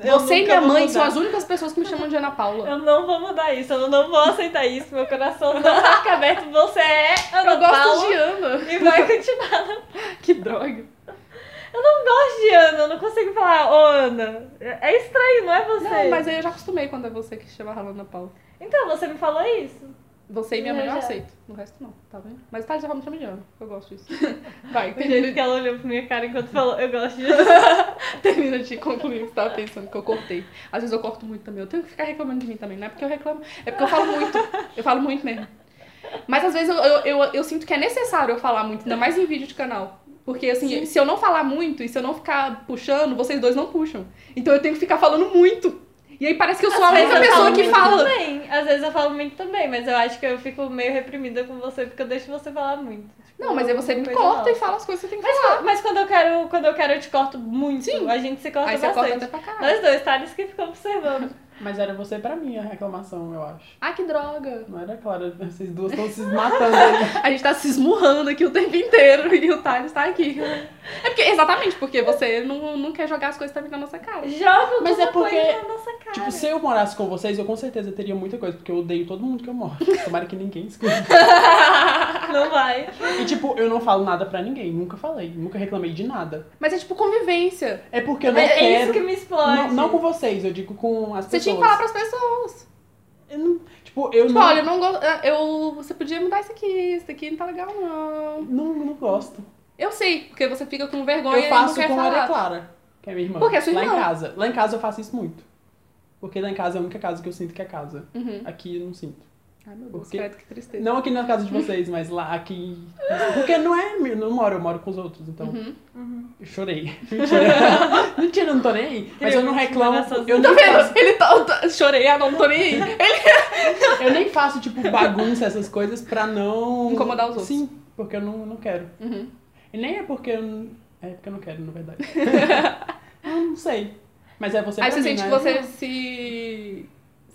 Eu
você e
nunca
minha
vou
mãe
mudar.
são as únicas pessoas que me chamam de Ana Paula.
Eu não vou mudar isso, eu não vou aceitar isso. Meu coração não vai ficar aberto. Você é Ana
Eu gosto
Paula
de Ana.
e vai continuar.
Que droga.
Eu não gosto de Ana, eu não consigo falar, ô Ana. É estranho, não é você?
Não, mas aí eu já acostumei quando é você que chama a Ana Paula.
Então, você me falou isso.
Você e minha
Eu
mãe eu
já-
aceito. O resto não, tá vendo? Mas tá, já não tá me olhando. Eu gosto disso. Vai,
O jeito que
termina,
ela olhou pra minha cara enquanto falou, eu gosto disso.
termina de concluir o que você tava pensando, que eu cortei. Às vezes eu corto muito também. Eu tenho que ficar reclamando de mim também. Não é porque eu reclamo, é porque eu falo muito. Eu falo muito mesmo. Mas às vezes eu, eu, eu, eu sinto que é necessário eu falar muito, ainda mais em vídeo de canal. Porque assim, se eu não falar muito e se eu não ficar puxando, vocês dois não puxam. Então eu tenho que ficar falando muito. E aí parece que eu sou a
Às vezes
única
eu
pessoa
falo
que
muito
fala.
Também. Às vezes eu falo muito também, mas eu acho que eu fico meio reprimida com você porque eu deixo você falar muito. Tipo,
Não, mas aí você me
coisa
corta
nova.
e fala as coisas que você tem que falar.
Mas, mas quando eu quero, quando eu quero, eu te corto muito.
Sim.
A gente se corta
Aí você corta
bastante.
até pra caralho.
Nós dois, Thales que ficou observando.
Mas era você pra mim a reclamação, eu acho.
Ah, que droga.
Não era Clara, vocês duas estão se matando aí.
A gente tá se esmurrando aqui o tempo inteiro e o Thales tá aqui. É porque, exatamente, porque você não, não quer jogar as coisas também na nossa cara.
Joga
Mas
alguma
é porque-
coisa na nossa cara.
Tipo, se eu morasse com vocês, eu com certeza teria muita coisa, porque eu odeio todo mundo que eu moro. Tomara que ninguém escute.
Não vai.
E tipo, eu não falo nada pra ninguém, nunca falei, nunca reclamei de nada.
Mas é tipo convivência.
É porque eu não
É, é
quero.
isso que me explode.
não, não com vocês, eu digo com as
Você
pessoas.
tinha que falar pras pessoas.
Eu não- tipo, eu
Tipo,
não,
olha, eu não gosto. Eu, você podia mudar isso aqui, isso daqui não tá legal, não.
não, não gosto.
Eu sei, porque você fica com vergonha
eu faço
e não quer
com a Maria
falar.
Clara, que é minha irmã.
Porque é sua
lá
irmã.
em casa. Lá em casa eu faço isso muito. Porque lá em casa é a única casa que eu sinto que é casa.
Uhum.
Aqui eu não sinto.
Ai, meu Deus,
Porque-
credo, que tristeza.
Não aqui na casa de vocês, mas lá aqui. Porque não é. meu- Não moro, eu moro com os outros, então.
Uhum.
Uhum.
Eu chorei. Mentira. Mentira, eu não tô nem aí. Mas eu não
Queria
reclamo.
muito morar
Eu
Tá
nem, faço,
vendo? Ele tá. eu tô- Chorei, ah, não tô nem aí.
eu nem faço, tipo, bagunça, essas coisas pra não.
Incomodar os outros.
Sim, porque eu não, não quero.
Uhum.
E nem é porque eu. não- É porque eu não quero, na verdade. eu não sei. Mas é você
Aí
pra
você
mim,
sente
né?
que você se.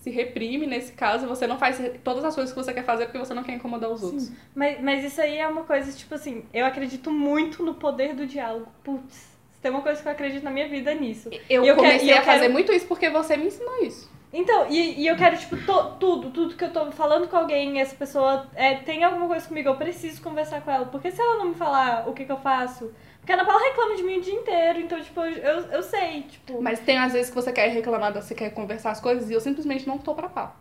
Se reprime nesse caso, você não faz todas as coisas que você quer fazer porque você não quer incomodar os outros.
Sim.
Mas, mas isso aí é uma coisa, tipo assim, eu acredito muito no poder do diálogo. Putz, se tem uma coisa que eu acredito na minha vida é nisso.
Eu,
E eu quero-
comecei
e eu
a fazer
quero-
muito isso porque você me ensinou isso.
Então, e, e eu quero, tipo, to- tudo, tudo que eu tô falando com alguém, essa pessoa é, tem alguma coisa comigo, eu preciso conversar com ela. Porque se ela não me falar o que, que eu faço. Porque a Ana Paula reclama de mim o dia inteiro, então, tipo, eu, eu, eu sei, tipo.
Mas tem às vezes que você quer reclamar, você quer conversar as coisas e eu simplesmente não tô pra papo.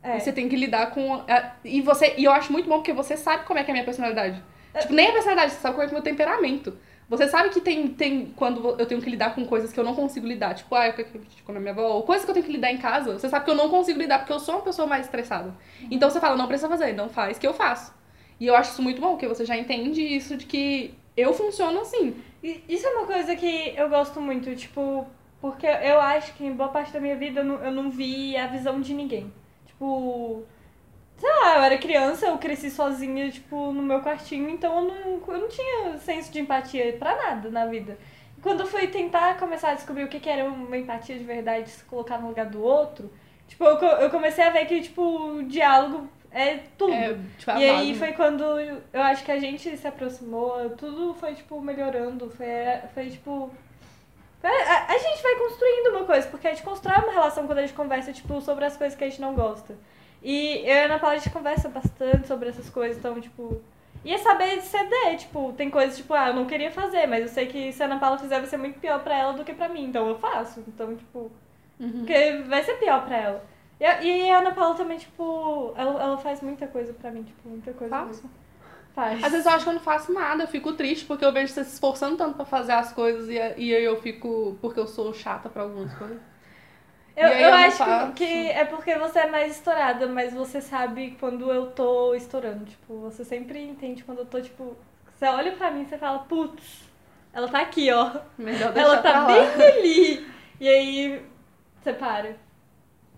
é.
E você tem que lidar com. a- E você e eu acho muito bom porque você sabe como é que é a minha personalidade. Tipo, nem a personalidade, você sabe como é que é o meu temperamento. Você sabe que tem, tem quando eu tenho que lidar com coisas que eu não consigo lidar. Tipo, ah, eu fico criticando a minha avó. Ou coisas que eu tenho que lidar em casa. Você sabe que eu não consigo lidar porque eu sou uma pessoa mais estressada.
Uhum.
Então você fala, não precisa fazer, não faz, que eu faço. E eu acho isso muito bom, porque você já entende isso de que eu funciono assim.
E Isso é uma coisa que eu gosto muito, tipo, porque eu acho que em boa parte da minha vida eu não, eu não vi a visão de ninguém. Tipo, sei lá, eu era criança, eu cresci sozinha, tipo, no meu quartinho, então eu não, eu não tinha senso de empatia pra nada na vida. Quando eu fui tentar começar a descobrir o que, que era uma empatia de verdade, se colocar no lugar do outro, tipo, eu, co- eu comecei a ver que, tipo, o diálogo é tudo.
É, tipo, a
E aí
base.
foi quando eu acho que a gente se aproximou, tudo foi, tipo, melhorando, foi, foi tipo... foi- A, a gente vai construindo uma coisa, porque a gente constrói uma relação quando a gente conversa, tipo, sobre as coisas que a gente não gosta. E eu e a Ana Paula, a gente conversa bastante sobre essas coisas, então, tipo... E é saber ceder, tipo, tem coisas, tipo, ah, eu não queria fazer, mas eu sei que se a Ana Paula fizer vai ser muito pior pra ela do que pra mim, então eu faço. Então, tipo...
Uhum.
Porque vai ser pior pra ela. E a, e a Ana Paula também, tipo, ela, ela faz muita coisa pra mim, tipo, muita coisa
Faz?
mesmo. Faz.
Às vezes eu acho que eu não faço nada, eu fico triste porque eu vejo você se esforçando tanto pra fazer as coisas e, e aí eu fico. porque eu sou chata pra algumas coisas.
eu,
e aí
eu
eu não
acho
faço.
que, que é porque você é mais estourada, mas você sabe quando eu tô estourando. Tipo, você sempre entende quando eu tô, tipo. Você olha pra mim e você fala, putz, ela tá aqui, ó.
Melhor deixar
Ela
pra
tá
lá.
bem ali. E aí você para.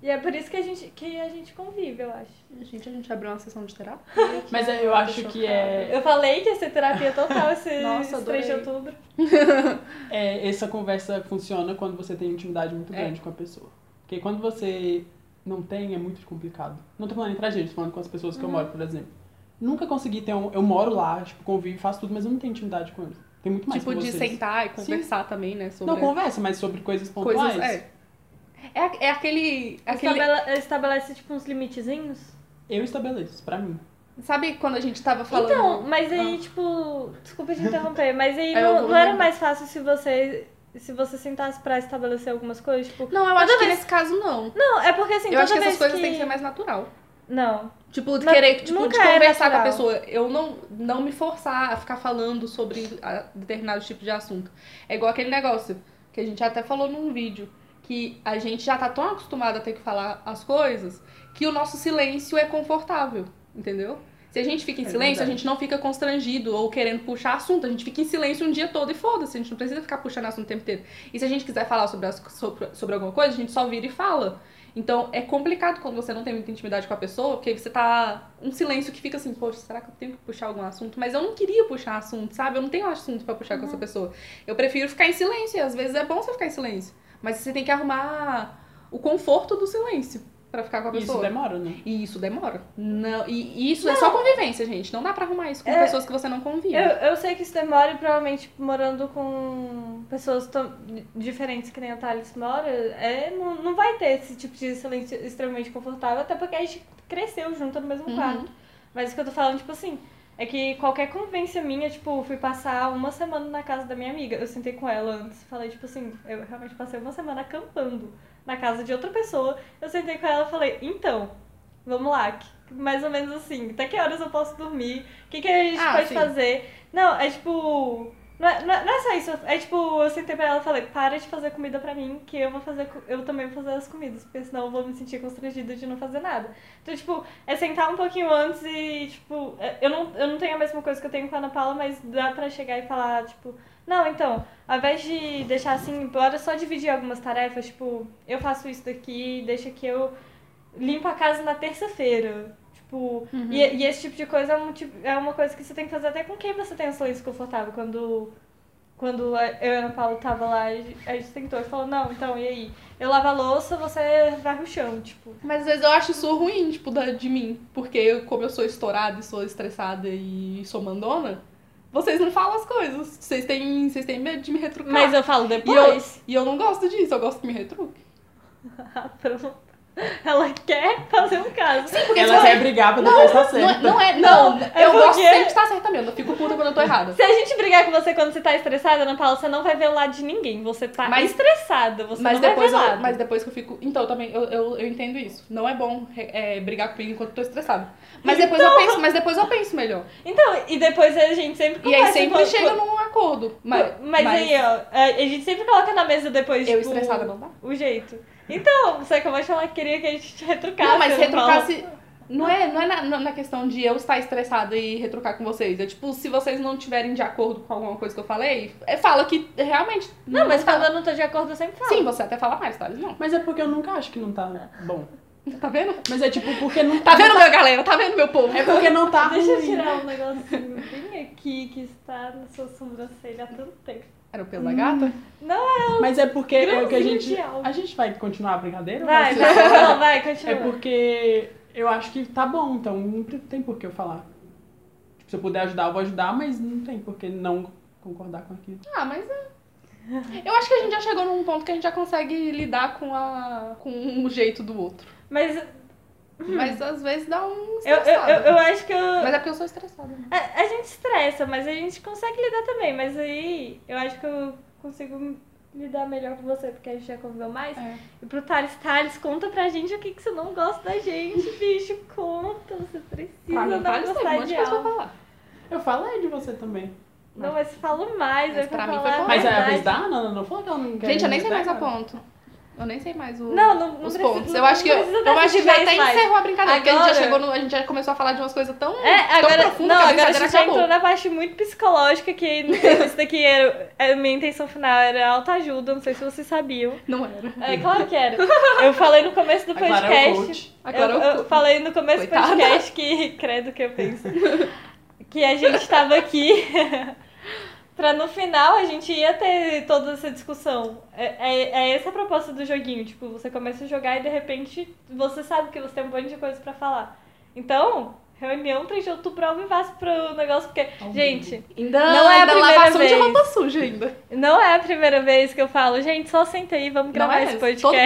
E é por isso que a gente, que a gente convive, eu acho.
Gente, a gente abriu uma sessão de terapia.
Mas é- eu acho que é,
né?
Eu falei que ia ser terapia total esse,
Nossa,
esse 3 de
adorei.
outubro.
é, Essa conversa funciona quando você tem intimidade
É.
muito grande com a pessoa. Porque quando você não tem, é muito complicado. Não tô falando entre a gente, tô falando com as pessoas
Uhum.
que eu moro, por exemplo. Nunca consegui ter um. Eu moro lá, tipo, convivo, faço tudo, mas eu não tenho intimidade com eles. Tem muito mais
tipo,
com
de
vocês.
sentar e conversar também, né? Sobre
Não conversa, mas sobre coisas pontuais.
coisas. É. É, a- é aquele. aquele
Estabele- Estabelece, tipo, uns limitezinhos?
Eu estabeleço, pra mim.
Sabe quando a gente tava falando.
Então, mas aí, tipo... Desculpa te interromper, mas
Ah.
aí
É, eu
não,
vou
não era
lembrar.
mais fácil se você se você sentasse pra estabelecer algumas coisas, tipo.
Não, eu
Toda
acho que
vez-
nesse caso não.
Não, é porque assim,
Eu acho que
toda
essas
vez
coisas têm que ser mais natural.
Não.
Tipo, de
Mas
querer, tipo, de
nunca é
conversar com a
natural.
pessoa. Eu não, não me forçar a ficar falando sobre a- determinado tipo de assunto. É igual aquele negócio que a gente até falou num vídeo. Que a gente já tá tão acostumado a ter que falar as coisas que o nosso silêncio é confortável, entendeu? Se a gente fica em
É
silêncio,
verdade.
a gente não fica constrangido ou querendo puxar assunto. A gente fica em silêncio um dia todo e foda-se. A gente não precisa ficar puxando assunto o tempo inteiro. E se a gente quiser falar sobre, as, sobre, sobre alguma coisa, a gente só vira e fala. Então é complicado quando você não tem muita intimidade com a pessoa, porque você tá. Um silêncio que fica assim, poxa, será que eu tenho que puxar algum assunto? Mas eu não queria puxar assunto, sabe? Eu não tenho assunto pra puxar com
Uhum.
essa pessoa. Eu prefiro ficar em silêncio, e às vezes é bom você ficar em silêncio. Mas você tem que arrumar o conforto do silêncio pra ficar com a pessoa.
Isso demora, né?
E isso demora. Não, É. e, e isso é só convivência, gente. Não dá pra arrumar isso com pessoas que você não convive.
Eu, eu sei que isso demora e provavelmente tipo, morando com pessoas tão diferentes que nem o Thales mora, é, não, não vai ter esse tipo de silêncio extremamente confortável, até porque a gente cresceu junto no mesmo
Uhum.
quarto. Mas o que eu tô falando, tipo assim, é que qualquer convivência minha, tipo, eu fui passar uma semana na casa da minha amiga, eu sentei com ela antes, falei, tipo assim, eu realmente passei uma semana acampando na casa de outra pessoa, eu sentei com ela e falei, então, vamos lá, que- mais ou menos assim, até que horas eu posso dormir, o que, que a gente
Ah,
pode
sim.
fazer. Não, é tipo. Não é, não é- não é só isso, é tipo, eu sentei pra ela e falei, para de fazer comida pra mim, que eu vou fazer, co- eu também vou fazer as comidas, porque senão eu vou me sentir constrangida de não fazer nada. Então, tipo, é sentar um pouquinho antes e, tipo, é- eu não, eu não tenho a mesma coisa que eu tenho com a Ana Paula, mas dá pra chegar e falar, tipo, não, então, ao invés de deixar assim, bora só dividir algumas tarefas, tipo, eu faço isso daqui, deixa que eu limpo a casa na terça-feira. Tipo, e, e esse tipo de coisa é, um tipo- é uma coisa que você tem que fazer até com quem você tem um silêncio confortável. Quando, quando a- eu e a Ana Paula tava lá, a gente, a gente tentou e falou, não, então, e aí? Eu lavo a louça, você varre o chão, tipo.
Mas às vezes eu acho isso ruim, tipo, da, de mim. Porque eu, como eu sou estourada e sou estressada e sou mandona, vocês não falam as coisas. Vocês têm, vocês têm medo de me retrucar.
Mas eu falo
é
depois.
E eu não gosto disso, eu gosto que me retruque.
Ah, pronto. Ela quer fazer um caso.
Porque
Ela
se
quer brigar pra depois tá estar
não, é-
certa.
não é, não,
é
eu gosto
porque-
sempre de estar certa mesmo. Eu fico puta quando eu tô errada.
Se a gente brigar com você quando você tá estressada, Ana Paula, você não vai ver o lado de ninguém. Você tá
Mas-
estressada, você
Mas
não
depois,
vai ver
eu,
lado.
mas depois que eu fico. Então, eu também, eu, eu, eu entendo isso. Não é bom é, brigar comigo enquanto eu tô estressada. Mas depois eu penso, mas depois eu penso melhor.
Então, e depois a gente sempre
E aí
conversa
sempre
quando-
chega num acordo. Mas,
Mas, aí, é ó, a a gente sempre coloca na mesa depois,
eu
tipo,
estressada não dá.
o jeito. Então, só que eu acho que ela queria que a gente retrucasse.
Não, mas
eu falo.
retrucar se. Não é, não é na, na- na questão de eu estar estressada e retrucar com vocês. É tipo, se vocês não tiverem de acordo com alguma coisa que eu falei, é, fala que realmente.
Não, mas
tá-
quando eu não tô de acordo, eu sempre falo.
Sim, você até fala mais, tá? Não.
Mas é porque eu nunca acho que não tá bom.
Tá vendo?
Mas é tipo, porque não
Tá vendo, meu galera? Tá vendo, meu povo?
É porque não tá
Deixa eu
ruim.
né?
tirar um negocinho bem aqui que está na sua sobrancelha há tanto tempo.
Era o pelo da gata?
Mas é porque é o que a
Grãozinho
gente.
de algo.
A gente vai continuar a brincadeira? ou
Vai,
vai ser-
vai, não, vai,
É
continua.
porque eu acho que tá bom, então não tem por que eu falar. Tipo, se eu puder ajudar, eu vou ajudar, mas não tem por que não concordar com aquilo.
Ah, mas é. Eu acho que a gente já chegou num ponto que a gente já consegue lidar com, a, com o jeito do outro.
Mas eu,
Mas às vezes dá um
Uhum. eu,
estressado.
eu, eu acho que eu...
Mas é porque eu sou estressada. né?
A, a gente estressa, mas a gente consegue lidar também. Mas aí eu acho que eu consigo lidar melhor com você, porque a gente já conviveu mais.
É.
E pro Thales, Thales, conta pra gente o que, que você não gosta da gente, bicho. Conta, você precisa
Pra mim,
não
fala isso aí, um
gostar
monte de
de
coisa pra
algo.
falar.
Eu falei de você também.
Não, mas fala mais,
Mas
é pra
pra mim
falar
foi
a
bom.
Mas é a
verdade.
vez da Ana, não, não falou que ela não quer
Gente, eu nem
me
sei mais
ajudar,
a
cara.
ponto. Eu nem sei mais o...
Não, não, não
os
precisa-
pontos. Eu
não
acho que
precisa
eu acho que tá
dessa
até
vez mais.
encerrou a brincadeira, porque a gente já
Agora-
chegou no, a gente já começou a falar de umas coisas tão
É,
tão
agora,
profunda que a
não, agora a
brincadeira
gente já
acabou.
entrou na parte muito psicológica, que não sei se isso daqui era. A minha intenção final era autoajuda, não sei se vocês sabiam.
Não era.
É, claro que era. Eu falei no começo do
A Clara é o
podcast.
coach.
Agora
eu,
eu-
eu falei no começo
Coitada.
do podcast que credo que eu penso. que a gente tava aqui pra no final a gente ia ter toda essa discussão. É, é, é essa a proposta do joguinho, tipo, você começa a jogar e de repente você sabe que você tem um monte de coisa pra falar. Então, reunião 3 de outubro ao vivaço pro negócio, porque,
Ao
gente,
Ainda
Não é a
ainda
primeira
lavação de
vez.
roupa suja ainda.
não é a primeira vez que eu falo, gente, só senta aí, vamos
Não
gravar
é
esse
mesmo.
podcast.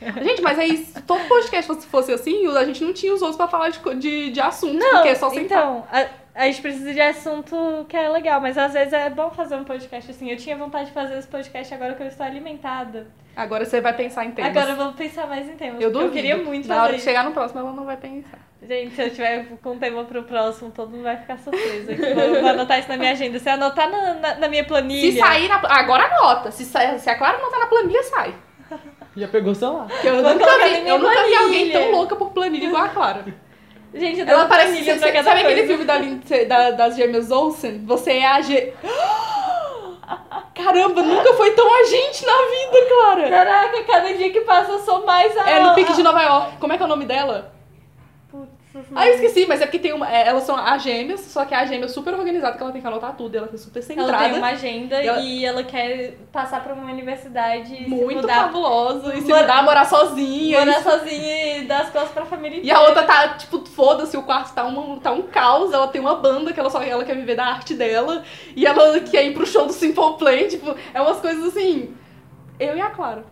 Todo podcast. Gente, mas aí, se todo podcast fosse, fosse assim, a gente não tinha os outros pra falar de, co- de, de assunto, porque é só sentar.
então, a- A gente precisa de assunto que é legal, mas às vezes é bom fazer um podcast assim. Eu tinha vontade de fazer esse podcast agora que eu estou alimentada.
Agora você vai pensar em temas.
Agora eu vou pensar mais em temas.
eu duvido.
porque eu queria muito
Na
fazer
hora que
isso.
chegar no próximo, ela não vai pensar.
Gente, se eu tiver com um tema pro próximo, todo mundo vai ficar surpreso. aqui. Vou, vou anotar isso na minha agenda. Se eu anotar na, na, na minha planilha.
Se sair na. Agora anota. Se, sa... se a Clara não tá na planilha, sai.
Já pegou o celular.
Porque eu
Vou
nunca,
colocar na
vi,
minha
eu nunca vi
planilha.
alguém tão louca por planilha igual a Clara.
Gente, eu dou
Ela
uma
parece.
planilha
Cê,
pra
cê-
cada
sabe aquele
coisa.
filme da Lindsay- da- das gêmeas Olsen? Você é a G. Caramba, nunca foi tão a gente na vida, Clara.
Caraca, cada dia que passa eu sou mais a.
É no Pique de Nova York. Como é que é o nome dela?
Putz,
Ah, eu esqueci, mas é porque tem uma. é, elas são as gêmeas, só que a gêmea é super organizada, que ela tem que anotar tudo, e ela é super centrada.
Ela tem uma agenda
Ela-
e ela quer passar pra uma universidade e se
muito
mudar,
fabulosa. E se
Mora-
mudar, morar sozinha.
morar
e-
sozinha e dar as costas pra família
E a outra tá, tipo, foda-se, o quarto tá, uma, tá um caos, ela tem uma banda que ela só ela quer viver da arte dela, e ela quer ir pro show do Simple Plan, tipo, é umas coisas assim. Eu e a Clara.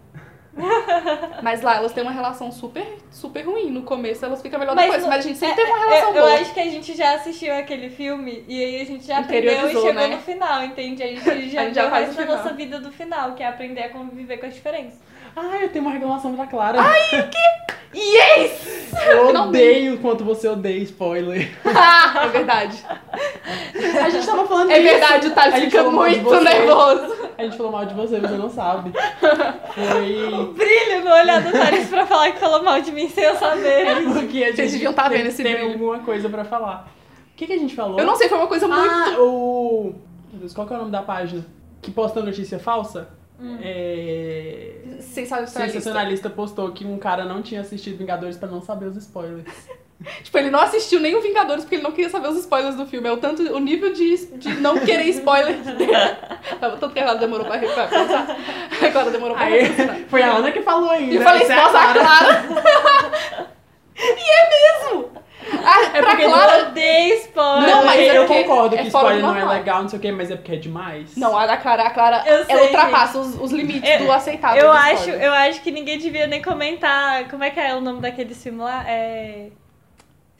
mas lá elas têm uma relação super, super ruim. No começo elas ficam melhor
Mas
depois,
no- é,
mas a gente sempre teve uma relação
Eu, eu
boa.
acho que a gente já assistiu aquele filme e aí a gente já aprendeu e
Interiorizou,
chegou
né?
no final, entende? A gente já
A gente já
viu o
faz
resto
o
da
final.
nossa vida do final, que é aprender a conviver com as diferenças.
Ah, eu tenho uma reclamação pra Clara. Ai,
Yes!
eu
finalmente.
odeio o quanto você odeia spoiler.
Ah, é verdade.
A gente tava falando
É
disso.
verdade, o Thales
A gente
fica
falou mal de
muito
você.
nervoso.
A gente falou mal de você, você não sabe. Foi.
Brilho no olhar do Thales pra falar que falou mal de mim sem eu saber.
Porque a gente
Vocês deviam tá
tem-
vendo esse
tem
brilho.
alguma coisa pra falar. O que, que a gente falou?
Eu não sei, foi uma coisa muito.
Ah, o... Meu Deus, qual que é o nome da página? Que posta notícia falsa? É...
Sensacionalista.
Sensacionalista postou que um cara não tinha assistido Vingadores pra não saber os spoilers.
Tipo, ele não assistiu nem o Vingadores porque ele não queria saber os spoilers do filme. É o tanto, o nível de, de não querer spoiler que deu. Tava tanto que a Clara demorou pra, pra pensar. A Clara demorou pra raciocinar.
Aí, foi a Ana que falou ainda.
E eu falei,
Isso é a
nossa, a
Clara.
Clara. e é mesmo. A, pra
porque
Clara...
Eu odeio spoiler.
É Não,
Não,
mas
mas
é
eu
porque
concordo
é
que
fora do
spoiler não é
normal.
legal, não sei o que, mas é porque é demais.
Não, a da Clara, a Clara,
Eu sei,
ela ultrapassa os, os limites
Eu-
do aceitável.
Eu
do
acho,
spoiler.
eu acho que ninguém devia nem comentar. Como é que é o nome daquele filme lá? É.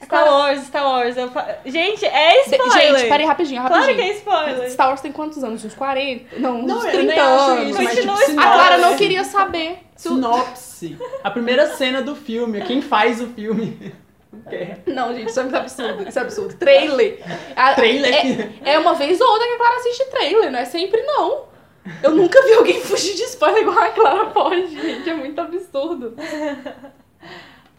Star
Claro.
Wars, Star Wars. Eu fa- Gente, é
De-
spoiler.
Gente, peraí, rapidinho,
Claro que
rapidinho.
é spoiler.
Star Wars tem quantos anos? Uns 40? Não, uns
Não, eu
30
nem acho
anos.
isso, mas tipo,
Continua
sinopse.
A Clara não
Nossa.
queria saber. se o-
Sinopse. A primeira cena do filme, quem faz o filme. Ok.
Não, gente, isso é muito absurdo. Isso é absurdo. Trailer. A-
Trailer.
É, é uma vez ou outra que a Clara assiste trailer, não é sempre não. Eu nunca vi alguém fugir de spoiler igual a Clara pode, gente. É muito absurdo.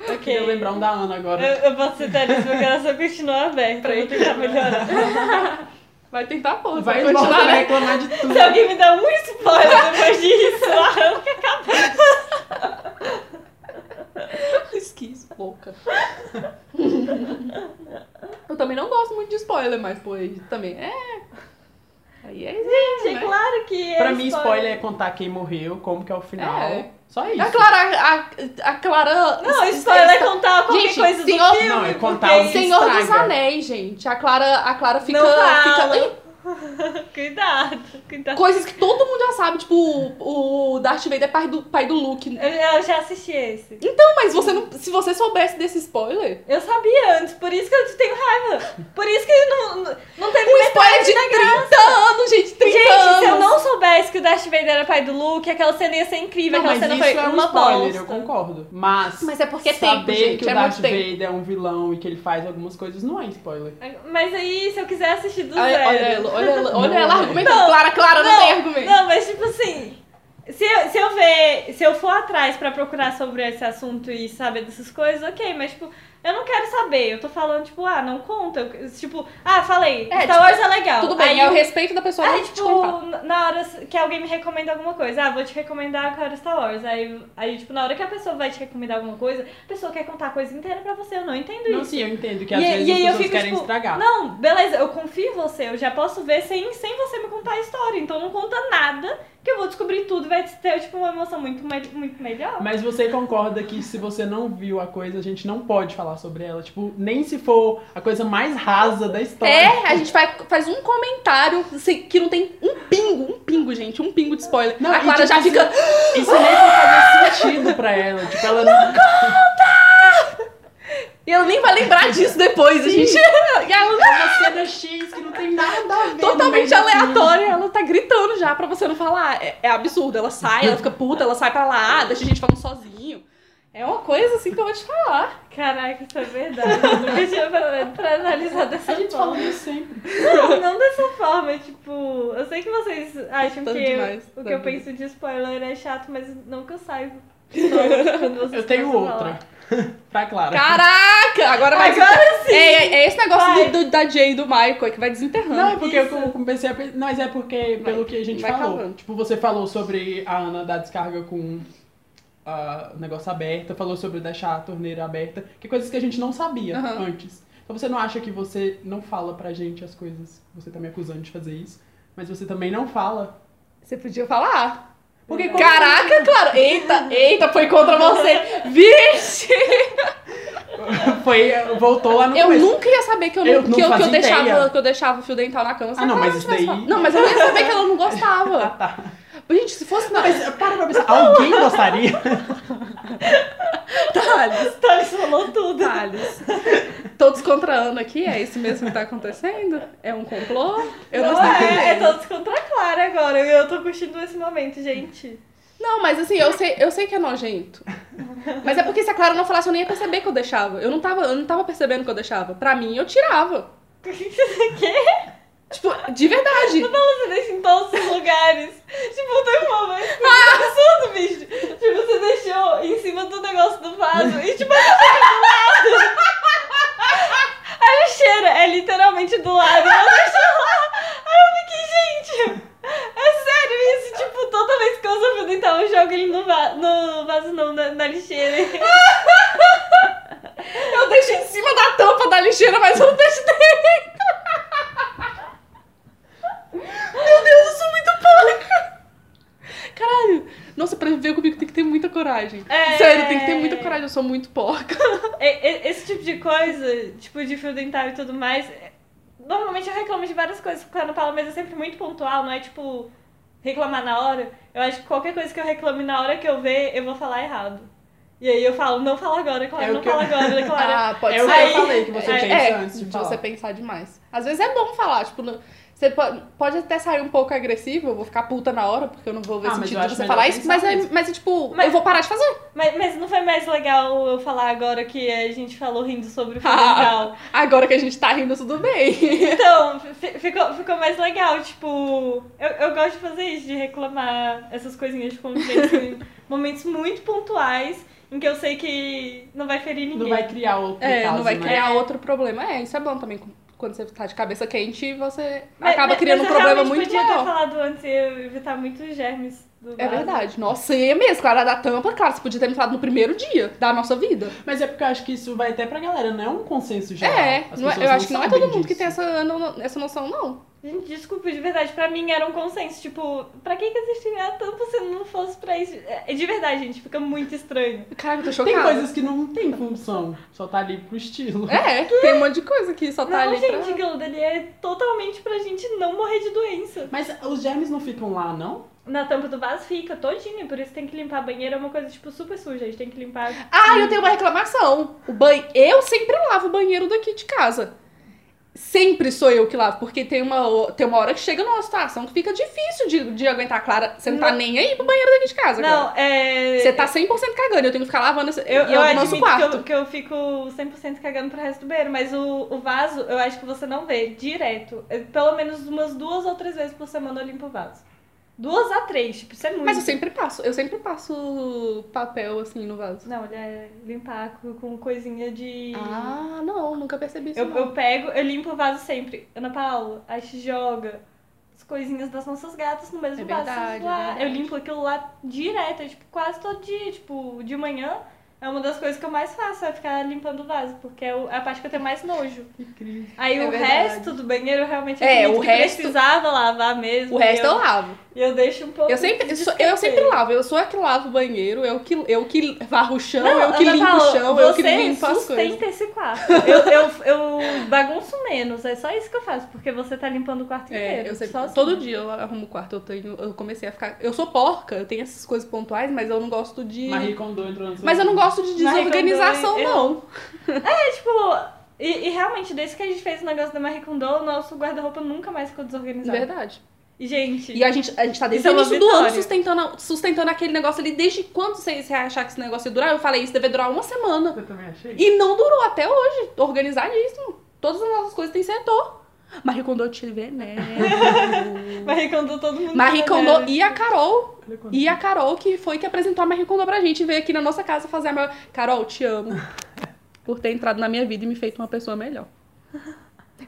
Eu queria lembrar um da Ana agora.
Eu, eu posso citar isso porque ela só continua aberta. Eu vou tentar melhorar.
Vai tentar pôr,
Vai
vai
voltar
continuar,
a
né?
reclamar de tudo.
Se alguém me dá um spoiler depois disso, eu que acabei.
Esquis, louca. Eu também não gosto muito de spoiler, mas, pô, aí também é. Aí é isso,
Gente, é
né?
claro que é
Pra mim, spoiler é contar quem morreu, como que é o final.
É.
Só
Ah,
isso.
A Clara. A, a Clara.
Não,
es-
spoiler é
está-
contar qualquer
Gente,
coisa do
senhor-
filme.
Não, é contar
porque
os
isso-
Senhor dos
Estraga.
Anéis, gente. A Clara, a Clara fica.
Não fala.
fica- Ih,
Cuidado, cuidado.
Coisas que todo mundo já sabe, tipo, o o Darth Vader é pai do, pai do Luke.
Eu, eu já assisti esse.
Então, mas você não, se você soubesse desse spoiler.
Eu sabia antes, por isso que eu tenho raiva. Por isso que não, não, não teve
Um
metade
spoiler de
da
30 anos, gente, 30
é Gente, é um
anos.
se eu não soubesse que o Darth Vader era pai do Luke, aquela cena ia ser incrível.
Não,
aquela
mas
cena
isso
foi
é um
uma
spoiler, eu
bosta.
concordo. Mas,
Mas é porque é tempo,
saber
gente,
que
é
o Darth
muito tempo.
Vader é um vilão e que ele faz algumas coisas não é spoiler.
Mas aí, se eu quiser assistir do
Olha
zero...
olha ela, olha ela, olha
Não,
ela
não.
argumentando. Clara, Clara, não, tem argumento.
é. Não, mas tipo assim. Se eu, se eu ver, se eu for atrás pra procurar sobre esse assunto e saber dessas coisas, ok, mas tipo, eu não quero saber. Eu tô falando, tipo, ah, não conta. eu- tipo, ah, falei,
É,
Star
tipo,
Wars é legal.
Tudo bem,
Aí
é o
eu-
respeito da pessoa
Aí,
não te contar.
tipo, na- na hora que alguém me recomenda alguma coisa, ah, vou te recomendar agora Star Wars. Aí, aí, tipo, na hora que a pessoa vai te recomendar alguma coisa, a pessoa quer contar a coisa inteira pra você. Eu não entendo
Não,
isso.
sim, eu entendo que
Hum. E
às
aí-
vezes
e
as
aí eu
pessoas
fico,
querem
tipo,
estragar.
Não, beleza, eu confio em você, eu já posso ver sem, sem você me contar a história. Então não conta nada, que eu vou descobrir tudo e vai ter, tipo, uma emoção muito, me- muito melhor.
Mas você concorda que se você não viu a coisa, a gente não pode falar sobre ela. Tipo, nem se for a coisa mais rasa da história.
É, a gente vai, faz um comentário assim, que não tem um pingo, um pingo, gente, um pingo de spoiler.
Não,
a
e,
Clara
tipo,
já
assim,
fica.
Isso nem vai fazer sentido pra ela. Tipo, ela não.
E ela nem vai lembrar disso depois. A gente. E ela
É uma cena X que não tem nada a ver. no meio
totalmente
do
aleatória, ela tá gritando já pra você não falar. É, é absurdo. Ela sai, ela fica puta, ela sai pra lá, deixa a gente falando sozinho. É uma coisa assim que eu vou te falar.
Caraca, isso é verdade. Eu nunca tinha parado pra analisar dessa
filme. A gente
forma.
falou isso sempre.
Não, não dessa forma, tipo, eu sei que vocês acham
Tanto
que eu-
demais,
o que
sabe?
eu penso de spoiler é chato, mas nunca eu saio. quando vocês
Eu tenho
começam a
outra.
falar.
Pra Clara.
Caraca! Agora vai.
Agora
assim,
sim!
É, é esse
Vai.
negócio do, do- da Jay e do Michael que vai desenterrando.
Não, é porque eu
Isso.
com- comecei a pensar. Mas é porque, pelo que a gente
vai
falou.
falando.
Tipo, você falou sobre a Ana dar descarga com ah, o negócio aberto, falou sobre deixar a torneira aberta, que é coisas que a gente não sabia
Aham.
antes. Então você não acha que você não fala pra gente as coisas. Você tá me acusando de fazer isso. Mas você também não fala.
Você podia falar.
Porque como- assim?
Caraca, claro. Eita, eita, foi contra você. Vixe!
Foi, voltou lá no
Eu
começo.
nunca ia saber que eu, não-
Ah, Eu não
que, eu, que eu
fazia ideia.
deixava, que eu deixava o fio dental na cama. Se
Ah,
a
não,
Clara
mas isso
tivesse
daí- Ah,
falado- Não, mas eu não ia saber que ela não gostava.
tá.
Gente, se fosse na
Mas para pra pensar, alguém gostaria? tá,
Thales,
Thales falou tudo.
Thales. Todos contra a Ana aqui, é isso mesmo que tá acontecendo? É um complô? Eu não, sei.
é, é todos contra a Clara agora. e Eu tô curtindo esse momento, gente.
Não, mas assim, eu sei, eu sei que é nojento. Mas é porque se a Clara não falasse, eu nem ia perceber que eu deixava. Eu não tava, eu não tava percebendo que eu deixava. Pra mim, eu tirava.
que?
Tipo, de verdade.
Você assim, deixa em todos os lugares. Tipo, tem um momento que ah! absurdo, bicho. Tipo, você deixou em cima do negócio do vaso e tipo, ela fica do lado. Aí o cheiro é literalmente do lado. Ela deixou lá. Aí eu fiquei, gente, é sério isso? Tipo, toda vez que eu uso fio dental, eu jogo ele no, va no vaso, não, na, na lixeira.
Eu deixo em cima da tampa da lixeira, mas eu não deixo dentro. Meu Deus, eu sou muito porca. Caralho. Nossa, pra viver comigo tem que ter muita coragem.
É.
Sério, tem que ter muita coragem. Eu sou muito porca.
E- e- Esse tipo de coisa, tipo de fio dental e tudo mais, é- normalmente eu reclamo de várias coisas com a Ana Paula, mas é sempre muito pontual, não é tipo reclamar na hora. Eu acho que qualquer coisa que eu reclame na hora que eu ver, eu vou falar errado. E aí eu falo, não fala agora, Clara,
É o
não
que eu-
fala agora, Clara.
pode
é o que
ser.
eu falei que você
Aí-
pensa
É,
antes
de
de, falar.
você pensar demais. Às vezes é bom falar, tipo, não- você pode, pode até sair um pouco agressivo, eu vou ficar puta na hora, porque eu não vou ver
Ah, mas eu
sentido
acho
de você
melhor
falar isso,
pensar
mas é,
mesmo.
mas é tipo,
Mas-
eu vou parar de fazer.
Mas, mas não foi mais legal eu falar agora que a gente falou rindo sobre o fio
Ah.
dental?
Agora que a gente tá rindo, tudo bem.
Então, fi- ficou, ficou mais legal, tipo, eu, eu gosto de fazer isso, de reclamar essas coisinhas de convivência em momentos muito pontuais, em que eu sei que não vai ferir ninguém.
Não vai criar outro
É,
caso,
não vai
né?
criar outro problema. É, isso é bom também. Quando você tá de cabeça quente, você
Mas-
acaba
É, mas-
criando
mas
um
eu
problema
realmente
muito
podia ter
maior.
falado antes e eu evitar muitos germes do
É
vaso.
verdade. Nossa, e é mesmo. Clara da tampa, claro, você podia ter me falado no primeiro dia da nossa vida.
Mas é porque eu acho que isso vai até pra galera, não é um consenso geral.
É,
As
não é-
pessoas
eu acho que não é todo
sabem
mundo que
disso.
tem essa, no- essa noção, não.
Gente, desculpa, de verdade, pra mim era um consenso, tipo, pra que que existiria tanto se não fosse pra isso? É, De verdade, gente, fica muito estranho.
Caraca, eu tô
Tem
chocada.
coisas que não tem função, só tá ali pro estilo.
É, tem um monte de coisa que só tá
não,
ali pra...
gente, Gilda, ele é totalmente pra gente não morrer de doença.
Mas os germes não ficam lá, não?
Na tampa do vaso fica todinha, por isso tem que limpar a banheira, é uma coisa, tipo, super suja, a gente tem que limpar.
Ah, eu tenho uma reclamação. O banho... Eu sempre lavo o banheiro daqui de casa. Sempre sou eu que lavo, porque tem uma, ho- tem uma hora que chega numa situação que fica difícil de, de aguentar. Clara, você não, tá
Não.
nem aí pro banheiro daqui de casa. Clara.
Não, é.
Você tá 100% cagando, eu tenho que ficar lavando esse,
Eu,
em
eu
algum
admito
nosso
que
quarto.
eu, que eu fico 100% cagando pro resto do banheiro, mas o, o vaso, eu acho que você não vê direto. É, Pelo menos umas duas ou três vezes por semana eu limpo o vaso. Duas a três, tipo, isso é muito.
Mas eu sempre passo, eu sempre passo papel assim no vaso.
Não, ele é limpar com, com coisinha de.
Ah, não, nunca percebi isso.
Eu,
não.
eu pego, eu limpo o vaso sempre. Ana Paula, a gente joga as coisinhas das nossas gatas no mesmo
É
vaso.
verdade,
lá.
é verdade.
Eu limpo aquilo lá direto, é, tipo, quase todo dia. Tipo, de manhã é uma das coisas que eu mais faço, é ficar limpando o vaso, porque é o- é a parte que eu tenho mais nojo.
Incrível.
Aí
É
o
verdade.
resto do banheiro eu realmente
É,
admito
o
que
resto-
precisava lavar mesmo.
O resto
e
eu
eu,
lavo.
e eu deixo um pouco.
Eu sempre,
de
sou- eu sempre
descanseio.
lavo, eu sou a que lavo o banheiro, eu que, eu que varro o chão,
Não,
eu que
Ana
limpo
Paula,
o chão, eu que
você
limpo as coisas.
sustenta esse quarto. Eu, eu, eu bagunço menos, é só isso que eu faço, porque você tá limpando o quarto inteiro.
É, eu sempre,
só assim.
todo dia eu arrumo o quarto, eu tenho, eu comecei a ficar, eu sou porca, eu tenho essas coisas pontuais, mas eu não gosto de
Marie Kondo entrou na sua
Mas eu não
vida.
gosto de
Marie
desorganização,
Kondo, eu-
não.
É, tipo. E, e realmente, desde que a gente fez o negócio da Marie Kondo, o nosso guarda-roupa nunca mais ficou desorganizado.
Verdade.
E, gente.
E a gente, a gente tá desde
Isso é
o
uma
início do ano
vitória.
sustentando, a- sustentando aquele negócio ali. Desde quando vocês acharam que esse negócio ia durar? Eu falei, isso deve durar uma semana.
Eu também achei.
E não durou até hoje. Organizadíssimo. Todas as nossas coisas têm setor. Marie Kondo te veneno.
Marie Kondo, todo mundo. tá
Marie
trabalhando.
Kondo e a Carol.
Olha quanto-
E a Carol, que foi que apresentou a Marie Kondo pra gente. Veio aqui na nossa casa fazer a maior... Carol, te amo. Por ter entrado na minha vida e me feito uma pessoa melhor.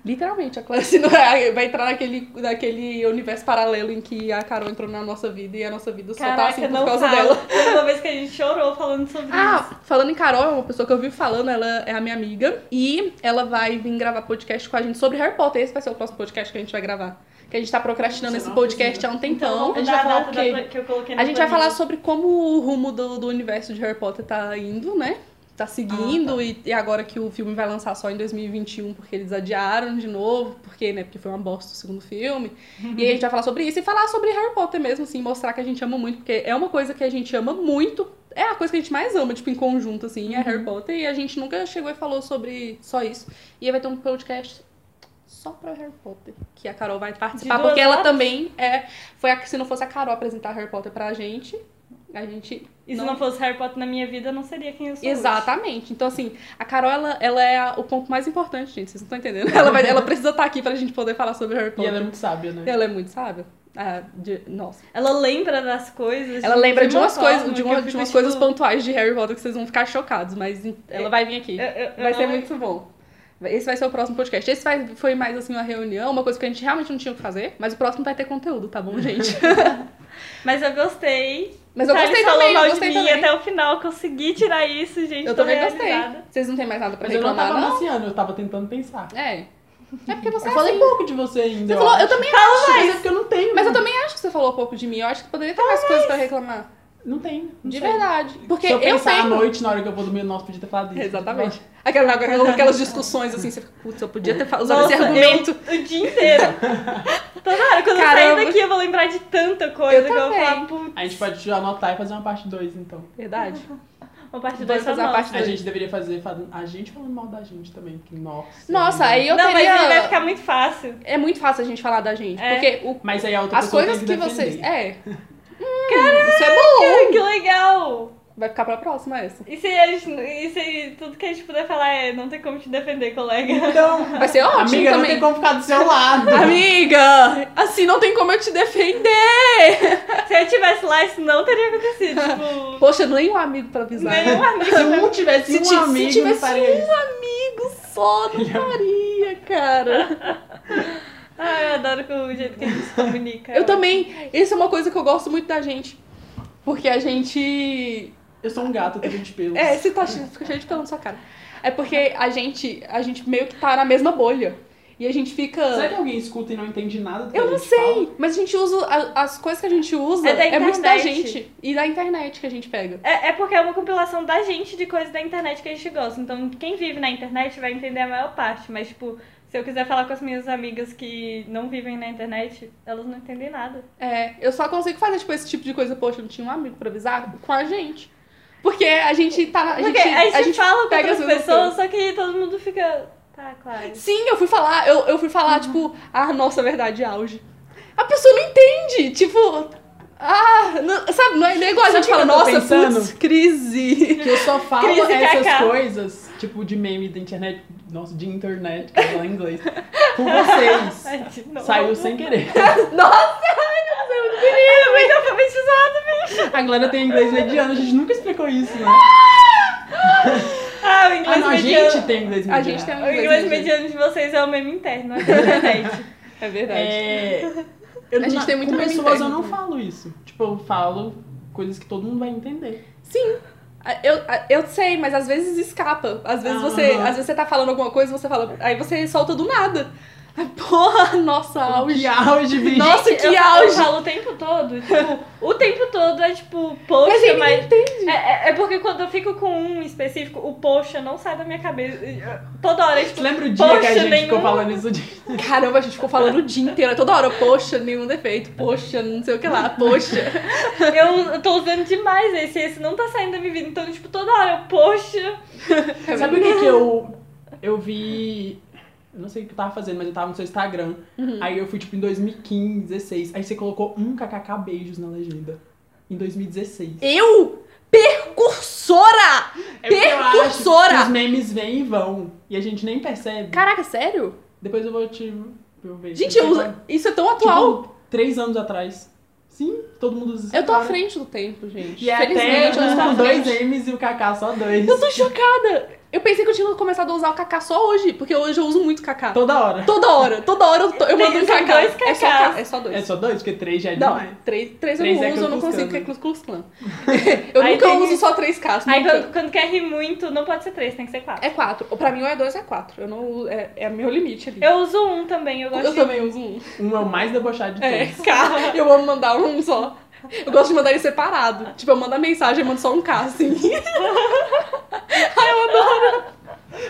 Literalmente, a Clancy não é- vai entrar naquele, naquele universo paralelo em que a Carol entrou na nossa vida e a nossa vida só tá
Caraca,
assim por
não
causa
fala.
dela.
Teve uma vez que a gente chorou falando sobre isso.
Ah, falando em Carol, é uma pessoa que eu vi falando, ela é a minha amiga. E ela vai vir gravar podcast com a gente sobre Harry Potter. Esse vai ser o próximo podcast que a gente vai gravar. Que a gente tá procrastinando
Nossa,
esse
não
podcast
precisa.
há um
Então,
tempão.
a gente
vamos mudar
vai falar
a
o
data
quê?
da- que é eu coloquei na
A gente vai
planilha.
falar sobre como o rumo do, do universo de Harry Potter tá indo, né? Tá seguindo, E, e agora que o filme vai lançar só em 2021, porque eles adiaram de novo, porque, né? Porque foi uma bosta o segundo filme. E aí a gente vai falar sobre isso e falar sobre Harry Potter mesmo, assim, mostrar que a gente ama muito, porque é uma coisa que a gente ama muito. É a coisa que a gente mais ama, tipo, em conjunto, assim, é
Uhum.
Harry Potter. E a gente nunca chegou e falou sobre só isso. E aí vai ter um podcast só pra Harry Potter, que a Carol vai participar,
duas
porque ela
horas?
também é foi a que, se não fosse a Carol apresentar Harry Potter pra gente, a gente.
E se não fosse Harry Potter na minha vida, eu não seria quem eu sou. hoje.
Exatamente. Então, assim, a Carol, ela, ela é a- o ponto mais importante, gente. Vocês não estão entendendo. Ela, vai- ela precisa estar aqui pra gente poder falar sobre Harry
E
Potter.
ela é muito sábia, né?
Ela é muito sábia. Ah, de- nossa.
Ela lembra das coisas.
Ela lembra de,
uma
umas
forma
coisas, de, uma-
que eu
de
fico,
umas
tipo, É.
coisas pontuais de Harry Potter que vocês vão ficar chocados, mas em- ela vai vir aqui.
eu- eu- eu
Vai ser
não-
muito bom. Esse vai ser o próximo podcast. Esse vai- foi mais assim uma reunião, uma coisa que a gente realmente não tinha o que fazer, mas o próximo vai ter conteúdo, tá bom, gente?
Mas eu gostei.
Mas eu
Thales
gostei
Tá, falou
também,
mal
eu
de
gostei
mim
também.
até o final. Consegui tirar isso, gente.
Eu
tô
também gostei.
realizada.
Vocês não têm mais nada pra
Mas eu não
reclamar,
tava
não?
marciano, eu tava tentando pensar.
É. É porque você
Eu
é
falei
assim.
pouco de você ainda.
Você falou, eu também acho.
Mas é porque eu não tenho.
Mas eu também acho que você falou pouco de mim. Eu acho que poderia ter mais coisas pra reclamar.
Não tenho. não
De
sei.
verdade. Porque
Se eu
eu
pensar à
tenho.
noite, na hora que eu vou dormir, nossa, podia ter falado isso.
Exatamente. Aquela, aquelas, aquelas discussões assim, você fica, putz, eu podia ter fa- usado
Nossa,
esse argumento.
eu- o dia inteiro. Toda hora, quando eu
Caramba.
sair daqui, eu vou lembrar de tanta coisa
Eu
que eu vou
também.
falar, putz.
A gente pode anotar e fazer uma parte 2, então.
Verdade.
Uma parte tá
Vamos
2
fazer uma parte
A
Dois.
gente deveria fazer falando- a gente falando mal da gente também. Que, nossa.
Nossa, aí eu
Não,
teria.
mas aí vai ficar muito fácil.
É muito fácil a gente falar da gente.
É.
Porque o-
Mas aí a outra
as
pessoa
coisas
tem
que,
que, defender.
vocês. É. Caraca! Isso é bom!
Que legal!
Vai ficar pra próxima essa.
E se, a gente, e se tudo que a gente puder falar é não tem como te defender, colega?
Então,
Vai ser ótimo
amiga, não
também.
tem como ficar do seu lado.
Amiga! Assim não tem como eu te defender!
Se eu tivesse lá, isso não teria acontecido. Tipo,
Poxa, nem um amigo pra avisar.
nenhum amigo.
Se um tivesse
Se,
um
ti- se
amigo,
tivesse um
faria isso.
amigo só, não faria, cara.
Ai, eu adoro que o jeito que a gente se comunica.
Eu também. Isso é uma coisa que eu gosto muito da gente. Porque a gente.
Eu sou um gato, eu tenho 20 pelos.
É, você tá che- fica cheio de pelo na sua cara. É porque a gente, a gente meio que tá na mesma bolha. E a gente fica.
Será que alguém escuta e não entende nada do que
Eu
a
não
gente
sei,
fala?
mas a gente usa. a- as coisas que a gente usa
É da
muito da
internet.
gente. E da internet que a gente pega.
É, é porque é uma compilação da gente de coisas da internet que a gente gosta. Então, quem vive na internet vai entender a maior parte. Mas, tipo, se eu quiser falar com as minhas amigas que não vivem na internet, elas não entendem nada.
É, eu só consigo fazer, tipo, esse tipo de coisa, poxa, eu não tinha um amigo pra avisar com a gente. Porque a gente tá na. A
Porque
gente,
a gente,
a gente
fala com
pega
outras
as mesmas
pessoas, só que todo mundo fica. Tá, claro.
Sim, eu fui falar, eu, eu fui falar, tipo, ah, nossa, verdade, auge. A pessoa não entende, tipo, ah, não- sabe, não é, não é igual a
Sabe
gente
o que
fala,
eu tô
nossa,
pensando?
putz, crise.
Que eu só falo
Crise
essas
KK.
coisas, tipo, de meme da internet. Nossa, de internet, que eu falo em inglês. Com vocês.
Ai, tipo, de novo.
Saiu sem querer.
nossa!
É muito alfabetizado, bicho.
A Glória tem inglês mediano, a gente nunca explicou isso, né?
Ah, o
Ah,
inglês
não, a
mediano.
gente tem inglês mediano.
A gente tem um
O inglês mediano de vocês é o meme interno, é da internet.
É verdade.
É... Eu,
A gente
na-
tem muito
com
meme
pessoas eu
interno.
não falo isso. Tipo, eu falo coisas que todo mundo vai entender.
Sim. A- Eu, a- eu sei, mas às vezes escapa. Às vezes você,
Aham.
às vezes você tá falando alguma coisa, você fala, aí você solta do nada. Porra, nossa, auge.
Que é? auge, bicho.
Nossa, que
eu,
auge.
Eu falo o tempo todo, tipo, o tempo todo é tipo, poxa,
Mas ele
mas.
não entende.
É, é- é porque quando eu fico com um específico, o poxa não sai da minha cabeça. Toda hora, tipo,
Você lembra o dia que a
Poxa,
gente
nenhum-
ficou falando isso de
Caramba, a gente ficou falando o dia inteiro, toda hora, poxa, nenhum defeito, poxa, não sei o que lá, poxa.
eu, eu tô usando demais esse, esse não tá saindo da minha vida. Então, tipo, toda hora, eu, poxa.
Sabe o que que eu, eu vi... Eu não sei o que eu tava fazendo, mas eu tava no seu Instagram. Aí eu fui, tipo, em 2015, 16. Aí você colocou um kkk beijos na legenda. Em 2016.
Eu? Percursora!
É porque eu acho
Percursora!
que Os memes vêm e vão. E a gente nem percebe.
Caraca, sério?
Depois eu vou te... Eu ver.
Gente, eu- isso é tão atual.
Tipo, três anos atrás. Sim, todo mundo... usa isso
Eu tô à
agora.
frente do tempo, gente.
E até
Felizmente, eu tô à
com dois
frente.
M's e o Kaká só dois.
Eu tô chocada. Eu pensei que eu tinha começado a usar o Kaká só hoje, porque hoje eu uso muito Kaká.
Toda hora.
Toda hora, toda hora eu, tô- eu mando um
São
Kaká.
dois
É só,
Kakás.
Ka- é só dois.
É só dois, porque três já é
Não,
demais.
três, três eu
Três
não
é
uso, eu não
Ku Klux
consigo, que
Klan.
é Klux Klux Klan. Eu
Aí
nunca
tem-
uso só três Ks.
Aí
nunca.
quando, quando quer rir muito, não pode ser três, tem que ser quatro.
É quatro. Ou Pra mim, ou é dois ou é quatro. Eu não uso- é, é meu limite ali.
Eu uso um também, eu
Eu
gosto de.
também uso um.
Um é o mais debochado de
É,
todos.
K. Eu amo mandar um só. Eu gosto de mandar ele separado. Tipo, eu mando a mensagem, eu mando só um K, assim.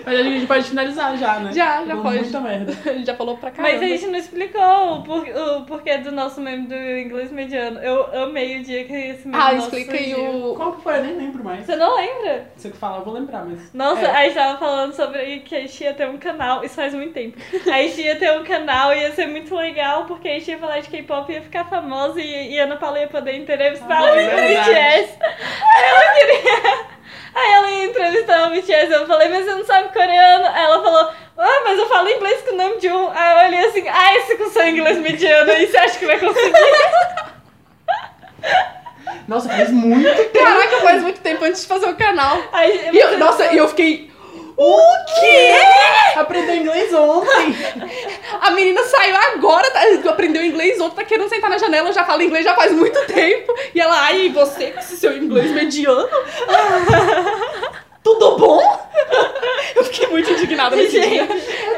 Mas a gente pode finalizar já, né?
Já, já
Deu
pode.
Muita merda.
A gente já falou pra caramba.
Mas a gente não explicou o, por, o porquê do nosso meme do inglês mediano. Eu amei o dia que esse meme
Ah,
nosso
explica aí
surgiu.
o...
Qual que foi? Eu nem lembro mais.
Você não lembra?
Você que fala, eu vou lembrar, mas.
Nossa,
É.
a gente tava falando sobre que a gente ia ter um canal, isso faz muito tempo. A gente ia ter um canal e ia ser muito legal, porque a gente ia falar de K-pop, ia ficar famosa e, e a Ana Paula ia poder entrevistar
Ah,
o
é verdade.
BTS. Aí ela queria. Aí ela ia entrevistar o BTS, eu falei, mas você não sabe coreano? Aí ela falou, ah, mas eu falo inglês com o nome de um. Aí eu olhei assim, ah, esse com seu inglês mediano, e você acha que vai conseguir?
Nossa, faz muito tempo.
Caraca, faz muito tempo antes de fazer o canal.
Aí,
E eu- nossa, e eu fiquei... O quê?
Aprendeu inglês ontem.
A menina saiu agora, tá- aprendeu inglês ontem, tá querendo sentar na janela, eu já falo inglês já faz muito tempo. E ela, ai, e você com esse seu inglês mediano? Tudo bom? Eu fiquei muito indignada nesse dia.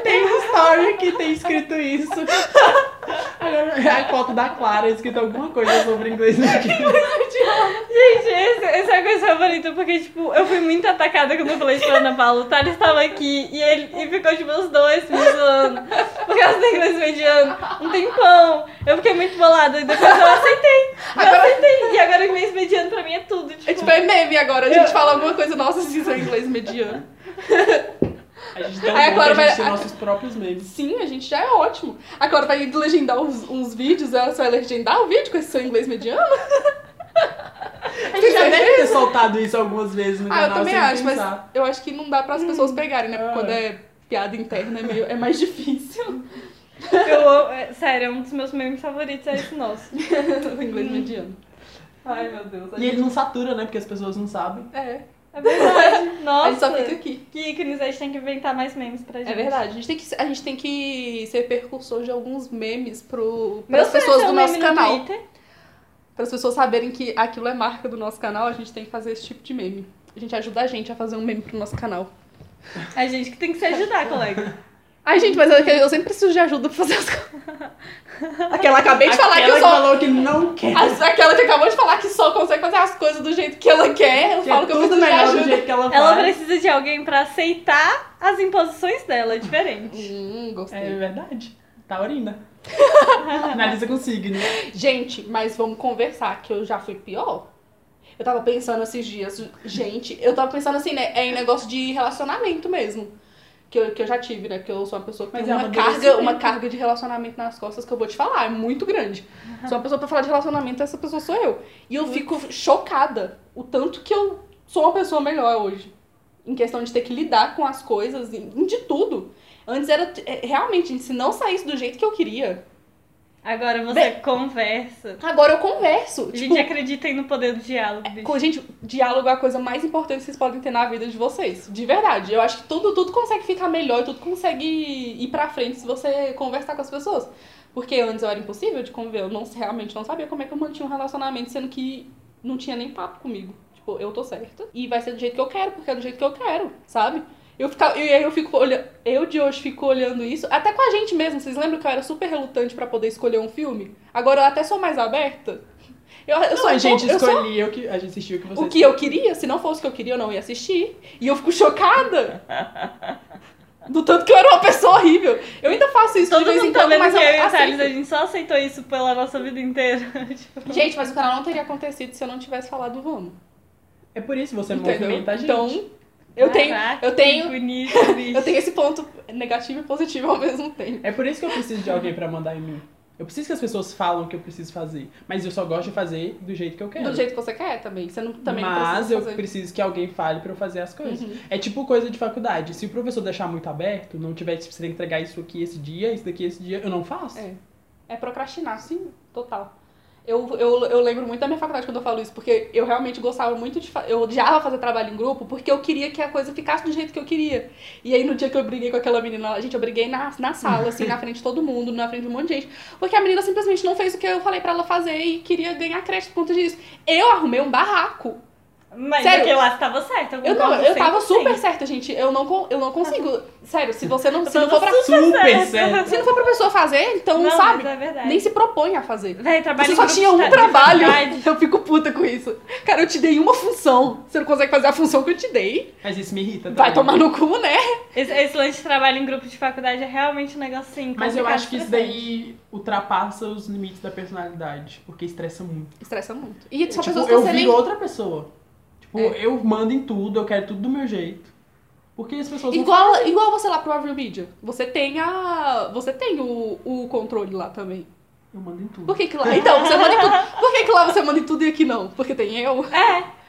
Tem um story que tem escrito isso. Agora é a foto da Clara, escrito alguma coisa sobre inglês aqui.
Gente, esse- essa é a coisa favorita, porque, tipo, eu fui muito atacada quando eu falei de Ana Paula. O Thales tava aqui e ele e ficou, tipo, os dois me zoando. Por causa do inglês mediano. Um tempão. Eu fiquei muito bolada e depois eu aceitei. Eu
Agora-
aceitei. E agora o inglês mediano pra mim é tudo, tipo...
É tipo, é meme agora, a gente fala alguma coisa, nossa, se isso é inglês mediano.
A gente tem um
Aí a
bom
Clara
que a gente
vai-
tem nossos próprios memes.
Sim, a gente já é ótimo. Agora vai legendar uns, uns vídeos, ela só vai legendar o vídeo com esse seu inglês mediano?
A gente já deve ter soltado isso algumas vezes no
Ah,
canal
eu também
sem
acho, mas
pensar.
eu acho que não dá para as pessoas pegarem, né? Porque
Ah.
quando é piada interna é, meio, é mais difícil
eu amo- é, sério, é um dos meus memes favoritos, é esse nosso.
o inglês mediano.
Ai, meu Deus.
E ele não satura, né? Porque as pessoas não sabem.
É,
É verdade. Nossa.
a gente só fica aqui.
Que ícones, a gente tem que inventar mais memes pra gente.
É verdade, a gente tem que, a gente tem que ser percursor de alguns memes pro,
Meu
para as pessoas
sonho é
do
um
nosso
meme no
canal.
Twitter.
Para as pessoas saberem que aquilo é marca do nosso canal, a gente tem que fazer esse tipo de meme. A gente ajuda a gente a fazer um meme pro nosso canal.
É A gente que tem que se ajudar, colega.
Ai, gente, mas eu, eu sempre preciso de ajuda pra fazer as coisas. Aquela acabei de falar que
Aquela
eu só.
falou que não quer.
as- Aquela que acabou de falar que só consegue fazer as coisas do jeito que ela quer. Eu falo que eu
é tudo
preciso de
melhor do
ajuda.
jeito que ela
Ela
faz.
precisa de alguém pra aceitar as imposições dela, é diferente.
Hum, gostei.
É verdade. Taurina. Analisa com signo.
Gente, mas vamos conversar, que eu já fui pior. Eu tava pensando esses dias, gente, eu tava pensando assim, né? É em negócio de relacionamento mesmo. Que eu, que eu já tive, né? Porque eu sou uma pessoa que
Mas
tem
é
uma, carga,
amadurecimento.
uma carga de relacionamento nas costas que eu vou te falar, é muito grande. Sou uma pessoa pra falar de relacionamento, essa pessoa sou eu. E eu fico chocada o tanto que eu sou uma pessoa melhor hoje. Em questão de ter que lidar com as coisas, em- em de tudo. Antes era é, realmente, gente, se não saísse do jeito que eu queria,
Agora você conversa.
agora eu converso.
A
tipo, é,
gente acredita aí no poder do diálogo, bicho.
Com- Gente, diálogo é a coisa mais importante que vocês podem ter na vida de vocês. De verdade. Eu acho que tudo, tudo consegue ficar melhor, tudo consegue ir pra frente se você conversar com as pessoas. Porque antes eu era impossível de conviver, eu não, realmente não sabia como é que eu mantinha um relacionamento, sendo que não tinha nem papo comigo. Tipo, eu tô certa e vai ser do jeito que eu quero, porque é do jeito que eu quero, sabe? Eu ficava, e aí eu fico olhando, eu de hoje fico olhando isso, até com a gente mesmo. Vocês lembram que eu era super relutante pra poder escolher um filme? Agora eu até sou mais aberta. Eu, eu
Não,
sou
a
um
gente
pouco- eu sou
escolhia o que. A gente assistiu o que você
o que eu queria, se não fosse o que eu queria, eu não ia assistir. E eu fico chocada. Do tanto que eu era uma pessoa horrível. Eu ainda faço isso de
Todo
vez em
mundo tá
quando,
vendo
mas
que
eu
eu e o Thales,
aceito.
a gente só aceitou isso pela nossa vida inteira. Tipo,
Gente, mas o canal não teria acontecido se eu não tivesse falado vamos.
É por isso que você
Entendeu?
movimenta a gente.
Então,
Ah,
eu tenho,
caraca,
eu
que
tenho,
Bonito,
eu tenho esse ponto negativo e positivo ao mesmo tempo.
É por isso que eu preciso de alguém pra mandar em mim. Eu preciso que as pessoas falem o que eu preciso fazer. Mas eu só gosto de fazer do jeito que eu quero.
Do jeito que você quer também. Você não, também não
Mas
precisa
eu
fazer.
preciso que alguém fale pra eu fazer as coisas.
Uhum.
É tipo coisa de faculdade. Se o professor deixar muito aberto, não tiver tipo, você tem que entregar isso aqui esse dia, isso daqui esse dia, eu não faço.
É. É procrastinar, sim, total. Eu, eu, eu lembro muito da minha faculdade quando eu falo isso, porque eu realmente gostava muito de. fa- Eu odiava fazer trabalho em grupo, porque eu queria que a coisa ficasse do jeito que eu queria. E aí, no dia que eu briguei com aquela menina lá, gente, eu briguei na, na sala, assim, na frente de todo mundo, na frente de um monte de gente, porque a menina simplesmente não fez o que eu falei pra ela fazer e queria ganhar crédito por conta disso. Eu arrumei um barraco.
Mas
Sério.
Sério? eu acho que tava certo.
Eu, não,
concordo
eu tava
100%.
super certa, gente. Eu não, con- eu
Tá
não consigo. Sério, se você não, se não for
tava
pra,
Super certo.
se não for pra pessoa fazer, então,
Não,
sabe?
mas é verdade.
Nem se propõe a fazer.
Véi, trabalho
Você
em
só
grupo
tinha
tá-
um
de
trabalho.
verdade.
Eu fico puta com isso. Cara, eu te dei uma função. Você não consegue fazer a função que eu te dei.
Mas isso me irrita.
Vai tomar
também.
no cu, né?
Esse, esse lance de trabalho em grupo de faculdade é realmente um negócio assim.
Mas eu
complicado,
acho que isso daí ultrapassa os limites da personalidade, porque estressa muito.
Estressa muito. E são
Tipo,
pessoas É. que
eu
você nem.
viro outra pessoa. Tipo, eu mando em tudo, eu quero tudo do meu jeito. Porque as pessoas não
Igual, igual você lá pro Avril Media. Você tem a. Você tem o, o controle lá também.
Eu mando em tudo.
Por que, que lá. Então, você manda em tudo. Por que, que lá você manda em tudo e aqui não? Porque tem eu.
É.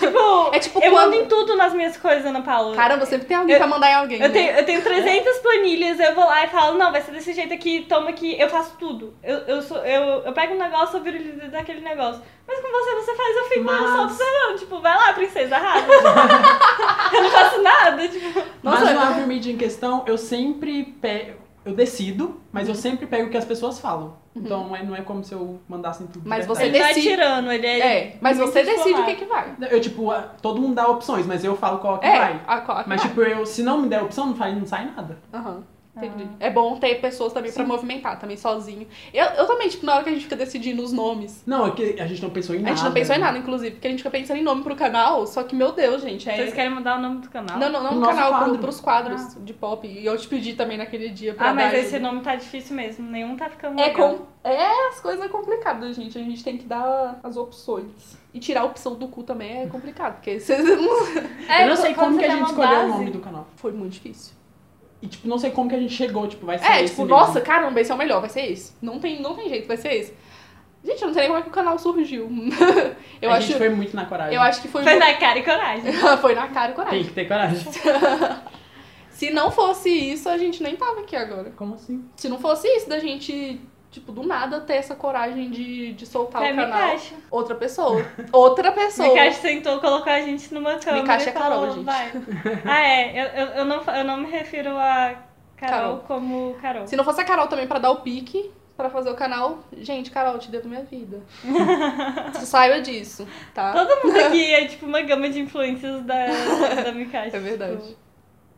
Tipo,
É tipo
eu
quando-
mando em tudo nas minhas coisas, Ana Paula.
Caramba, sempre tem alguém pra mandar em alguém.
eu
né?
tenho, eu tenho 300 planilhas, eu vou lá e falo, não, vai ser desse jeito aqui, toma aqui, eu faço tudo. Eu, eu, sou, eu, eu pego um negócio, eu viro líder daquele negócio. Mas com você, você faz, eu fico lá só
Mas-
observando. Tipo, vai lá, princesa, arrasa. eu não faço nada, tipo...
Nossa,
mas
é-
no Avril Media em questão, eu sempre pego. Eu decido, mas eu
Uhum.
sempre pego o que as pessoas falam. Então é- não é como se eu mandasse em tudo. de
Mas você
verdade.
Ele tá
decide.
tirando, ele é...
É, mas você
Muito
decide o que,
explorado.
que vai.
Eu, tipo, ah, todo mundo dá opções, mas eu falo qual que
É,
vai.
a qual.
Mas, tipo, eu, se não me der opção, não, faz, não sai nada.
Aham,
Ah.
entendi. É bom ter pessoas também pra movimentar, também sozinho. Eu, eu também, tipo, na hora que a gente fica decidindo os nomes.
Não, é que a gente não pensou em
A
nada.
gente não pensou em nada, inclusive, porque a gente fica pensando em nome pro canal, só que, meu Deus, gente, é.
Vocês querem mudar o nome do canal?
Não, não, não
O
no
nosso
canal, pro,
quadro.
pros quadros de pop. E eu te pedi também naquele dia pra
Ah, mas
dar
esse
ajuda.
nome tá difícil mesmo, nenhum tá ficando
É,
legal.
com... é, as coisas é complicado, gente. A gente tem que dar as opções. E tirar a opção do cu também é complicado, porque vocês não...
É,
eu não sei
quando
como que
você
a
dá
gente
uma
escolheu o
base.
nome do canal.
foi muito difícil.
E, tipo, não sei como que a gente chegou, tipo, vai ser
É,
esse
tipo,
mesmo.
nossa, caramba, esse é o melhor, vai ser esse. Não tem, não tem jeito, vai ser esse. Gente, eu não sei nem como é que o canal surgiu. eu,
a
acho,
gente foi muito na coragem.
eu acho que foi.
Foi na cara e coragem.
mu- foi na cara e coragem.
Tem que ter coragem.
Se não fosse isso, a gente nem tava aqui agora.
Como assim?
Se não fosse isso, da gente, tipo, do nada ter essa coragem de, de soltar
É,
o canal.
Mikashi.
Outra pessoa. Outra pessoa.
Mikashi tentou colocar a gente numa câmera
Mikashi
e
é Carol,
falou,
gente.
vai. Ah, é. Eu, eu, eu não, fa- eu não me refiro a Carol, como Carol.
Se não fosse a Carol também pra dar o pique, pra fazer o canal, gente, Carol, eu te devo minha vida. Saiba disso, tá?
Todo mundo aqui é tipo uma gama de influências da, da Mikashi.
É verdade.
Tipo,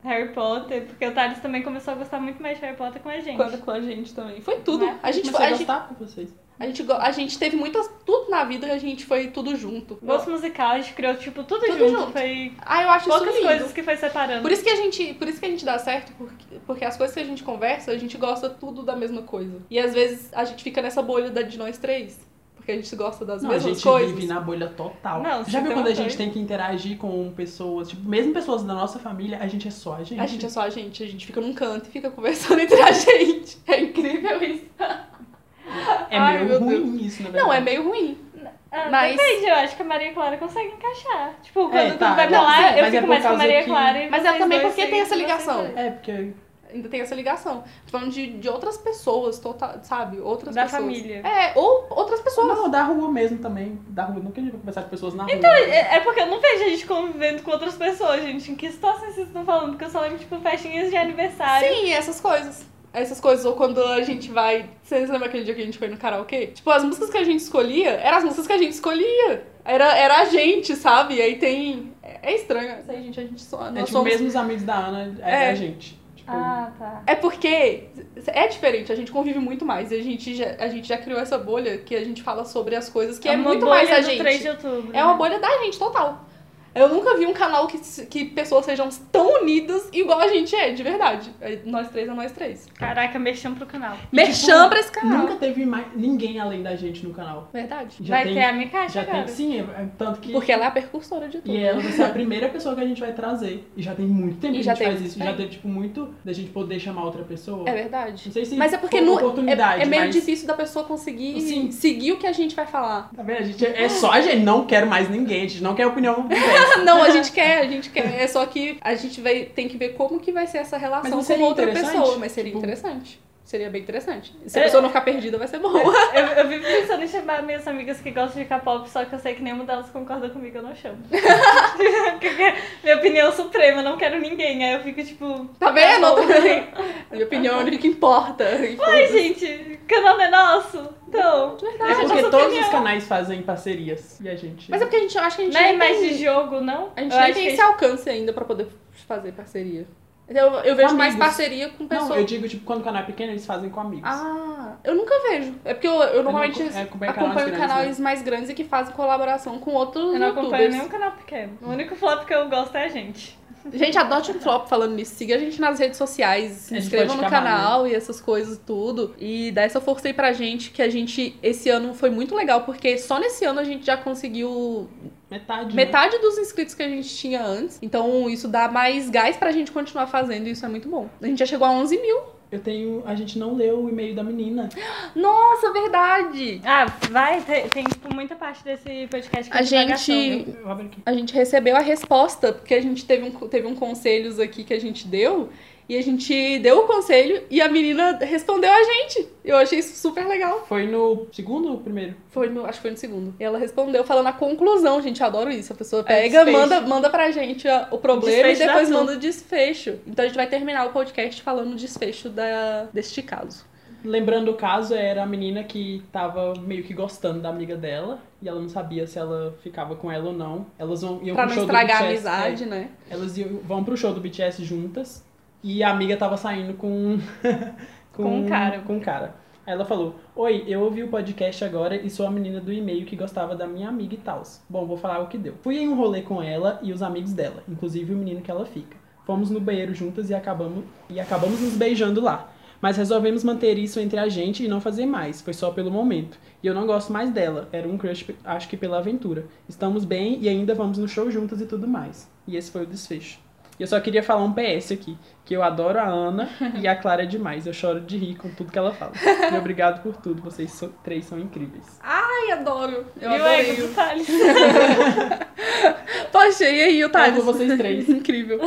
Harry Potter, porque o Thales também começou a gostar muito mais de Harry Potter com a gente.
Quando com a gente também. Foi tudo.
Né?
A gente
Comecei
foi.
a
A gente,
gostar com vocês.
a, gente, go- a gente teve muitas. Tudo na vida a gente foi tudo junto.
Gosto musical, a gente criou tipo tudo,
Tudo
junto.
junto.
Foi
Ah, eu acho
poucas
isso lindo.
coisas que foi separando.
Por isso que a gente, por isso que a gente dá certo, porque, porque as coisas que a gente conversa, a gente gosta tudo da mesma coisa. E às vezes a gente fica nessa bolha da de nós três, porque a gente gosta das
Não, a
mesmas
gente
coisas.
vive na bolha total.
Não,
Já
se
viu
tem
quando
uma
a gente
coisa-
tem que interagir com pessoas, tipo, mesmo pessoas da nossa família, a gente é só a gente.
A gente é só a gente, a gente fica num canto e fica conversando entre a gente. É incrível isso.
É
tá- Ai,
meio
meu
ruim isso, na verdade.
Não, é meio ruim.
Ah,
Mas-
Depende, eu acho que a Maria Clara consegue encaixar. Tipo, quando
É,
tu
tá,
vai pra
não,
lá,
sim,
eu
mas é
fico
por
mais com a
causa
Maria
que-
Clara. e
Mas ela
vocês
também
dois
porque
seguem
tem essa
vocês
ligação.
dois.
É, porque.
Ainda tem essa ligação. Tô falando de, de outras pessoas, total, sabe? Outras
Da
pessoas.
família.
É, ou outras pessoas. Então,
Não, da rua mesmo também. Da rua, nunca a gente vai conversar com pessoas na rua.
É é porque eu não vejo a gente convivendo com outras pessoas, gente. Em que situação vocês estão falando? Porque eu só lembro, tipo, festinhas de aniversário.
Sim, essas coisas. Essas coisas, ou quando a gente vai. Vocês lembram aquele dia que a gente foi no karaokê? Tipo, as músicas que a gente escolhia eram as músicas que a gente escolhia. Era, era a gente, sabe? E aí tem. É é estranho. Isso aí, gente, a gente só.
É
nós
tipo,
somos-
mesmo os amigos da Ana, é,
É.
a gente. Tipo,
Ah, tá.
É porque é diferente, a gente convive muito mais. E a gente já, a gente já criou essa bolha que a gente fala sobre as coisas que é,
uma
muito
bolha
mais a
do
gente.
3 de outubro. né?
É uma bolha da gente, total. Eu nunca vi um canal que, se- que pessoas sejam tão unidas igual a gente é, de verdade. É, Nós três é nós três.
Caraca, mexam pro canal.
E,
Merchan
tipo,
pra esse canal.
Nunca teve mais ninguém além da gente no canal.
Verdade.
Já
Vai
tem,
ter a Mikashi
já
agora.
tem, sim, é- é- tanto que
Porque ela é a precursora de tudo.
E ela vai ser a primeira pessoa que a gente vai trazer. E já tem muito tempo
E
que
já
a gente
teve
faz isso.
isso
Já
aí.
teve, tipo, muito da gente poder chamar outra pessoa.
É verdade.
Não sei se
Mas é porque
foi
não, é,
oportunidade,
é meio
mas-
difícil da pessoa conseguir
Sim.
seguir o que a gente vai falar.
Tá vendo? A gente é é só a gente. Não quero mais ninguém. A gente não quer opinião diversa.
Ah, Não, a gente quer, a gente quer. É só que a gente vai, tem que ver como que vai ser essa
Mas
relação
não
com
seria
outra
interessante?
pessoa. Mas seria
Tipo-
interessante. Seria bem interessante. Se a
É.
pessoa não ficar perdida, vai ser boa.
Eu, eu vivo pensando em chamar minhas amigas que gostam de K-pop, só que eu sei que nenhuma delas concorda comigo, eu não chamo. Porque minha opinião é suprema, eu não quero ninguém. Aí eu fico tipo,
Tá vendo?
Tá bom.
Na minha opinião é a única que importa. E
ai gente, canal não é nosso? Então.
É
deixa eu
porque
dar sua
todos
opinião.
os canais fazem parcerias. E a gente.
Mas é porque a gente eu acho que a gente
Né,
Não é
nem
mais
tem-
de jogo, não?
a gente
Eu
nem
acho
tem
que
esse alcance ainda pra poder fazer parceria. Eu, eu vejo mais
amigos.
parceria com pessoas.
Não, eu digo, tipo, quando o canal é pequeno, eles fazem com amigos.
Ah, eu nunca vejo. É porque eu, eu normalmente
não acom- é, acompanho
acompanho
canais grandes, né?
canais mais grandes e que fazem colaboração com outros
Eu não acompanho
youtubers.
nenhum canal pequeno. O único flop que eu gosto é a gente.
Gente, adote um flop falando nisso. Siga a gente nas redes sociais, se
É, A gente
inscreva
pode
no
acabar, né?
canal e essas coisas tudo. E dá essa força aí pra gente, que a gente, esse ano foi muito legal, porque só nesse ano a gente já conseguiu
Metade. né?
metade dos inscritos que a gente tinha antes. Então isso dá mais gás pra gente continuar fazendo e isso é muito bom. A gente já chegou a 11 mil.
Eu tenho. A gente não leu o e-mail da menina.
Nossa, verdade!
Ah, vai, tem, tem, tipo, muita parte desse podcast que
A
é divagação,
gente.
né?
Eu, eu abro aqui.
a gente recebeu a resposta, porque a gente teve um, teve um conselhos aqui que a gente deu, e a gente deu o conselho e a menina respondeu a gente. Eu achei isso super legal.
Foi no segundo ou primeiro?
Foi no, acho que foi no segundo. E ela respondeu falando a conclusão, gente, eu adoro isso. A pessoa pega,
desfecho.
manda, manda pra gente a- o problema
É Desfecho
e
da
depois
turma.
manda o desfecho. Então a gente vai terminar o podcast falando o desfecho da, deste caso.
Lembrando o caso, era a menina que tava meio que gostando da amiga dela e ela não sabia se ela ficava com ela ou não. Elas vão iam
Pra
pro
não
show
estragar
do
a
BTS,
amizade, né?
é, elas iam, vão pro show do BTS juntas e a amiga tava saindo com
Com um cara.
Com um cara. Aí ela falou: "Oi, eu ouvi o podcast agora e sou a menina do e-mail que gostava da minha amiga e tal. Bom, vou falar o que deu. Fui em um rolê com ela e os amigos dela, inclusive o menino que ela fica. Fomos no banheiro juntas e acabamos e acabamos nos beijando lá. Mas resolvemos manter isso entre a gente e não fazer mais, foi só pelo momento. E eu não gosto mais dela, era um crush, pe- acho que pela aventura. Estamos bem e ainda vamos no show juntas e tudo mais. E esse foi o desfecho. E eu só queria falar um PS aqui, que eu adoro a Ana e a Clara é demais. Eu choro de rir com tudo que ela fala. E obrigado por tudo, vocês so- três são incríveis.
Ai, adoro. Eu
E o ego
adorei.
do Thales.
Poxa, e aí, o
Tá,
Thales?
vocês três.
Incrível.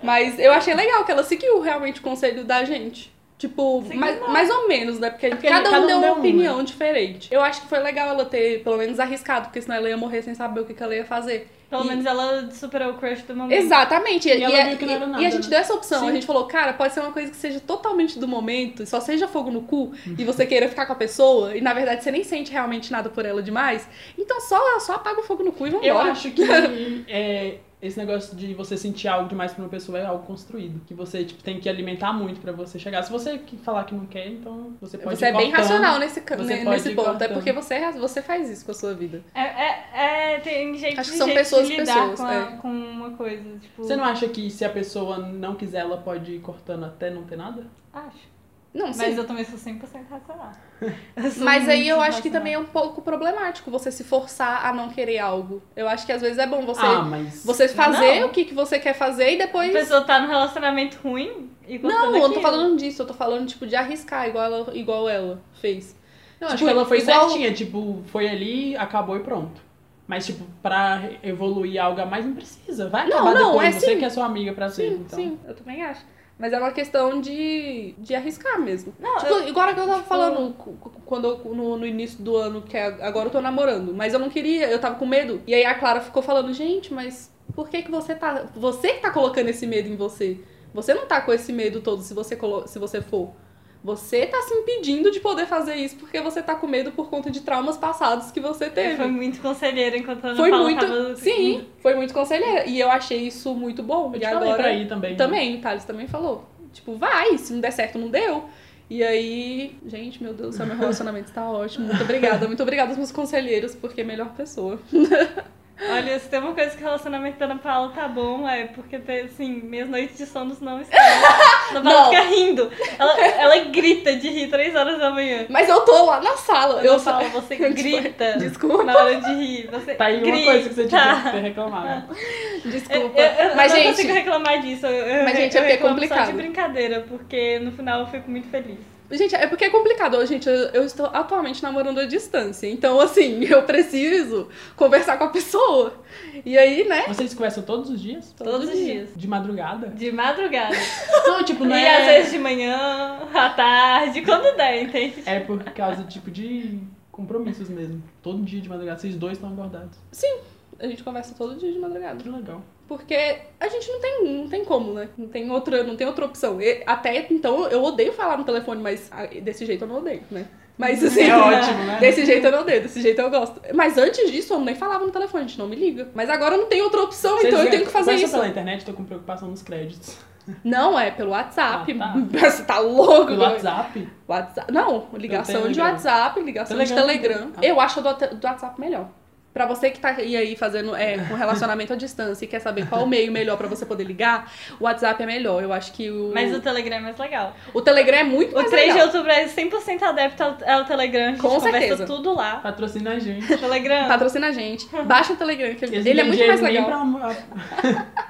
mas eu achei legal que ela seguiu realmente o conselho da gente. Tipo,
Seguiu
mais,
não.
mais ou menos, né? Porque,
porque
cada, um deu uma
né?
opinião diferente. Eu acho que foi legal ela ter, pelo menos, arriscado, porque senão ela ia morrer sem saber o que, que ela ia fazer.
Pelo
E-
menos ela superou o crush do momento.
Exatamente. E,
E ela
e-
viu que não era
e-
nada,
e a gente
né?
deu essa opção.
Sim.
A gente falou, cara, pode ser uma coisa que seja totalmente do momento, e só seja fogo no cu, e você queira ficar com a pessoa, e na verdade você nem sente realmente nada por ela demais. Então só, só apaga o fogo no cu e vambora.
Eu acho que é, esse negócio de você sentir algo demais pra uma pessoa é algo construído. Que você tipo, tem que alimentar muito pra você chegar. Se você que- falar que não quer, então você pode
Você
ir
é bem
cortando.
racional nesse, ca-
você
ne-
pode
nesse
ir
ponto. É
cortando.
porque você, é ra- você faz isso com a sua vida.
É, é, é, tem gente
Acho que
de
são
jeito
pessoas
de
e
lidar
pessoas,
com, a-
é.
com uma coisa, tipo...
Você não acha que se a pessoa não quiser, ela pode ir cortando até não ter nada?
Acho.
Não, sim.
Mas
Mas,
eu também sou 100% racional. Eu sou
aí Assim. eu
muito
acho que
racional.
também é um pouco problemático você se forçar a não querer algo. Eu acho que às vezes é bom você,
ah, mas.
você fazer
Não.
o que, que você quer fazer e
A
depois.
pessoa tá num relacionamento ruim e
Não,
gostando
eu não tô
daquilo.
falando disso, eu tô falando tipo de arriscar igual ela, igual ela fez.
Não, acho
Tipo,
que ela foi
igual-
certinha, tipo, foi ali, acabou e pronto. Mas, tipo, pra evoluir algo a mais não precisa. Vai
Não,
acabar
não,
depois.
é
você
sim.
que é sua amiga pra sempre, então.
Sim, eu também acho. Mas é uma questão de, de arriscar mesmo.
Não,
Tipo, igual que eu tava
tipo-
falando cu- cu- quando eu- no, no início do ano, que é- agora eu tô namorando, mas eu não queria, eu tava com medo. E aí a Clara ficou falando, gente, mas por que que você tá. Você que tá colocando esse medo em você? Você não tá com esse medo todo se você, colo- se você for. Você tá se impedindo de poder fazer isso porque você tá com medo por conta de traumas passados que você teve.
Foi muito conselheiro enquanto eu não
Foi
falava
muito.
do-
Sim, foi muito conselheira. E eu achei isso muito bom.
Eu
e
te falei
agora.
pra ir
Uhum.
também. né?
Também, o Thales também falou. Tipo, vai, se não der certo, não deu. E aí, gente, meu Deus do céu, meu relacionamento está ótimo. Muito obrigada. Muito obrigada aos meus conselheiros, porque é melhor pessoa.
Olha, se tem uma coisa que o relacionamento da Ana Paula tá bom, é porque, tem, assim, minhas noites de sonos não estão. A Ana Paula
Não.
fica rindo. Ela, ela grita de rir três horas da manhã.
Mas eu tô lá na sala.
Ana
Eu
eu
falo.
Paula, você
Desculpa.
grita
Desculpa.
na hora de rir. Você
Tá aí
grita. Tá.
uma coisa que você tinha que ter reclamado.
Eu, eu,
Desculpa.
eu
mas,
não
gente,
consigo reclamar disso. Eu, eu,
mas, gente, é
eu
porque é
reclamo Só
complicado.
de brincadeira, porque no final eu fico muito feliz.
Gente, é porque é complicado. Ó, Gente, eu, eu estou atualmente namorando à distância. Então, assim, eu preciso conversar com a pessoa. E aí, né?
Vocês conversam todos os dias?
Todo
Todos os
dia. Né?
dias.
De madrugada?
De madrugada.
Não, tipo, não
e
é.
às vezes de manhã, à tarde, quando der, entende?
É por causa, tipo, de compromissos mesmo. Todo dia de madrugada. Vocês dois estão acordados.
A gente conversa todo dia de madrugada.
Que legal.
Porque a gente não tem, não tem como, né? Não tem outra, não tem outra opção. E até então eu odeio falar no telefone, mas ah, desse jeito eu não odeio, né? Mas assim.
É ótimo, né?
Desse jeito eu não odeio, desse jeito eu gosto. Mas antes disso, eu nem falava no telefone, a gente não me liga. Mas agora não tem outra opção,
Vocês
então eu
ganham-
tenho que fazer
conversa
isso.
pela internet, tô com preocupação nos créditos.
Não, é pelo WhatsApp.
Ah,
Você tá louco?
Pelo WhatsApp?
WhatsApp. Não, ligação de
Telegram.
WhatsApp, ligação de
Telegram.
Telegram.
Ah.
Eu acho a do, do WhatsApp melhor. Pra você que tá aí aí fazendo é, um relacionamento à distância e quer saber qual o meio melhor pra você poder ligar, o WhatsApp é melhor. Eu acho que o.
Mas o Telegram é mais legal.
o Telegram é muito
O
mais
3 de
legal.
outubro é 100% adepto ao, ao Telegram. A gente
Com
conversa
certeza. Tá,
tudo lá.
Patrocina a gente.
Telegram.
Patrocina a gente. Baixa o Telegram, que
Eles
ele é
não têm
muito mais
dinheiro
legal.
nem Pra,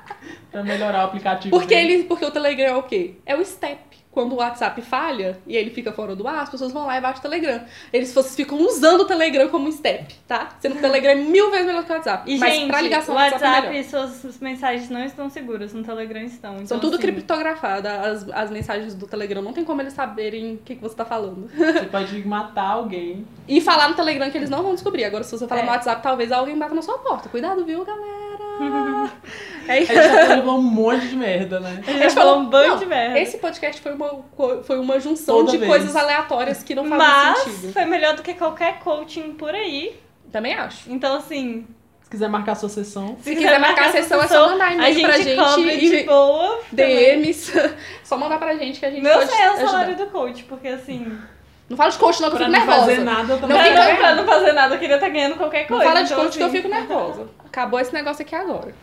pra melhorar o aplicativo. né?
Porque
né?
deles.
ele. Porque o Telegram é o quê? É o step. Quando o WhatsApp falha e ele fica fora do ar, as pessoas vão lá e baixam o Telegram. Eles vocês ficam usando o Telegram como step, tá? Sendo que o Telegram é mil vezes melhor que o WhatsApp.
E,
Mas
gente,
pra ligação
o
WhatsApp, é melhor.
WhatsApp e suas mensagens não estão seguras, no Telegram estão.
São
Então,
tudo
assim,
criptografadas, as, as mensagens do Telegram não tem como eles saberem o que, que você tá falando.
Você pode matar alguém.
E falar no Telegram que eles não vão descobrir. Agora, se você falar
É.
no WhatsApp, talvez alguém bata na sua porta. Cuidado, viu, galera? é
A
isso.
gente já falou um monte de merda, né?
A gente
Ele
já falou um bando
não,
de merda.
Esse podcast foi uma, co- foi uma junção
Toda
de
vez.
coisas aleatórias que não fazem
Mas
sentido.
foi melhor do que qualquer coaching por aí.
Também acho.
Então, assim,
Se quiser marcar sua sessão,
Se, quiser marcar a sessão, é só mandar
a
e-mail
gente
pra gente.
cobra
e
de boa. também.
DMs. Só mandar pra gente que a gente
Meu
pode
céu, é o
ajudar.
salário do coach, porque assim.
Não fala de coach, não, que eu
pra
fico
não fazer
nervosa.
nada, eu
Não
também.
pra,
fica
não,
ganhando.
pra não fazer nada, eu queria estar ganhando qualquer
Não
coisa.
fala de
então,
coach que eu
assim,
fico nervosa. Acabou esse negócio aqui agora.